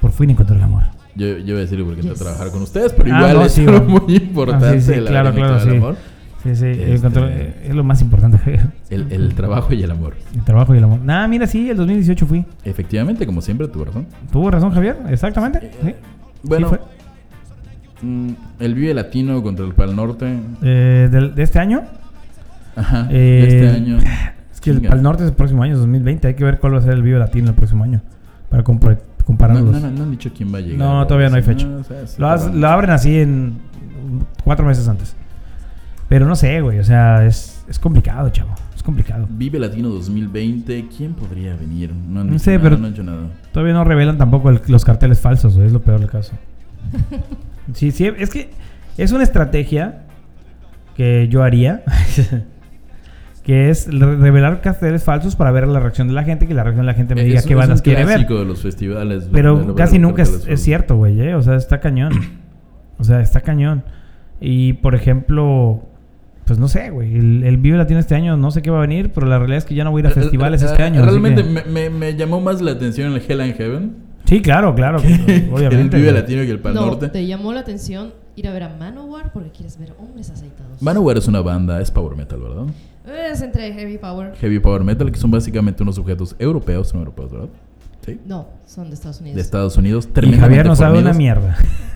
por fin encontró el amor. Yo, yo iba a decir porque entré Yes. a trabajar con ustedes, pero Ah, igual no, es sí, algo bueno. muy importante. Ah, sí, sí, el claro, ámbito claro, del sí. amor. Sí, sí, Este- encontró- eh, es lo más importante, Javier. El, el trabajo y el amor. El trabajo y el amor. Nah, mira, sí, el 2018 fui. Efectivamente, como siempre, tu razón. Tuvo razón, Javier, exactamente. Sí. Bueno, fue. mm, el Vive Latino contra el Pal Norte. Eh, del- de este año, Ajá, Eh, de este año. Es que el Chinga. Pal Norte es el próximo año, 2020. Hay que ver cuál va a ser el Vive Latino el próximo año. Para compar- No, compararlos. no, no, no han dicho quién va a llegar. Ah, No, todavía no hay fecha. o sea, sí, lo, has- cabrón. lo abren así en cuatro meses antes. Pero no sé, güey. O sea, es, es complicado, chavo. Es complicado. Vive Latino 2020. ¿Quién podría venir? No, han No dicho sé, nada, pero- no han hecho nada. Todavía no revelan tampoco el- los carteles falsos, güey. Es lo peor del caso. Sí, sí. Es que es una estrategia que yo haría. que es re- revelar carteles falsos para ver la reacción de la gente. Que la reacción de la gente me diga E-, Es- qué es bandas un quiere ver. clásico de los festivales. Pero de- de- casi de- nunca de- es, de- es cierto, güey. ¿eh? O sea, está cañón. O sea, está cañón. Y por ejemplo, pues no sé, güey. El, el Vive Latino este año no sé qué va a venir, pero la realidad es que ya no voy a ir a festivales este año. así Eh, Ah, Realmente que- me, me- me llamó más la atención el Hell and Heaven. Sí, claro, claro. que el obviamente. Vive güey. Latino y el Pal No, Norte. te llamó la atención ir a ver a Manowar porque quieres ver hombres aceitados. Manowar es una banda, es power metal, ¿verdad? Es entre Heavy Power. Heavy power metal, que son básicamente unos sujetos europeos, son europeos, ¿verdad? ¿sí? No, son de Estados Unidos. De Estados Unidos. Y Javier no tremendamente sabe una fornidos,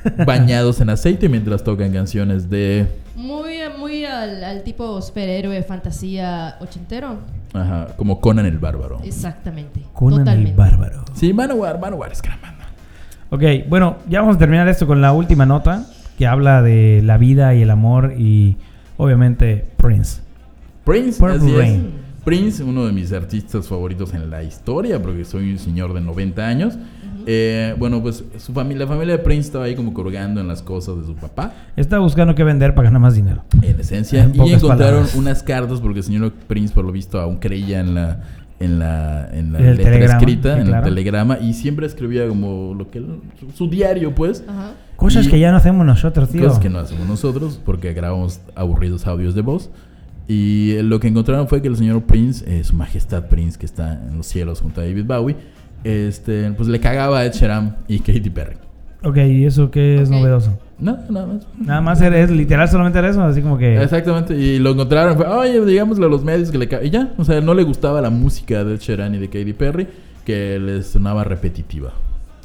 mierda. Bañados en aceite mientras tocan canciones de... Muy, muy al, al tipo superhéroe, fantasía ochentero. Ajá, como Conan el Bárbaro. Exactamente. Conan el totalmente. bárbaro. Sí, Manowar, Manowar es que la manda. Ok, bueno, ya vamos a terminar esto con la última nota que habla de la vida y el amor y obviamente Prince. Prince, Purple así es. Rain. Prince, uno de mis artistas favoritos en la historia, porque soy un señor de 90 años. Eh, bueno, pues su familia, la familia de Prince estaba ahí como colgando en las cosas de su papá, Está buscando qué vender para ganar más dinero. en esencia, En y pocas encontraron palabras. unas cartas, porque el señor Prince, por lo visto, aún creía en la, en la, en la En el letra telegrama, escrita, sí, en claro. el telegrama, y siempre escribía como lo que él- su, su diario, pues. Ajá. Cosas Y- que ya no hacemos nosotros, tío. Cosas que no hacemos nosotros porque grabamos aburridos audios de voz. Y eh, lo que encontraron fue que el señor Prince, eh, su majestad Prince, que está en los cielos junto a David Bowie, este, pues le cagaba a Ed Sheeran y Katy Perry. Ok, ¿y eso qué es Ok. novedoso? No, nada más. Nada más era- es literal solamente era eso, así como que... Exactamente. Y lo encontraron, fue, oye, digámosle a los medios que le ca-". Y ya, o sea, no le gustaba la música de Ed Sheeran y de Katy Perry, que les sonaba repetitiva.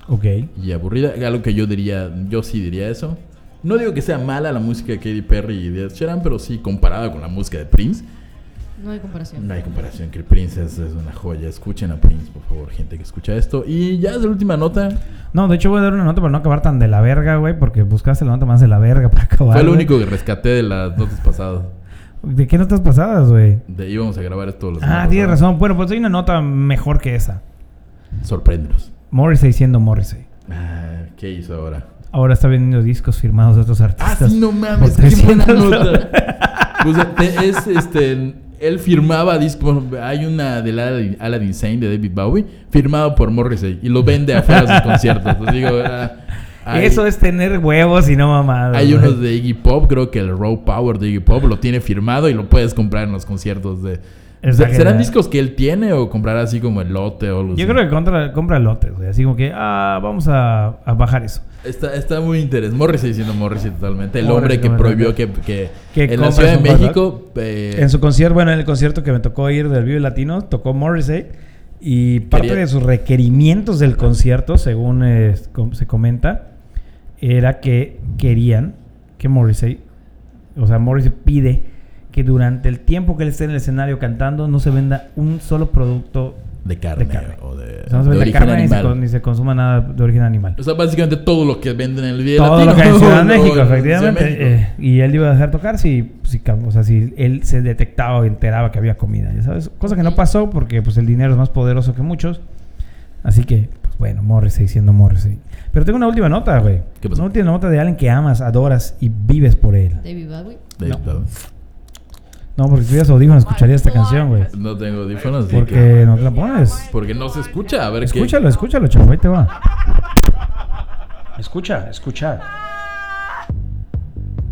Ok. y aburrida. Algo que yo diría, yo sí diría eso. No digo que sea mala la música de Katy Perry y de Ed Sheeran, pero sí comparada con la música de Prince. No hay comparación. No hay comparación, que Prince es, es una joya. Escuchen a Prince, por favor, gente que escucha esto. Y ya es la última nota. No, de hecho voy a dar una nota para no acabar tan de la verga, güey, porque buscaste la nota más de la verga para acabar. Fue lo güey. único que rescaté de las notas pasadas. ¿De qué notas pasadas, güey? De ahí vamos a grabar esto. la semana Ah, tienes pasada. razón. Bueno, pues hay una nota mejor que esa. Sorpréndenos. Morrissey siendo Morrissey. Ah, ¿Qué hizo ahora? Ahora está vendiendo discos firmados de otros Ah, artistas. sí, no mames, Por qué buena 300 nota. dólares. Pues, te- es este. Él firmaba discos. Hay una de Aladdin, Aladdin Sane de David Bowie, firmado por Morrissey, y lo vende afuera de sus conciertos. Entonces, digo, ah, hay, Eso es ¿eh? tener huevos y no mamadas. Hay güey. unos de Iggy Pop, creo que el Raw Power de Iggy Pop lo tiene firmado y lo puedes comprar en los conciertos de. Está ¿Serán genial. discos que él tiene o comprar así como el lote o algo Yo así? creo que contra, compra lotes, güey. Así como que, ah, vamos a, a bajar eso. Está, está muy interesante. Morrissey siendo Morrissey totalmente. El hombre Morrissey que prohibió que, completamente. que, Que en la compres Ciudad de un hot dog. México. eh, En su concierto, bueno, en el concierto que me tocó ir del Vive Latino, tocó Morrissey. Y parte Quería- de sus requerimientos del concierto, según eh, com- se comenta, era que querían que Morrissey, o sea, Morrissey pide que durante el tiempo que él esté en el escenario cantando no se venda un solo producto, De carne, De carne. o de, o sea, no se de venda origen carne ni se, animal. con- ni se consuma nada de origen animal. O sea, básicamente todo lo que venden en el video Todo lo que hay en Ciudad de México, efectivamente. efectivamente. eh, y él iba a dejar tocar si, si, cam- o sea, si él se detectaba o enteraba que había comida, ya sabes. Cosa que no Ok. pasó porque pues, el dinero es más poderoso que muchos. Así que, pues bueno, Morrissey siendo Morrissey. Pero tengo una última nota, güey. ¿Qué pasó? Una última nota de alguien que amas, adoras y vives por él. David Bowie. No, porque si tuvieras audífonos escucharía esta canción, güey. No tengo audífonos, así Porque que- no te la pones. Porque no se escucha. A ver qué- Escúchalo, escúchalo, chavo, ahí te va. Escucha, escucha.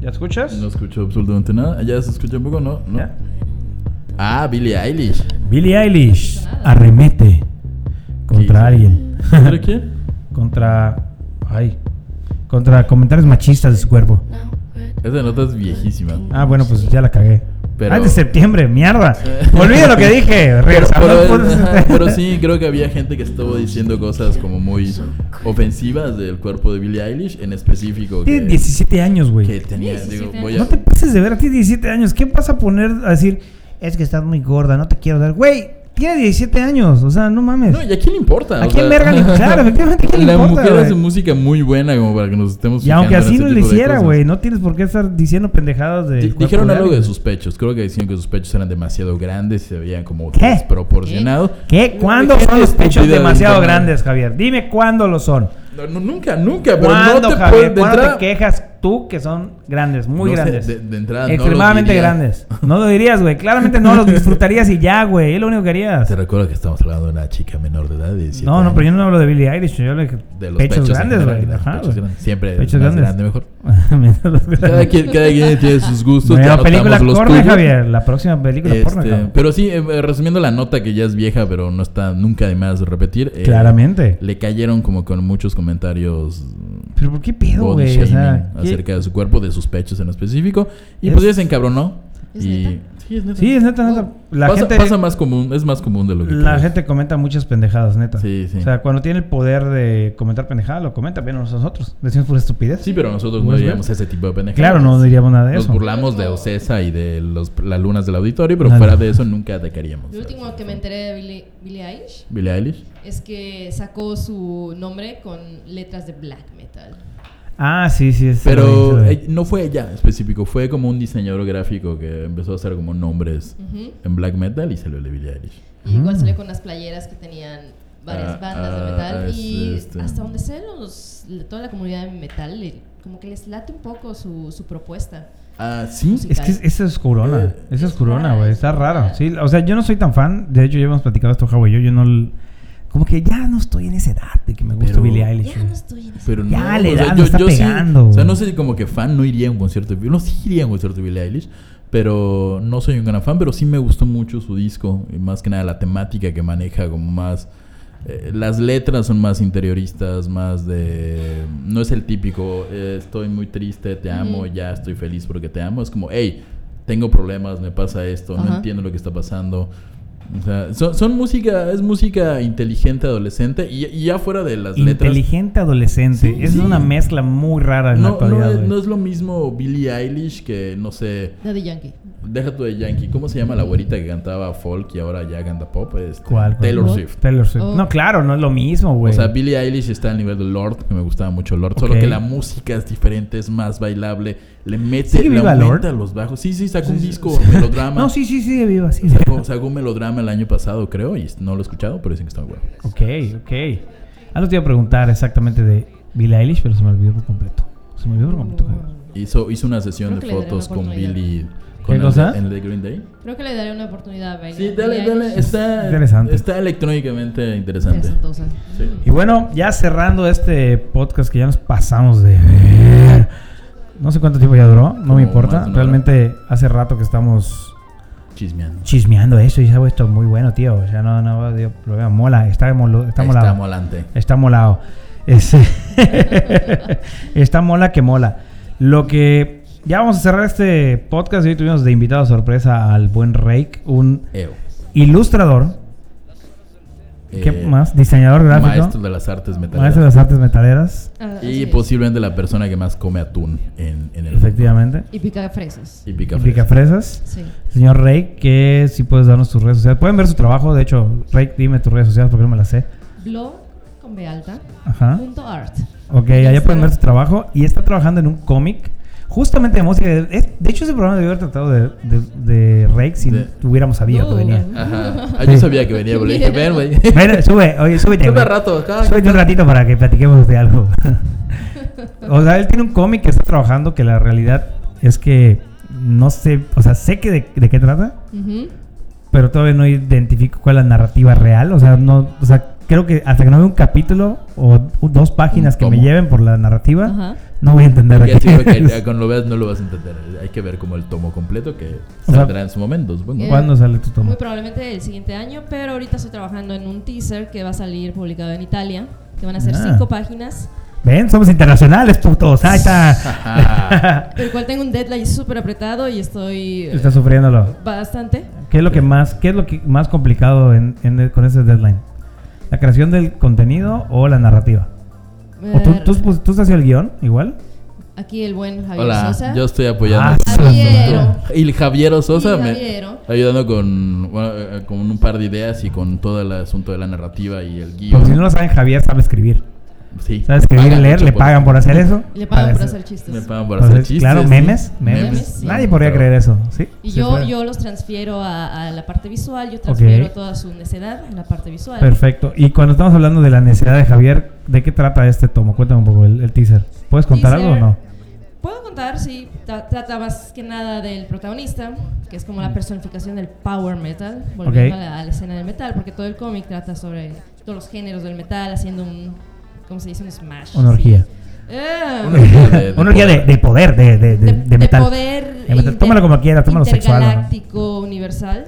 ¿Ya escuchas? No escucho absolutamente nada. ¿Ya se escucha un poco? No, no. ¿Ya? Ah, Billie Eilish. Billie Eilish nada. arremete contra Sí. alguien. ¿Pero quién? contra. Ay. Contra comentarios machistas de su cuerpo. Esa nota es viejísima. Ah, bueno, pues ya la cagué. Pero- Ah, es de septiembre, mierda. Eh. Olvida lo que dije. Pero, regresando al pero- punto ajá, central. pero sí, creo que había gente que estuvo diciendo cosas como muy ofensivas del cuerpo de Billie Eilish, en específico. Tiene Que, 17 años, que güey. tenía. Digo, 17 voy a, No te pases de ver, tiene 17 años. ¿Qué vas a poner a decir? Es que estás muy gorda, no te quiero dar. Güey, tiene 17 años. O sea, no mames. No, ¿y a quién le importa? ¿A quién verga le- claro, efectivamente, ¿a quién le La importa, mujer güey? hace música muy buena como para que nos estemos y aunque fijando en así ese no lo tipo de hiciera, cosas. güey. No tienes por qué estar diciendo pendejadas de. Di- Dijeron algo de sus pechos. Creo que decían que sus pechos eran demasiado grandes y se veían como ¿Qué? desproporcionados. ¿Qué? ¿Cuándo Qué son los pechos estúpida demasiado del tamaño. grandes, Javier? Dime cuándo lo son. No, no, nunca, nunca. Pero no ¿Cuándo, te Javier? puedes de ¿Cuándo entrada- te quejas tú que son grandes, muy No sé, grandes? de- de entrada no los Extremadamente diría. grandes. No lo dirías, güey. Claramente no los disfrutarías y ya, güey. Es lo único que harías. Te recuerdo que estamos hablando de una chica menor de edad. De 17 No, no, pero yo años. no hablo de Billie Eilish. Yo hablo de, De los pechos, pechos, en grandes, general, güey. de los Ajá, pechos güey. grandes. Siempre Pechos más grandes. grande mejor. Menos los grandes. Cada quien, cada quien tiene sus gustos. ya Nueva notamos película los porno, tuyos. Javier. La próxima película porno. Este, cabrón. pero sí, eh, resumiendo la nota que ya es vieja, pero no está nunca de más repetir. eh, Claramente. Le cayeron como con muchos comentarios Pero ¿por qué pedo, body güey? O sea, shaming ¿qué- acerca de su cuerpo, de sus pechos en específico. Y Es- pues ella se encabronó. ¿Es y... neta? Sí, es neta. Sí, es neta, neta. La pasa, gente. pasa más común, es más común de lo que La crees. gente comenta muchas pendejadas, neta. Sí, sí. O sea, cuando tiene el poder de comentar pendejadas, lo comenta, pero nosotros decimos pura estupidez. Sí, pero nosotros no Pues, diríamos ese tipo de pendejadas. Claro, no diríamos nada de Nos eso. burlamos de Ocesa y de los, las lunas del auditorio, pero Nada. fuera de eso nunca atacaríamos. Lo último que me enteré de Billie, Billie Eilish Billie Eilish. es que sacó su nombre con letras de black metal. Ah, sí, sí. es- Pero sí, sí. eh, no fue ella en específico, fue como un diseñador gráfico que empezó a hacer como nombres Ujú. en black metal y salió el de Billie Eilish. Y Igual Mm. salió con unas playeras que tenían varias Ah, bandas ah, de metal. es y este. hasta donde sé, los, toda la comunidad de metal, le- como que les late un poco su, su propuesta. Ah, sí. Sí. Es que es- esa es eh, curona, esa es Es curona, rara, güey, es está rara. raro. Sí, o sea, yo no soy tan fan, de hecho ya hemos platicado esto, Javo, yo, yo no... l- Como que ya no estoy en esa edad de que me gusta Pero- Billie Eilish. Ya güey. no estoy en eso. Pero no, Ya, o la sea, edad nos está sí- pegando, o sea, güey. no sé si como que fan no iría a un concierto de Billie No, sí iría a un concierto de Billie Eilish, pero no soy un gran fan, pero sí me gustó mucho su disco. Y más que nada la temática que maneja, como más. eh, las letras son más interioristas, más de. No es el típico, eh, estoy muy triste, te amo, Ujú. ya estoy feliz porque te amo. Es como, hey, tengo problemas, me pasa esto, no Ajá. entiendo lo que está pasando. O sea, son, son música, es música inteligente adolescente y, y ya fuera de las letras. Inteligente adolescente, Sí, es sí. una mezcla muy rara en la No, no, actualidad. es, güey. no es lo mismo Billie Eilish que, no sé, Daddy Yankee. deja tú de Yankee. ¿Cómo se llama la güerita que cantaba folk y ahora ya canta pop? Este, ¿Cuál, cuál? Taylor ¿No? Swift. Taylor Swift. Oh. No, claro, no es lo mismo, güey. O sea, Billie Eilish está al nivel de Lord, que me gustaba mucho Lord. Solo Ok. que la música es diferente, es más bailable, le mete, ¿Sigue le viva aumenta Lorde? los bajos. Sí, sí, sacó un Sí, sí, disco sí. melodrama. no, sí, sí, sí, viva, sí. Sacó, sacó un melodrama el año pasado, creo, y no lo he escuchado, pero dicen que está muy bueno. Ok, ok. Algo te iba a preguntar exactamente de Billie Eilish, pero se me olvidó por completo. Se me olvidó por completo. güey. Hizo, hizo una sesión Creo de que le daré fotos una con oportunidad. Billie con ¿Qué el de- cosa? en el de Green Day. Creo que le daré una oportunidad a Billie Sí, dale, Billie dale. Eilish. Está, Interesante. está electrónicamente interesante. Interesantosa. Sí. Y bueno, ya cerrando este podcast que ya nos pasamos de... ver. No sé cuánto tiempo ya duró, no Como me más importa. de una Realmente hace rato que estamos Chismeando. chismeando eso y se ha puesto muy bueno, tío. O sea, no, no, tío, lo veo, mola, está, molo- está Ahí molado. Está molante. Está molado. Ese- está mola que mola. Lo que. Ya vamos a cerrar este podcast. Hoy tuvimos de invitado sorpresa al buen Rake, un Eo. ilustrador. ¿Qué Eh, más? Diseñador gráfico. Maestro de las artes metaleras. maestro de las artes metaleras. Ah, así Y es. posiblemente la persona que más come atún en, en el Efectivamente. Y pica fresas. Y pica Y Picafresas. Sí. Señor Rake, que si puedes darnos tus redes sociales. Pueden ver su trabajo. De hecho, Rake, dime tus redes sociales porque no me las sé. Blog con B alta. ¿Ah? Ajá. Punto art. Ok, allá pueden ver su trabajo y está trabajando en un cómic justamente de música. Es- de hecho, ese programa debió haber tratado de, de, de Rake si De- hubiéramos sabido que No, venía. güey. Ajá. Ah, yo Sí. sabía que venía, pero le dije, ven, güey. Ven, sube, oye, súbete. Sube güey. un rato Ah, acá. Súbete un ratito para que platiquemos de algo. o sea, él tiene un cómic que está trabajando que la realidad es que no sé, o sea, sé que de, de qué trata, Ujú. pero todavía no identifico cuál es la narrativa real. O sea, no, o sea, creo que hasta que no vea un capítulo o dos páginas Un que me tomo. lleven por la narrativa, Ajá. no voy a entender de Porque así qué fue que es. ya cuando lo veas no lo vas a entender. Hay que ver como el tomo completo que O sea, saldrá en su momento, supongo. Eh, ¿Cuándo sale tu tomo? Muy probablemente el siguiente año, pero ahorita estoy trabajando en un teaser que va a salir publicado en Italia, que van a ser Ah. cinco páginas, Ven, somos internacionales, putos. Ahí Ajá. está. el cual tengo un deadline súper apretado y estoy eh, Está sufriéndolo. bastante. ¿Qué es lo que más, qué es lo que más complicado en, en el- con ese deadline? ¿La creación del contenido o la narrativa? ¿O tú, tú, Eh, pues, tú estás haciendo el guión igual? Aquí el buen Javier Hola, Sosa. yo estoy apoyando. Ah, Javiero. Y el Javiero Sosa Y me Javiero. está ayudando con, bueno, eh, con un par de ideas y con todo el asunto de la narrativa y el guión. Porque si no lo saben, Javier sabe escribir. Sí. Sabe escribir y Pagan leer, mucho le pagan por hacer eso. Le pagan por Parece- hacer chistes. Me pagan por hacer Entonces, chistes. claro, sí. memes, memes. Memes, sí. Nadie podría Pero- creer eso, ¿sí? Y sí yo, puede. yo los transfiero a, a la parte visual, yo transfiero toda su necedad en la parte visual. Perfecto. Y cuando estamos hablando de la necesidad de Javier, ¿de qué trata este tomo? Cuéntame un poco el, el teaser. ¿Puedes contar Teaser. algo o no? Puedo contar, sí, tra- trata más que nada del protagonista, que es como la personificación del power metal, volviendo Ok. a, la, a la escena del metal, porque todo el cómic trata sobre todos los géneros del metal, haciendo un, ¿cómo se dice? Un smash. Una así. orgía. Ah, Una orgía de- de Una orgía de, de poder, de, de, de- de metal. poder. De metal. Tómalo como quieras, tómalo sexual. ¿no? Intergaláctico, universal.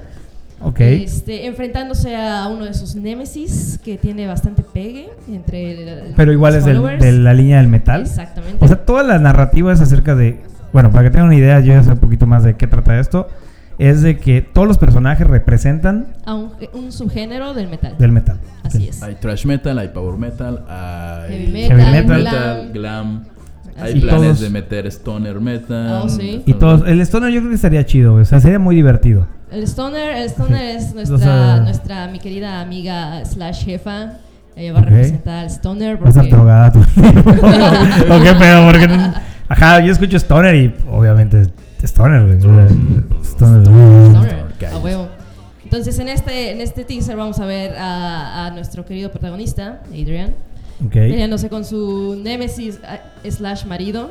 Ok. Este, enfrentándose a uno de sus némesis, que tiene bastante pegue entre el- Pero igual los es del- followers. de la línea del metal. Exactamente. O sea, toda la narrativa es acerca de. Bueno, para que tengan una idea, yo ya sé un poquito más de qué trata esto. es de que todos los personajes representan A un, un subgénero del metal. del metal. Así es. Hay thrash metal, hay power metal, hay Heavy metal, Heavy metal, metal, glam. glam. Hay Y planes todos- de meter stoner metal. Oh, sí. Y todos, el Stoner yo creo que estaría chido, güey, o sea, sería muy divertido. El stoner, el stoner es nuestra, O sea- nuestra mi querida amiga slash jefa. Ella va Ok. a representar al stoner. Vas a porque- estar drogada tú. ¿O qué pedo? Porque, ajá, yo escucho Stoner y obviamente Stoner, güey. o sea, Stoner. Stoner, a huevo. Entonces, en este, en este teaser vamos a ver a, a nuestro querido protagonista, Adrian, Ok. peleándose con su némesis eh, slash marido.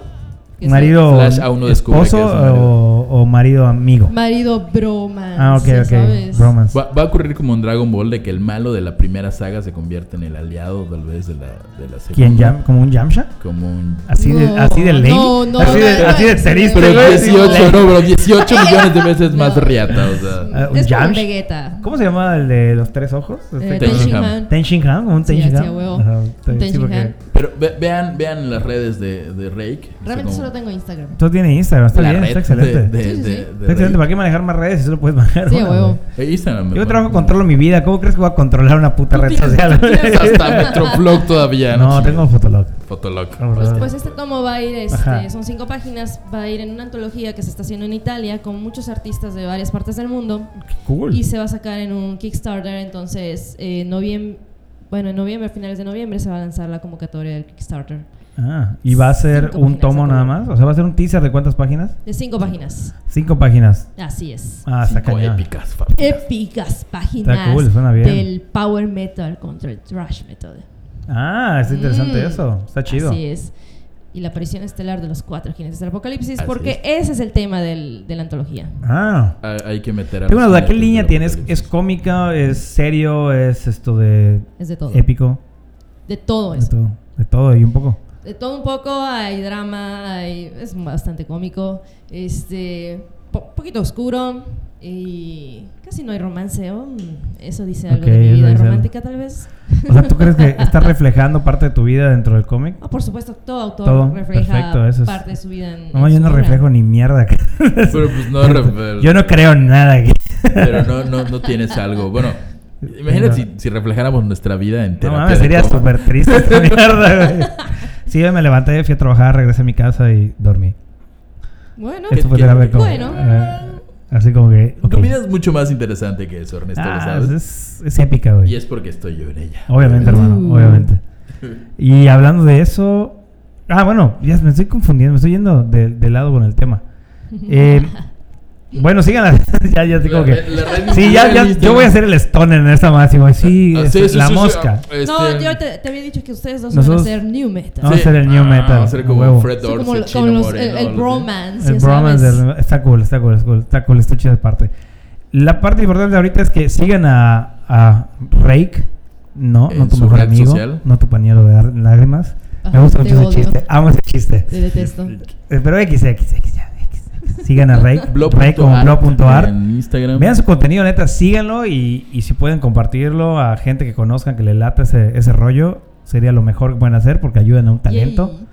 que es Marido. Slash aún no descubre esposo que es marido. o, o marido amigo. el Marido broma. Ah, ok, ok. ¿sabes? Bromas. Va, va a ocurrir como en Dragon Ball de que el malo de la primera saga se convierte en el aliado tal vez de la, de la segunda. ¿Quién? Jam, ¿Como un Yamcha? Como un... Así de, No, así de ley. no, no, así de, no, no, así de no, ceriste, Pero güey, así de 18, ley. no, bro, 18 millones de veces No. más riata, o sea. Ah, un Es como un Yamcha. Vegeta. ¿Cómo se llama el de los tres ojos? Eh, Ten Ten Shin Shin Han. Han. Ten Shin Han, como un Ten Sí, Shin así Han. a huevo. Ajá, Un Ten sí, Shin porque- Han. Pero ve- vean, vean las redes de, de Rake. O sea, Realmente como solo tengo Instagram. Tú tienes Instagram, está la bien, está red excelente. de- de- Sí, sí, de- sí. de Está excelente, ¿para Rake. qué manejar más redes si solo puedes manejar Sí, a una, huevo. güey? Eh, Instagram, Yo hermano. trabajo, controlo mi vida. ¿Cómo crees que voy a controlar una puta Tú red tienes- social? tú tienes Hasta Metroflog todavía, No, tengo Fotolog. Fotolog. Pues, pues este tomo va a ir, Ajá. este, son cinco páginas, va a ir en una antología que se está haciendo en Italia con muchos artistas de varias partes del mundo Cool. y se va a sacar en un Kickstarter, entonces eh, noviembre, bueno, en noviembre, a finales de noviembre se va a lanzar la convocatoria del Kickstarter Ah, y va a ser Cinco un páginas, tomo ¿no? nada más. O sea, va a ser un teaser de cuántas páginas? de cinco páginas. Cinco páginas. Así es. Ah, está Cinco cañón. épicas, Fabi. Épicas Está páginas cool, suena bien. del power metal contra el thrash metal. Ah, está interesante Mm. eso. Está chido. Así es. Y la aparición estelar de los cuatro jinetes del apocalipsis, Así porque ese es el tema del- de la antología. Ah. Hay, hay que meter a Tengo una los duda. ¿Qué jinetes línea del tienes? apocalipsis. ¿Es cómica? ¿Es serio? ¿Es esto de Es de todo. épico? De todo De eso. todo. De todo y un poco. De todo un poco, hay drama, hay- es bastante cómico, este, po- poquito oscuro y casi no hay romance. oh, mm, eso dice algo Ok, de mi eso vida dice algo. romántica tal vez. O sea, ¿tú crees que está reflejando parte de tu vida dentro del cómic? Ah, por supuesto, todo autor Todo, refleja perfecto, eso es- parte de su vida. En, No, en yo su no obra. reflejo ni mierda. acá. Pero pues no, re- Yo no creo en nada. aquí. Pero no, no, no tienes algo. Bueno, imagínate No. si, si reflejáramos nuestra vida entera. No mames, sería súper triste esta mierda, güey. Sí, yo me levanté, fui a trabajar, regresé a mi casa y dormí. Bueno, Esto fue qué- terapia como- Ah, bueno. eh, así como que. ok. Tu vida es mucho más interesante que eso, Ernesto, Ah, lo sabes. es, es épica, güey. Y es porque estoy yo en ella. Obviamente, hermano, Uh. obviamente. Y hablando de eso. Ah, bueno, ya me estoy confundiendo, me estoy yendo de, de lado con el tema. Eh, bueno, síganla. ya, ya, así como que. La- la red Sí, ya, ya. Instagram. Yo voy a ser el stoner en esta máxima. Sí, Ah, este, sí, sí, la sí, sí, mosca. ah, este- no, yo te, te había dicho que ustedes dos Nosotros- van a ser new metal. Vamos a hacer el new Ah, metal, Vamos a ser como a huevo. Fred Sí, como, Dorsey, como Chino los- Moreno, el, el algo así. bromance, El ya bromance sabes. del- está cool, está cool, está cool, está cool, está chida esa parte. La parte importante ahorita es que sigan a, a Rake, no, no En tu su mejor red amigo, social. no tu pañuelo de ar- lágrimas. Me Ajá, gusta te mucho ese odio. chiste, amo ese chiste. Te detesto. Eh, Pero X, X, X, ya, X. Sigan a Rake, Rake como Blog.art blog.art. En Instagram. Vean su contenido, neta, síganlo y, y si pueden compartirlo a gente que conozcan, que le lata ese, ese rollo, sería lo mejor que pueden hacer porque ayudan a un talento. Yay.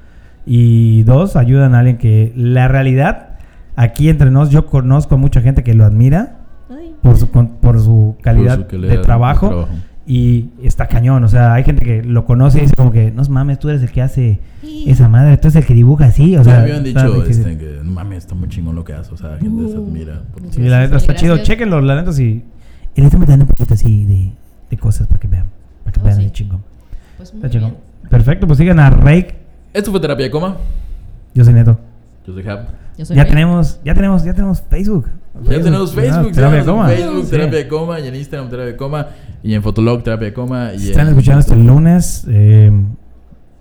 Y dos, ayudan a alguien que la realidad, aquí entre nos, yo conozco a mucha gente que lo admira Ay. por su, con- por su calidad Por su calidad de, trabajo, de trabajo. Y está cañón, o sea, hay gente que lo conoce y dice como que, no mames, tú eres el que hace Sí. esa madre, tú eres el que dibuja así, o O sea, sea... me habían está dicho difícil. este, que no mames, está muy chingón lo que haces. O sea, la gente se Uh. admira. por ti. Sí, la neta Gracias, está chido, gracias. chequenlo, la neta sí. Y le estamos dando un poquito así de, de cosas para que vean, para que Oh, vean sí. el chingón. Pues Está muy chingón. bien. Perfecto, pues sigan a Rake, Esto fue Terapia de Coma. yo soy Neto. Yo soy Hap. Yo soy Ya Rey. tenemos, ya tenemos, ya tenemos Facebook. Ya tenemos Facebook, ya síganos en Facebook, Sí. Terapia de Coma, y en Instagram, Terapia de Coma, y en Fotolog, Terapia de Coma. Y Si están en- escuchando este esto el lunes, eh,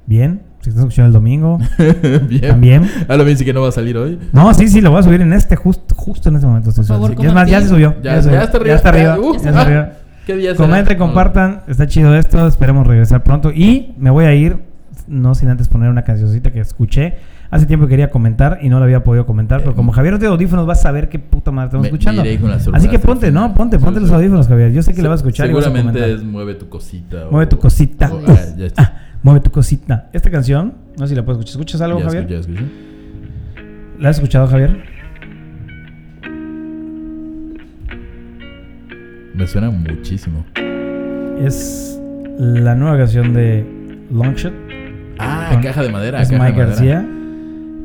bien. Si están escuchando el domingo. Bien. También. Ah, lo bien, sí que no va a salir hoy. No, sí, sí, lo voy a subir en este, justo, justo en este momento. estoy Por favor, seguro. Y es más, ya se subió. Ya, se ya subió, está arriba. Ya está arriba. Uh, ya está ah. arriba. ¿Qué día será? Ah. Comenten, No. compartan. Está chido esto. Esperemos regresar pronto. Y me voy a ir, no sin antes poner una cancioncita que escuché. Hace tiempo que quería comentar y no la había podido comentar. Pero como Javier no tiene audífonos, vas a saber qué puta madre estamos Eh, Me- me escuchando. iré con la sorpresa Así que ponte, al final. ¿no? Ponte, ponte Sí, los sí. audífonos, Javier. Yo sé que la vas a Se- escuchar y vas a Seguramente comentar. es Mueve tu cosita. Mueve o- tu cosita. o- ah, ya Ah, está. mueve tu cosita. Esta canción, no sé si la puedes escuchar. ¿Escuchas algo, Ya Javier? escuché, ya escuché. ¿La has escuchado, Javier? Me suena muchísimo. Es la nueva canción de Longshot. Ah, Con- caja de madera. es caja de Mike madera. García.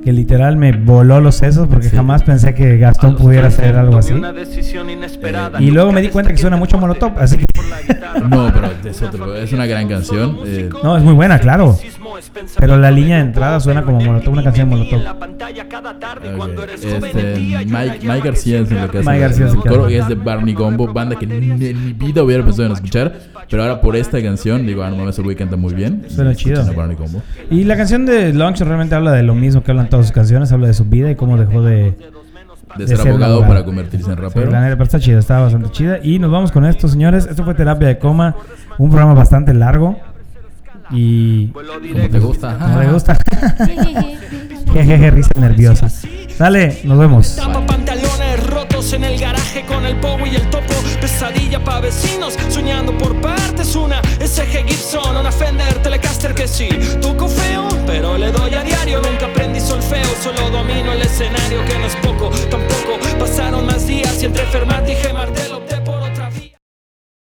Que literal me voló los sesos porque Sí. jamás pensé que Gastón pudiera hacer algo así. Eh, Y luego me di cuenta que suena mucho a Molotov, así que No, pero es, otro- es una gran canción. eh, No, es muy buena, claro. Pero la línea de entrada suena como Molotov, una canción de Molotov. ok, Este, Mike, Mike García es lo que hace. Mike García es el que Coro, hace. y es de Barney Gombo, banda que ni en mi vida hubiera pensado en escuchar. Pero ahora por esta canción, digo, ah, no mames, el güey canta muy bien. Suena Escuchen chido. a Barney Gombo. Y la canción de Longshot realmente habla de lo mismo que hablan todas sus canciones, habla de su vida y cómo dejó de... De ser ser abogado abogado. para convertirse en Pero rapero. la neta, pero está chida, está bastante chida. Y nos vamos con esto, señores. Esto fue Terapia de Coma, un programa bastante largo. Y... Como te gusta. Como le gusta. Jejeje, risa nerviosa. Sale, nos vemos. Tapa pantalones rotos en el garaje con el pogo y el topo. Pesadilla pa' vecinos, soñando por partes. Una SG Gibson, una Fender Telecaster que sí. Toco feo, pero le doy a diario. Nunca aprendí solfeo, solo domino el escenario.